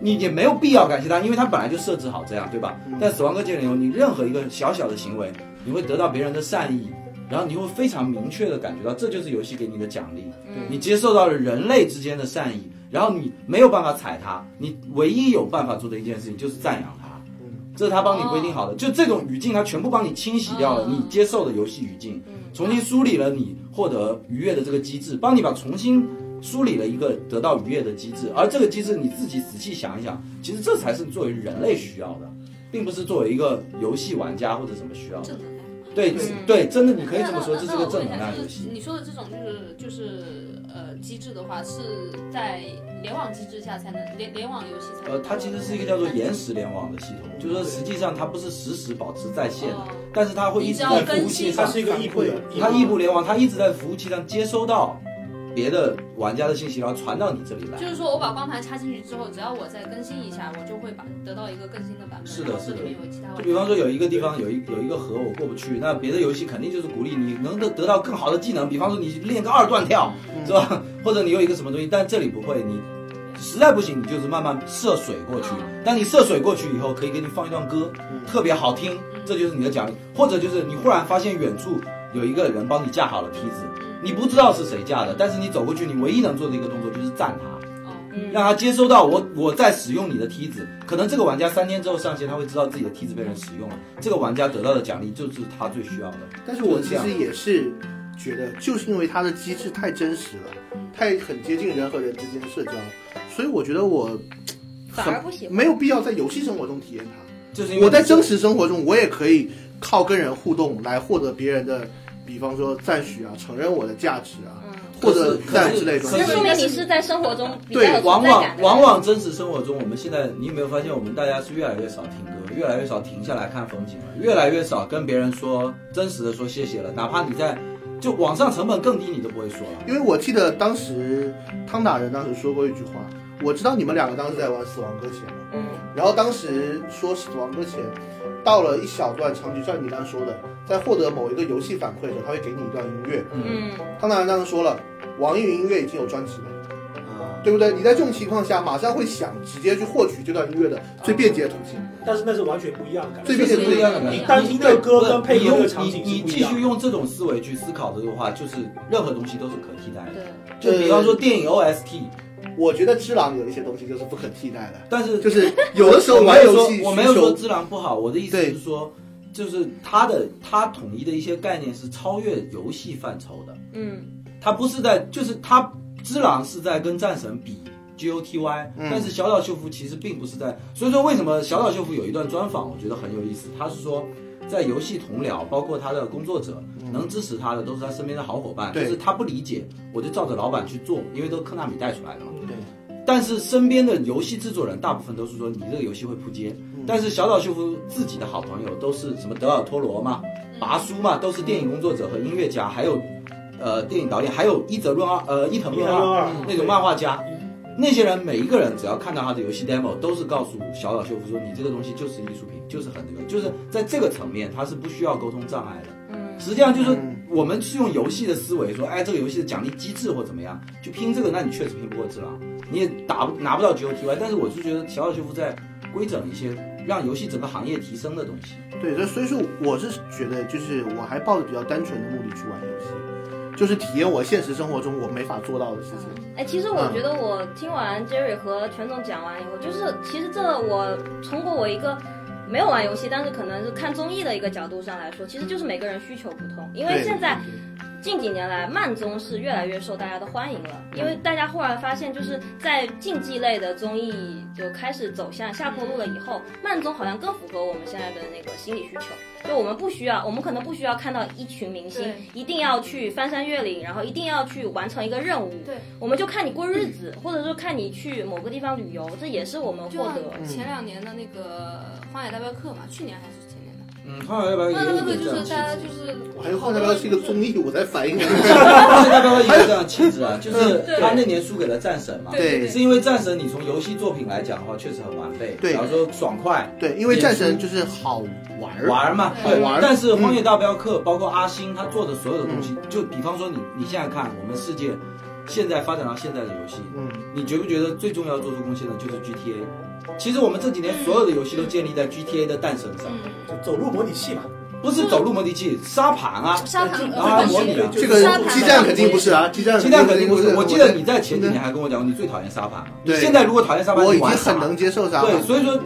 你也没有必要感谢他，因为他本来就设置好这样，对吧？但死亡搁浅里头，你任何一个小小的行为，你会得到别人的善意，然后你会非常明确的感觉到，这就是游戏给你的奖励。你接受到了人类之间的善意，然后你没有办法踩它，你唯一有办法做的一件事情就是赞扬它。这是他帮你规定好的，就这种语境，他全部帮你清洗掉了你接受的游戏语境，重新梳理了你获得愉悦的这个机制，帮你把重新梳理了一个得到愉悦的机制，而这个机制你自己仔细想一想，其实这才是作为人类需要的，并不是作为一个游戏玩家或者什么需要的。对对，真的 (laughs) 你可以这么说，这是个正能量游戏。你说的这种就是就是呃机制的话，是在联网机制下才能联联网游戏才能呃，它其实是一个叫做延时联网的系统，就是说实际上它不是实时保持在线的，但是它会一直在服务器它上，是一个异步的，它异步联网，它一直在服务器上接收到别的玩家的信息，然后传到你这里来就。是说我把光盘插进去之后，只要我再更新一下，我就会把得到一个更新的版本。是的然后是的这里面有其他玩就家比方说有一个地方有一有一个河我过不去，那别的游戏肯定就是鼓励你能得得到更 (laughs) 好的技能，比方说你练个二段跳，是吧？或者你有一个什么东西，但这里不会，你实在不行，你就是慢慢涉水过去。当你涉水过去以后，可以给你放一段歌，特别好听，这就是你的奖励。或者就是你忽然发现远处有一个人帮你架好了梯子，你不知道是谁架的，但是你走过去，你唯一能做的一个动作就是站他。让他接收到我我在使用你的梯子，可能这个玩家三天之后上线，他会知道自己的梯子被人使用了。这个玩家得到的奖励就是他最需要的。但是我就是其这样实也是觉得，就是因为它的机制太真实了，太很接近人和人之间的社交，所以我觉得我反而不喜欢。没有必要在游戏生活中体验它。就是因为我在争。真实生活中，我也可以靠跟人互动来获得别人的，比方说赞许啊，承认我的价值啊，或者可是赞之类的东可那是西。嗯说明你是在生活中比较对有存往在感往的。往往真实生活中，我们现在你有没有发现，我们大家是越来越少听歌，越来越少停下来看风景了，越来越少跟别人说真实的说谢谢了。哪怕你在就网上成本更低，你都不会说了。因为我记得当时汤达人当时说过一句话，我知道你们两个当时在玩《死亡搁浅》嘛，嗯然后当时说《死亡搁浅》到了一小段场景，像你刚刚说的，在获得某一个游戏反馈的时候，他会给你一段音乐。嗯，汤达人当时说了，网易云音乐已经有专辑了，啊，对不对？你在这种情况下，马上会想直接去获取这段音乐的最便捷的途径。但是那是完全不一样的感最觉。便捷的途这是一样的径感你觉单听这个歌跟配你合这用个场你景你是不一继样续的。用这种思维去思考的话，就是任何东西都是可替代的。对，就比方说电影 OST，我觉得《只狼》有一些东西就是不可替代的，但是就是有的时候我玩没有游说戏需求，我没有说质量不好，我的意思对是说，就是它的它统一的一些概念是超越游戏范畴的。嗯他不是在，就是他之狼是在跟战神比 G O T Y，、嗯但是小岛秀夫其实并不是在，所以说为什么小岛秀夫有一段专访，我觉得很有意思，他是说。在游戏同僚，包括他的工作者，能支持他的都是他身边的好伙伴。就嗯对是他不理解，我就照着老板去做，因为都科纳米带出来的嘛。对。但是身边的游戏制作人大部分都是说你这个游戏会扑街，但是小岛秀夫自己的好朋友都是什么德尔托罗嘛、拔叔嘛，都是电影工作者和音乐家，还有呃电影导演，还有伊泽润二呃伊藤一润三六二嗯二那种漫画家。那些人每一个人只要看到他的游戏 demo，都是告诉小岛秀夫说：“你这个东西就是艺术品，就是很那个，就是在这个层面，他是不需要沟通障碍的。”嗯实际上就是嗯我们是用游戏的思维说，哎，这个游戏的奖励机制或怎么样，就拼这个，那你确实拼不过智狼，你也打不拿不到 GOTY。但是我就觉得小岛秀夫在规整一些让游戏整个行业提升的东西。对，这所以说我是觉得，就是我还抱着比较单纯的目的去玩游戏，就是体验我现实生活中我没法做到的事情。哎，其实我觉得我听完 Jerry 和全总讲完以后，就是其实这我通过我一个没有玩游戏，但是可能是看综艺的一个角度上来说，其实就是每个人需求不同，因为对现在。近几年来，慢综是越来越受大家的欢迎了，嗯因为大家忽然发现，就是在竞技类的综艺就开始走向下坡路了以后，慢综好像更符合我们现在的那个心理需求。就我们不需要，我们可能不需要看到一群明星对一定要去翻山越岭，然后一定要去完成一个任务。对，我们就看你过日子，或者说看你去某个地方旅游，这也是我们就获像得。前两年的那个《荒野大镖客》嘛，去年还是前年的，嗯，他好像白《荒野大镖也有客》点就这样是气大家质，就是还有《荒野大镖客》是一个综艺，我在反 (laughs) 应。他代表也有这样的气质啊，就是他那年输给了战神嘛。对是因为战神，你从游戏作品来讲的话，确实很完备。对比方说爽快，对，因为战神就是好玩儿，玩儿嘛，对哦玩儿但是《荒野大镖客》包括阿星他做的所有的东西，就比方说你你现在看我们世界现在发展到现在的游戏，嗯，你觉不觉得最重要做出贡献的就是 GTA？其实我们这几年所有的游戏都建立在 GTA 的诞生上，嗯就走路模拟器嘛，呃不是走路模拟器、沙盘啊，沙盘呃然后模拟啊。这个激战肯定不是啊，激战现在肯定不不是，我记得你在前几真年的还跟我讲过，你最讨厌沙盘了。对你现在如果讨厌沙盘，我你已经玩啥很能接受啥了。对，所以说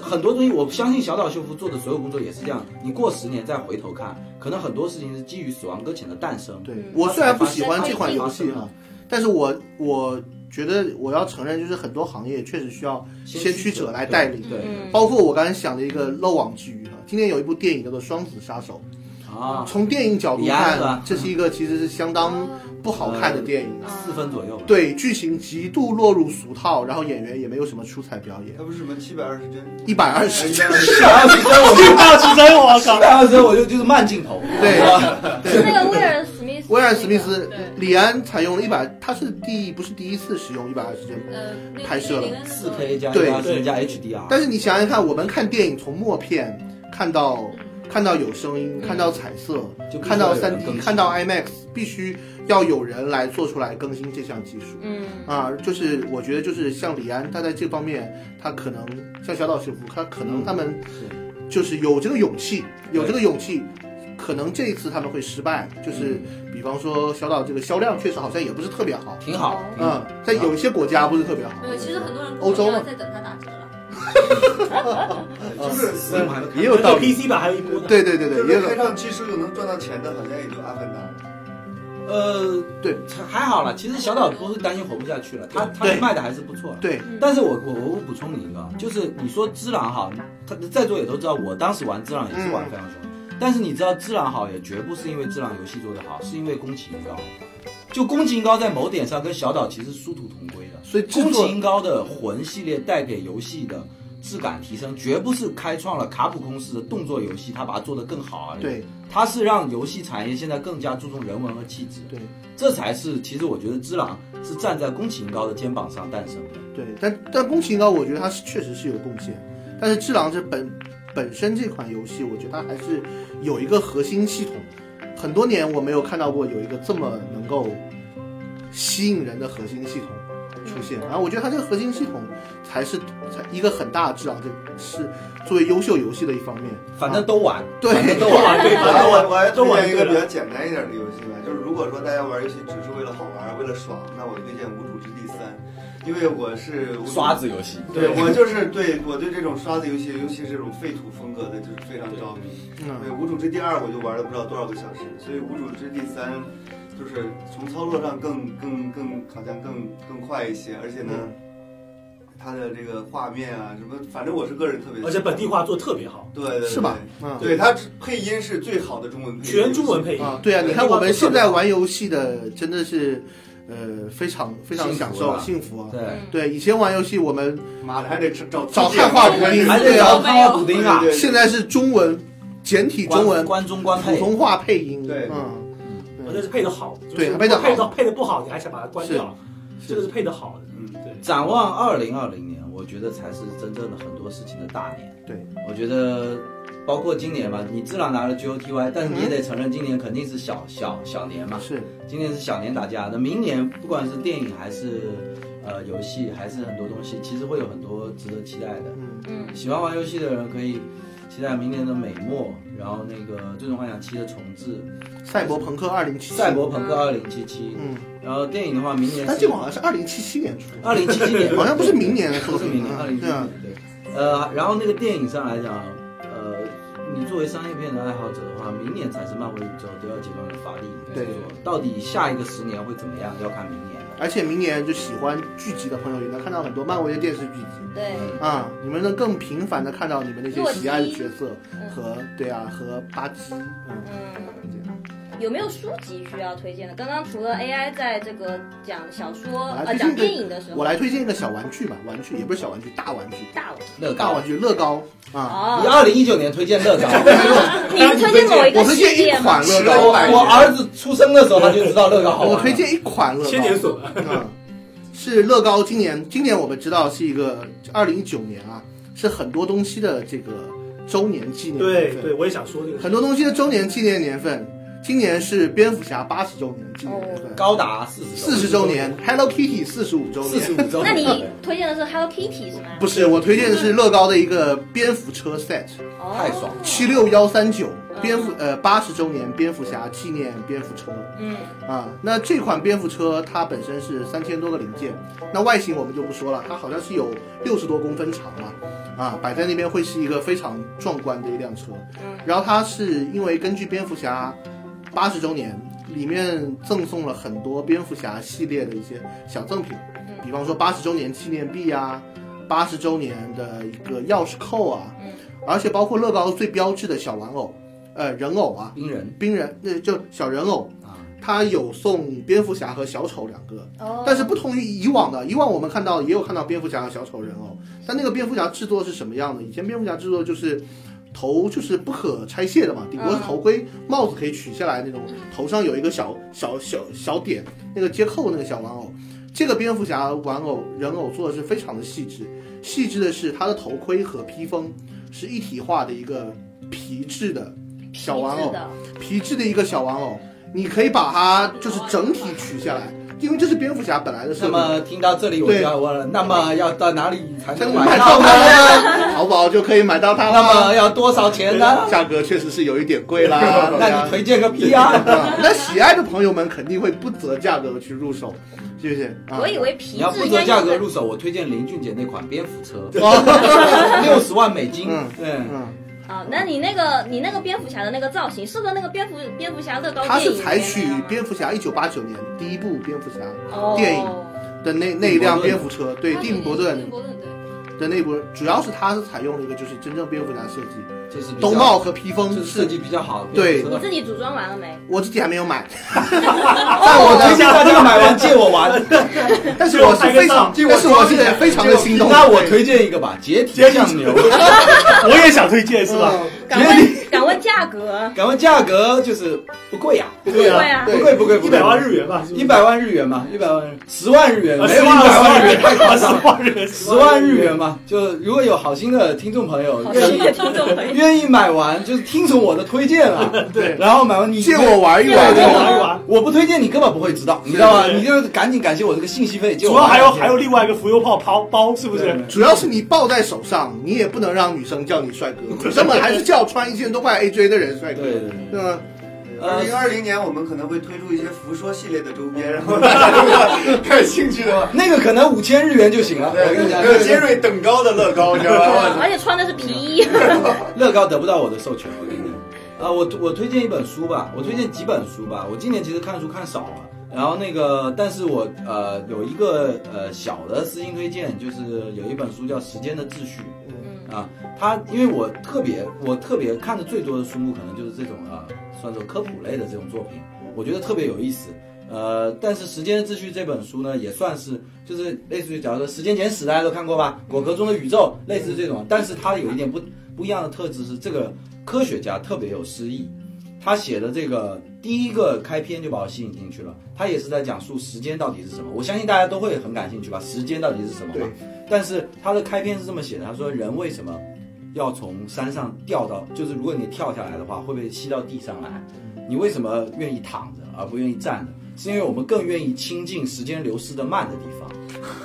很多东西，我相信小岛秀夫做的所有工作也是这样。你过十年再回头看，可能很多事情是基于《死亡搁浅》的诞生。对我虽然不喜欢这款游戏哈，但是我我嗯觉得我要承认，就是很多行业确实需要先驱者来带领。对嗯，包括我刚才想的一个漏网之鱼哈，今年有一部电影叫做《双子杀手》，啊，从电影角度李安看是吧，嗯这是一个其实是相当不好看的电影。四分左右。对，剧情极度落入俗套，然后演员也没有什么出彩表演。它不是什么七百二十帧，一百二十，一 (laughs) 百二十帧，我就大指针，我一哎百二十帧，我就就是慢镜头。对是那个威尔史密斯，威尔史密斯对、李安采用了一百，他是第不是第一次使用一百二十帧，呃，那个拍摄了1080的时四候 K 加一对百二十加 HDR。嗯但是你想想看，我们看电影从默片看到看到有声音，看到彩色，嗯就必须看到要有人三 D，更看到新 IMAX，必须要有人来做出来更新这项技术。嗯啊，就是我觉得就是像李安，他在这方面，他可能像小岛秀夫，他可能他们就是有这个勇气，有这个勇气，可能这一次他们会失败。就是比方说小岛这个销量确实好像也不是特别好，挺好，挺好嗯，在有一些国家不是特别好，没有，其实很多人不哦欧洲一嘛样在等它打折了。就是所以我们还没看也有道理。 PC 版还有一波呢。嗯对对对就对，也是有开道上技术又能赚到钱的，好像也就阿凡达了。呃，对，还好了。其实小岛不是担心活不下去了，他他对卖的还是不错的。对，但是我我我补充你一个啊，就是你说《只狼》好，他在座也都知道，我当时玩《只狼》也是玩非常凶。嗯但是你知道，《只狼》好也绝不是因为《只狼》游戏做得好，是因为宫崎英高。就宫崎英高在某点上跟小岛其实殊途同归的，所以制宫崎作英高的魂系列带给游戏的质感提升，绝不是开创了卡普空式的动作游戏，他把它做得更好而已。对，它是让游戏产业现在更加注重人文和气质。对，这才是其实我觉得《只狼》是站在宫崎英高的肩膀上诞生的。对，但但宫崎英高，我觉得他是确实是有贡献，但是《智狼》这本本身这款游戏，我觉得它还是有一个核心系统，很多年我没有看到过有一个这么能够吸引人的核心系统出现。然后我觉得它这个核心系统才是才一个很大的《智狼》这是作为优秀游戏的一方面。反正都玩，对反 (laughs) 正都玩，我我我还推玩荐一个对了比较简单一点的游戏吧，就是如果说大家玩游戏只是为了好玩、为了爽，那我推荐《无主之地三》，因为我是无主刷子游戏。对我就是对我对这种刷子游戏，尤其是这种废土风格的，就是非常着迷。对嗯， 《无主之地二》我就玩了不知道多少个小时，所以《无主之地三》就是从操作上更更更好像更更快一些，而且呢，嗯它的这个画面啊什么，反正我是个人特别喜欢，而且本地化做得特别好，对对对是吧？嗯，对，它配音是最好的中文配音，全中文配音。啊，对啊，对你看这个我们不错现在玩游戏的真的是，呃，非常非常幸福享受啊幸福啊。对，对，以前玩游戏我们妈的还得找找汉化补丁，还对得啊找汉化补丁啊，对现在是中文简体关中文关中关普配。通话配音，对嗯，我这是配的好，就是对如果配得好配得配的不好，你还想把它关掉，是这个是配的好的。嗯，对，展望二零二零年，我觉得才是真正的很多事情的大年。对，我觉得包括今年吧，你自然拿了 GOTY，但是你也得承认，今年肯定是小小小年嘛。是今年是小年打架，那明年不管是电影还是呃游戏，还是很多东西，其实会有很多值得期待的。嗯，嗯喜欢玩游戏的人可以期待明年的美墨，然后那个《最终幻想七》的重置，赛博朋克二零七《七，赛博朋克二零七七》。嗯，然后电影的话，明年但这个好像是二零七七年出的，二零七七年，好像不是明年不是明年，二零嗯七七对啊年。对，呃，然后那个电影上来讲，呃，你作为商业片的爱好者的话，明年才是漫威宇宙第二阶段的发力对制作。到底下一个十年会怎么样，要看明年了。而且明年就喜欢剧集的朋友也能看到很多漫威的电视剧集对，啊，你们能更频繁的看到你们那些洛基喜爱的角色嗯和对啊和巴基，嗯，嗯，有没有书籍需要推荐的？刚刚除了 AI 在这个讲小说我来呃推讲荐电一影个的时，啊我候，来推荐一个小玩具吧，玩具也不是小玩具，大玩具，大王乐大高玩，具乐高啊，你哦，二零一九年 (laughs) 推荐乐高，你是推荐某一我个推系荐列一吗？款乐我高，我儿子出生的时候他就知道乐高好玩。我推，荐一款乐高，千年隼啊，嗯，是乐高今年，今年我们知道是一个二零一九年啊，是很多东西的这个周年纪念年对份，对，我也想说这个。很多东西的周年纪念年份，今年是蝙蝠侠八十周年纪念年份，高达四十四十周年，Hello Kitty 四十五周四年十。五周那年， (laughs) 你推荐的是 Hello Kitty 是吗？ (laughs) 不是，我推荐的是乐高的一个蝙蝠车 set，哦太爽了七六幺三九蝙蝠呃八十周年蝙蝠侠纪念蝙蝠车，嗯啊，那这款蝙蝠车它本身是三千多个零件，那外形我们就不说了，它好像是有六十多公分长嘛，啊，摆在那边会是一个非常壮观的一辆车。嗯然后它是因为根据蝙蝠侠八十周年，里面赠送了很多蝙蝠侠系列的一些小赠品，比方说八十周年纪念币啊，八十周年的一个钥匙扣啊，嗯而且包括乐高最标志的小玩偶，呃，人偶啊，冰人冰人那就小人偶。啊，它有送蝙蝠侠和小丑两个，哦，但是不同于以往的，以往我们看到也有看到蝙蝠侠和小丑人偶，但那个蝙蝠侠制作是什么样的？以前蝙蝠侠制作就是头就是不可拆卸的嘛，顶多是头盔、帽子可以取下来那种，头上有一个小小小小点，那个接扣那个小玩偶。这个蝙蝠侠玩偶人偶做的是非常的细致，细致的是它的头盔和披风是一体化的一个皮质的小玩皮质偶，的，皮质的一个小玩偶，你可以把它就是整体取下来，因为这是蝙蝠侠本来的设那定。么听到这里我就要问了，那么要到哪里才才能能买买到到 (laughs) 呢？它，淘宝就可以买到它那么了。要多少钱呢？价格确实是有一点 (laughs) 贵啦，对那啊你推 (laughs) 荐个屁啊！啊那喜爱的朋友们肯定会不择价格去入手，是不是？(laughs) 啊我以为皮你要质不应择该价用格的入手，我推荐林俊杰那款蝙蝠 (laughs) 车，哦，六十万美金嗯。对，嗯，啊，那你那个你那个蝙蝠侠的那个造型是和那个蝙蝠蝙蝠侠乐高它电影是里采面取那样吗蝙蝠侠一九八九年第一部蝙蝠侠哦电影的那那一辆蝙蝠车，对，蒂蒂姆·伯蒂姆顿伯顿对，的那部，主要是它是采用了一个就是真正蝙蝠侠设计，这是比较兜帽和披这风是设计比较好的对蝙蝠你车。自己组装完了没？我自己还没有买，但我推荐 (laughs) 大家买完借我玩。 (laughs) 但是我是非常，这我但是我是非常的心动。那我推荐一个吧，解体酱牛。 (laughs) 我也想推荐是吧？嗯敢问敢问价 (laughs) 格？敢问价格就是不贵呀，不对啊，贵不贵不一贵百，万日元吧，一百万日元嘛，一百万日十万日元，啊没十有一万百万日元太夸 (laughs) 张了。十万日元，十万日元嘛，就如果有好心的听众朋友好愿心意的听众朋友，愿意买完，就是听从我的推荐 (laughs) 了，对然后买完你借我，玩一玩，对对玩一玩。我不推荐你根本不会知道，你知道吗？对对你就赶紧感谢我这个信息费，借主我要玩还有还有另外一个浮游炮包包，是不对是？主要是你抱在手上，你也不能让女生叫你帅哥，女生们还是叫穿一千多块 AJ 的人帅哥，对对对。对吗？呃二零二零年我们可能会推出一些福说系列的周边，然后 (laughs) 大家如果感兴趣的话，那个可能五千日元就行了，对，我跟你讲，还有杰瑞等高的乐高，你哦知道吧？而且穿的是皮 (laughs) 衣。乐高得不到我的授权，我跟你讲。啊，我我推荐一本书吧，我推荐几本书吧。我今年其实看书看少了，然后那个，但是我呃有一个呃小的私信推荐，就是有一本书叫《时间的秩序》。啊，它因为我特别我特别看的最多的书目，可能就是这种啊，算作科普类的这种作品，我觉得特别有意思。呃，但是《时间的秩序》这本书呢，也算是就是类似于，假如说《时间简史》，大家都看过吧，《果壳中的宇宙》，类似这种。但是它有一点不不一样的特质是，这个科学家特别有诗意。他写的这个第一个开篇就把我吸引进去了，他也是在讲述时间到底是什么。我相信大家都会很感兴趣吧，时间到底是什么嘛？但是他的开篇是这么写的，他说人为什么要从山上掉到，就是如果你跳下来的话，会被吸到地上来？你为什么愿意躺着而不愿意站着？是因为我们更愿意亲近时间流逝的慢的地方。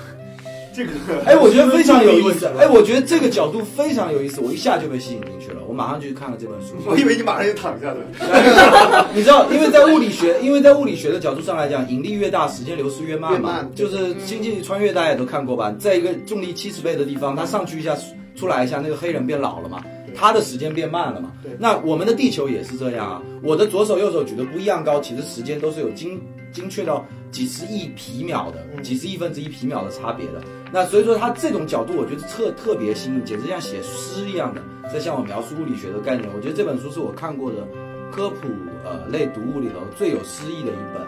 这个哎，我觉得非常 (laughs) 有意思。哎，我觉得这个角度非常有意思，我一下就被吸引进去了。我马上就去看了这本书。我以为你马上就躺下了。 (laughs) 你知道，因为在物理学，因为在物理学的角度上来讲，引力越大，时间流逝越慢越嘛。慢嗯就是《星际穿越》，大家也都看过吧？在一个重力七十倍的地方，它上去一下，出来一下，那个黑人变老了嘛，他的时间变慢了嘛对。那我们的地球也是这样啊，我的左手右手举得不一样高，其实时间都是有精精确到几十亿皮秒的，嗯几十亿分之一皮秒的差别的。那所以说，他这种角度，我觉得特特别新颖，简直像写诗一样的在向我描述物理学的概念。我觉得这本书是我看过的科普呃类读物里头最有诗意的一本。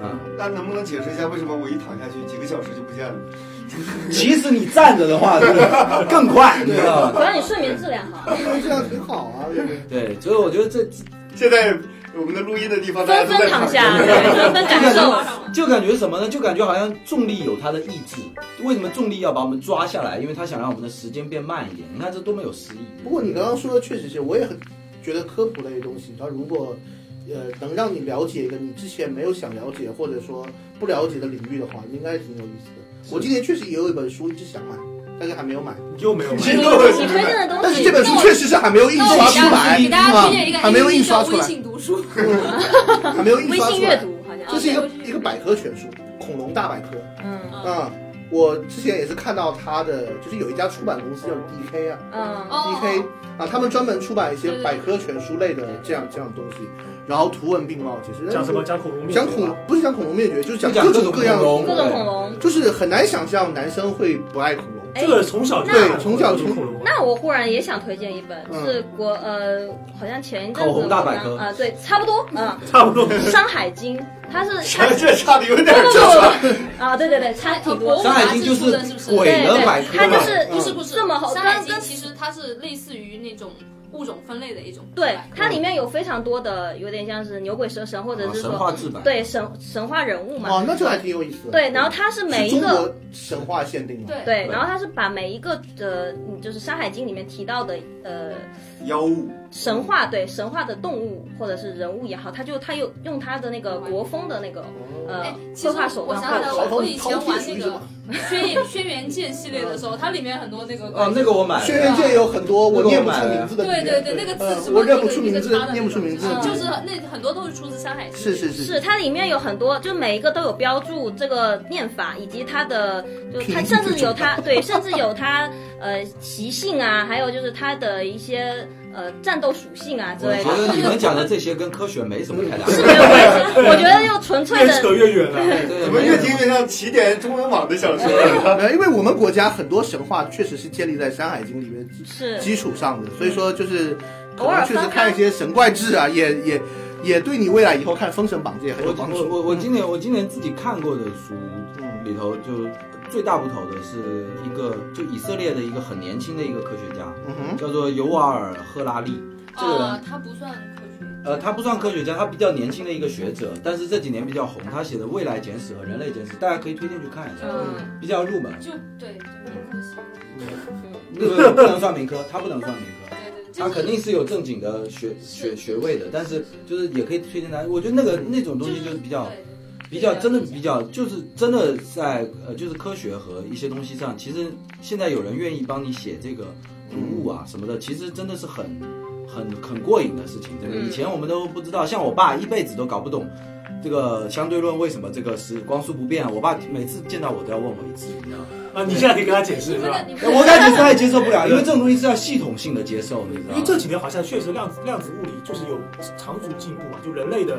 啊、那能不能解释一下为什么我一躺下去几个小时就不见了？其实你站着的话，对吧更快，你知 (laughs) 道我吧？让你睡眠质量好，这样挺好啊，对不对？对，所以我觉得这现在我们的录音的地方，大家纷都纷在躺下下，。对，纷纷感受。就感觉什么呢？就感觉好像重力有它的意志。为什么重力要把我们抓下来？因为它想让我们的时间变慢一点。你看这多么有诗意！不过你刚刚说的确实是，我也很觉得科普类的东西，它如果呃能让你了解一个你之前没有想了解或者说不了解的领域的话，应该挺有意思的。我今年确实也有一本书一直想买，但是还没有买。又 (laughs) 没有你买这你个你推荐的东但是西这本书确实是还没有印那我刷出来，给大家推荐一个啊还没有 A P 印 P 刷叫出微来，信读书， (laughs) 还没有印微刷信出阅来。读好像啊这是一个一个百科全书，恐龙大百科。嗯啊、我之前也是看到他的，就是有一家出版公司叫 DK 啊、嗯，哦 d k 啊，他们专门出版一些百科全书类的这样这样的东西，然后图文并茂，其实讲什么？讲恐龙面讲恐不是讲恐龙灭绝，就是讲就讲各种种各样的恐龙各种恐龙。就是很难想象男生会不爱恐龙。哎这个从小就对从小就恐龙。那我忽然也想推荐一本，嗯是国呃，好像前一阵子口红大我刚百科啊，对，差不多，嗯，差不多， 《山海经》，它是它是这差的有点不儿不不不啊， (laughs) 对对对，差挺多哦《山海经》就我拿是出的是不是鬼对的对百科它嘛，就是不是这么好，山海跟经跟其实它是类似于那种物种分类的一种。对，它里面有非常多的，有点像是牛鬼蛇神，或者啊是神说话制版，对神神话人物嘛。哦，那这还挺有意思的。对，然后它是是每一中个国神话限定的，对对，然后它是把每一个呃，嗯就是《山海经》里面提到的呃妖物，神话，对神话的动物或者是人物也好，它就它有用它的那个国风的那个呃哎，其绘实画手我段想画起的来，陶我陶我以前玩那陶个《轩轩辕剑》系列的 (laughs) 时候，它里面很多那个哦，那个我买了，轩辕剑有很多我念不出名字嗯的对语对言，对，那个字呃只我认一不个出一名个字叉的，那念不种出名字嗯的语就言，是那很多都是出自《山海经》。是是是，是它里面有很多，就每一个都有标注这个念法，以及它的，就是它品甚至有它对，甚至有它呃习性啊，还有就是它的一些呃战斗属性啊之我类的觉。得你们讲的这些跟科学没什么太大是 (laughs) 没关系。 (laughs) 有关 (laughs) 系，我觉得就纯粹越扯的越远了。对，怎么没有越听越像起点中文网的小说？呃， (laughs) 因为我们国家很多神话确实是建立在《山海经》里面基是基础上的，所以说就是可偶尔能确实翻看看一些神怪志啊，也也也对你未来以后看《封神榜》这也很有我帮我助。我我今年我今年自己看过的书嗯里头，就最大部头的是一个就以色列的一个很年轻的一个科学家，嗯哼，叫做尤瓦尔·赫拉利。这个人啊，它不算科学。呃，他不算科学家，他比较年轻的一个学者，但是这几年比较红。他写的《未来简史》和《人类简史》，大家可以推荐去看一下，嗯，比较入门。就对，就民科系。那个不能算民科，他不能算民科，对对对，就他是嗯肯定是有正经的学学学位的，但是就是也可以推荐他。我觉得那个那种东西就是比较对比较真的比较，就是真的在呃就是科学和一些东西上，其实现在有人愿意帮你写这个读物嗯啊什么的，其实真的是很很很过瘾的事情。嗯这个以前我们都不知道，像我爸一辈子都搞不懂。这个相对论为什么这个是光速不变？我爸每次见到我都要问我一次，你知道吗？啊，你现在可以跟他解释你是们吧的？你们我感觉实在接受不了，因为这种东西是要系统性的接受，你知道吗因为？这几年好像确实量子量子物理就是有长足进步嘛，就人类的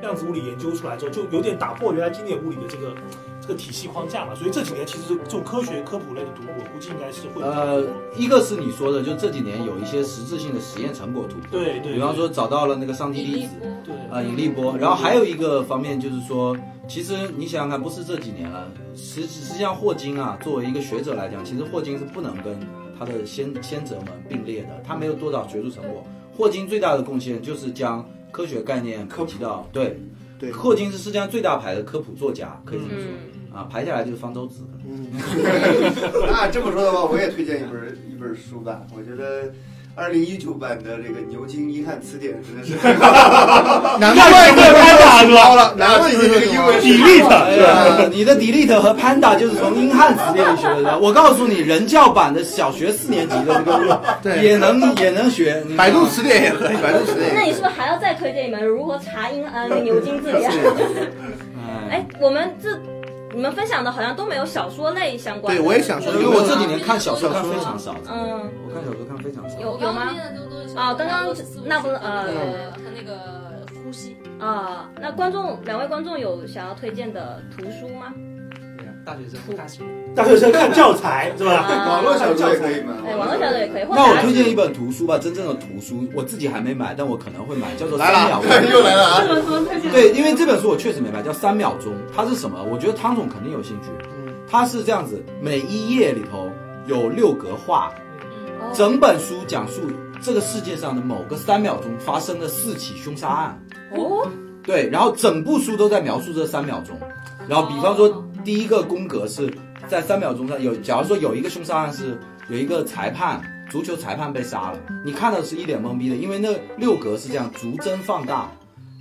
量子物理研究出来之后，就有点打破原来经典物理的这个这个体系框架嘛，所以这几年其实这种科学科普类的读物，我估计应该是会呃，一个是你说的，就这几年有一些实质性的实验成果突破，对对，比方说找到了那个上帝引粒力子，波，对啊，引力波。然后还有一个方面就是说，其实你想想看，不是这几年了，实实际上霍金啊，作为一个学者来讲，其实霍金是不能跟他的先先哲们并列的，他没有多少学术成果。霍金最大的贡献就是将科学概念普及到嗯对，对，霍金是世界上最大牌的科普作家，可以这么说、嗯，啊，排下来就是方舟子。嗯， (laughs) (laughs) 那这么说的话，我也推荐一本一本书吧，我觉得。二零一九版的这个牛津英汉词典真的是， (laughs) 难那怪你 (laughs) 会开大哥高了，难拿怪自你己这个这个英英文文。是哎呀，你的 delete 和 panda 就是从英汉词典里学的。我告诉你，人教版的小学四年级的这个对也能也能学。你知道吗百度词典也可以，百度词典那也你可是不以。是还要再推荐一门如何查英呃那个牛津字典？(laughs) 哎，哎，我们这你们分享的好像都没有小说类相关对，的。我也想说，因为我这几年看小说看非常少，嗯，我看小说看非常少。有有刚刚吗？念的都都是哦刚刚那不是呃呃和那个呼吸，啊、那观众两位观众有想要推荐的图书吗？大学生不看书，大学生看教材是吧？啊网络小说也可以吗？哎，网络小说也可以，或者那我推荐一本图书吧，真正的图书，我自己还没买，但我可能会买，叫做《来三秒了 (laughs) 钟》。，又来了啊！对，因为这本书我确实没买，叫《三秒钟》，它是什么？我觉得汤总肯定有兴趣。它是这样子，每一页里头有六格画，哦整本书讲述这个世界上的某个三秒钟发生的四起凶杀案。哦，对，然后整部书都在描述这三秒钟。然后，比方说第一个宫格是在三秒钟上有，假如说有一个凶杀案是有一个裁判，足球裁判被杀了，你看到是一脸懵逼的，因为那六格是这样逐帧放大，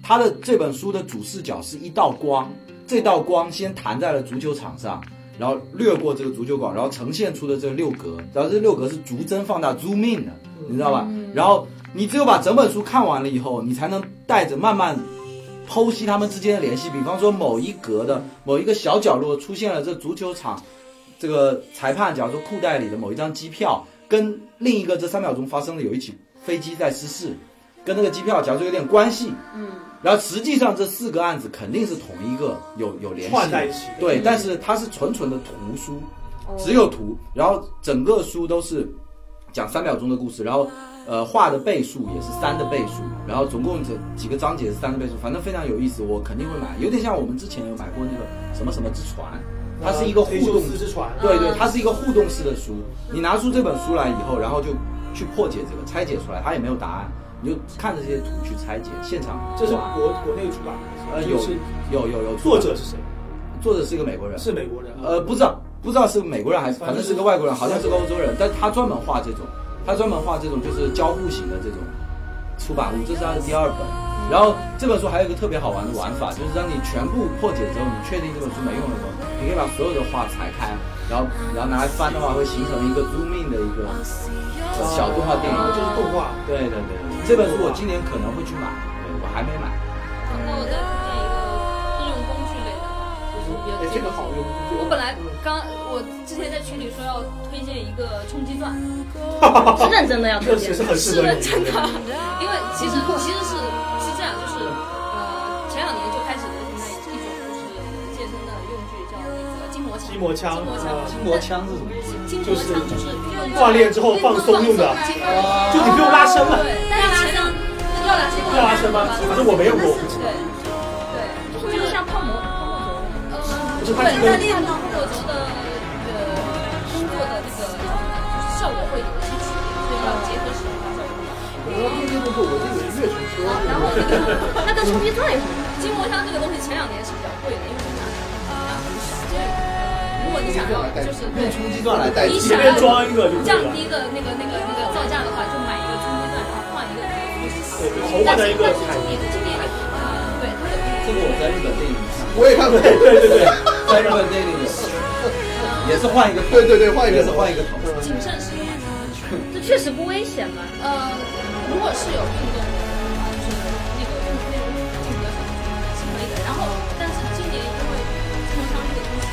他的这本书的主视角是一道光，这道光先弹在了足球场上。然后掠过这个足球馆，然后呈现出的这六格，然后这六格是逐帧放大 zoom in 的，你知道吧？然后你只有把整本书看完了以后，你才能带着慢慢剖析他们之间的联系。比方说某一格的某一个小角落出现了这足球场，这个裁判假如说裤袋里的某一张机票，跟另一个这三秒钟发生的有一起飞机在失事，跟那个机票假如说有点关系，嗯，然后实际上这四个案子肯定是同一个有有联系的串在一起的对，但是它是纯纯的图书，哦只有图，然后整个书都是讲三秒钟的故事，然后呃画的倍数也是三的倍数，然后总共这几个章节是三的倍数，反正非常有意思，我肯定会买，有点像我们之前有买过那个什么什么之船，它是一个互推修动丝之船，对对，它是一个互动式的书。你拿出这本书来以后，然后就去破解这个，拆解出来，它也没有答案，你就看着这些图去拆解。现场这是哇国国内出版的，呃就有是有有有作者是谁？作者是一个美国人，是美国人啊，呃不知道不知道是美国人还是反正是个外国人，好像是个欧洲人，但他专门画这种，他专门画这种就是交互型的这种出版物，这是他的第二本。然后这本书还有一个特别好玩的玩法，就是让你全部破解之后，你确定这本书没用的时候，你可以把所有的画裁开，然后然后拿来翻的话，会形成一个 zoom in 的一个呃小动画电影。哦就是动画，对对对，对这本书我今年可能会去买，对我还没买。那我再推荐一个日用工具类的吧，就是比较哎，这个好用。这个我本来刚我之前在群里说要推荐一个冲击 (laughs) 钻，是认真的要推荐确实。是很适合的你。真的，因为其实其实是是这样，就是呃前两年就开始流行的一种就是健身的用具叫那个筋膜枪，筋膜枪筋膜枪啊，筋膜枪是什么？筋膜枪就是用锻炼之后放松用的，啊就你不用拉伸了，对，啊但是前两要拉伸不要拉伸吗？反正我没用过，对对，就是像泡沫泡沫轴那种。呃，不对，是它这在个练到我觉得呃工作的那个就是效果会有一些区别，所以要结合使用它效果会好。不不不，我这个是月球车。然后那个。那呃跟冲击钻有什么？筋膜枪这个东西前两年是比较贵的，因为它量很少，所以如果你想要就是对冲击钻来代替你随想便要装一个就可降以了。低的那个那个那个造价的话，就买一个冲击钻，然后换一个那个东西。对，头发但的是一个但是海今年今年呃，对它的这个我在日本电影看，我也看过，对 (laughs) 对对，在日本电影也是换一个头，对对对换一也个头是换一个头。谨慎是用的。这确实不危险嘛。呃，如果是有运动的话，就是那个运动内容进行的是可以的。然后，但是今年因为中枪这个东西，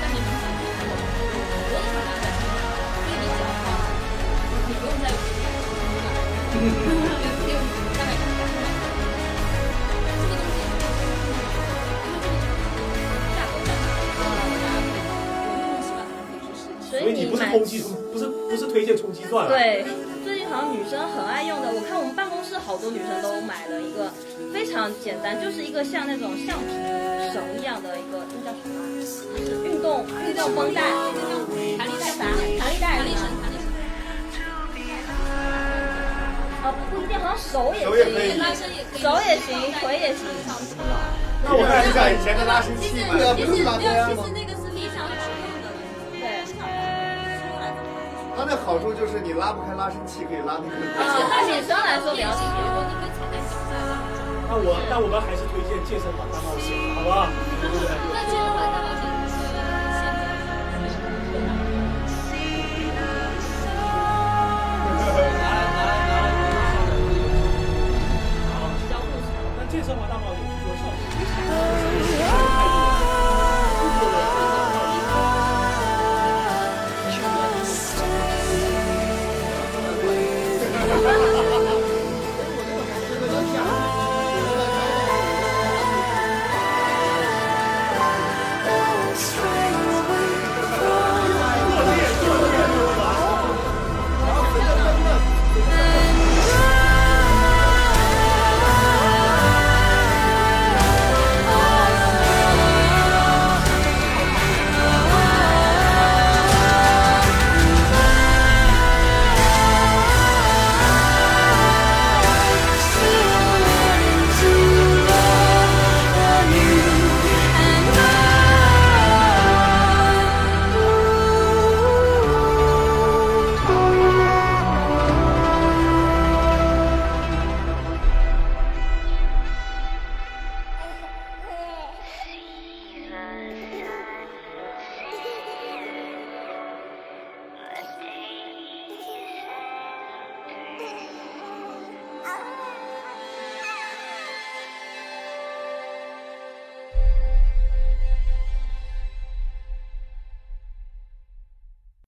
但你不能有很多的传达在身上，所以你只要放，你不用再有那个，六六大概两三万。这个东西，因为这个价格在哪，大家可以有运动习惯的人可以去试一试。所所以你你不是买冲击，不是不是推荐冲击钻啊，对，最近好像女生很爱用的，我看我们办公室好多女生都买了一个，非常简单，就是一个像那种橡皮绳一样的一个，那叫什么啊？就是运动运动绷带，弹力带啥？弹力带，弹力绳，弹力绳。啊，不一定，好像手也手可也可以以，拉伸也可以，手也行，腿也行。那我看一下以前的拉伸器吧。对啊，不是拉高呀吗？那个是理想使用的。对， (laughs) 它的好处就是你拉不开拉伸器，可以拉那啊而个。且它女生啊来说比较轻如果你可以踩在脚下的话，那我那我们还是推荐健身房大冒险，好不好？那这样的话，大冒险是现在 (laughs) 那健身房大冒险是多少？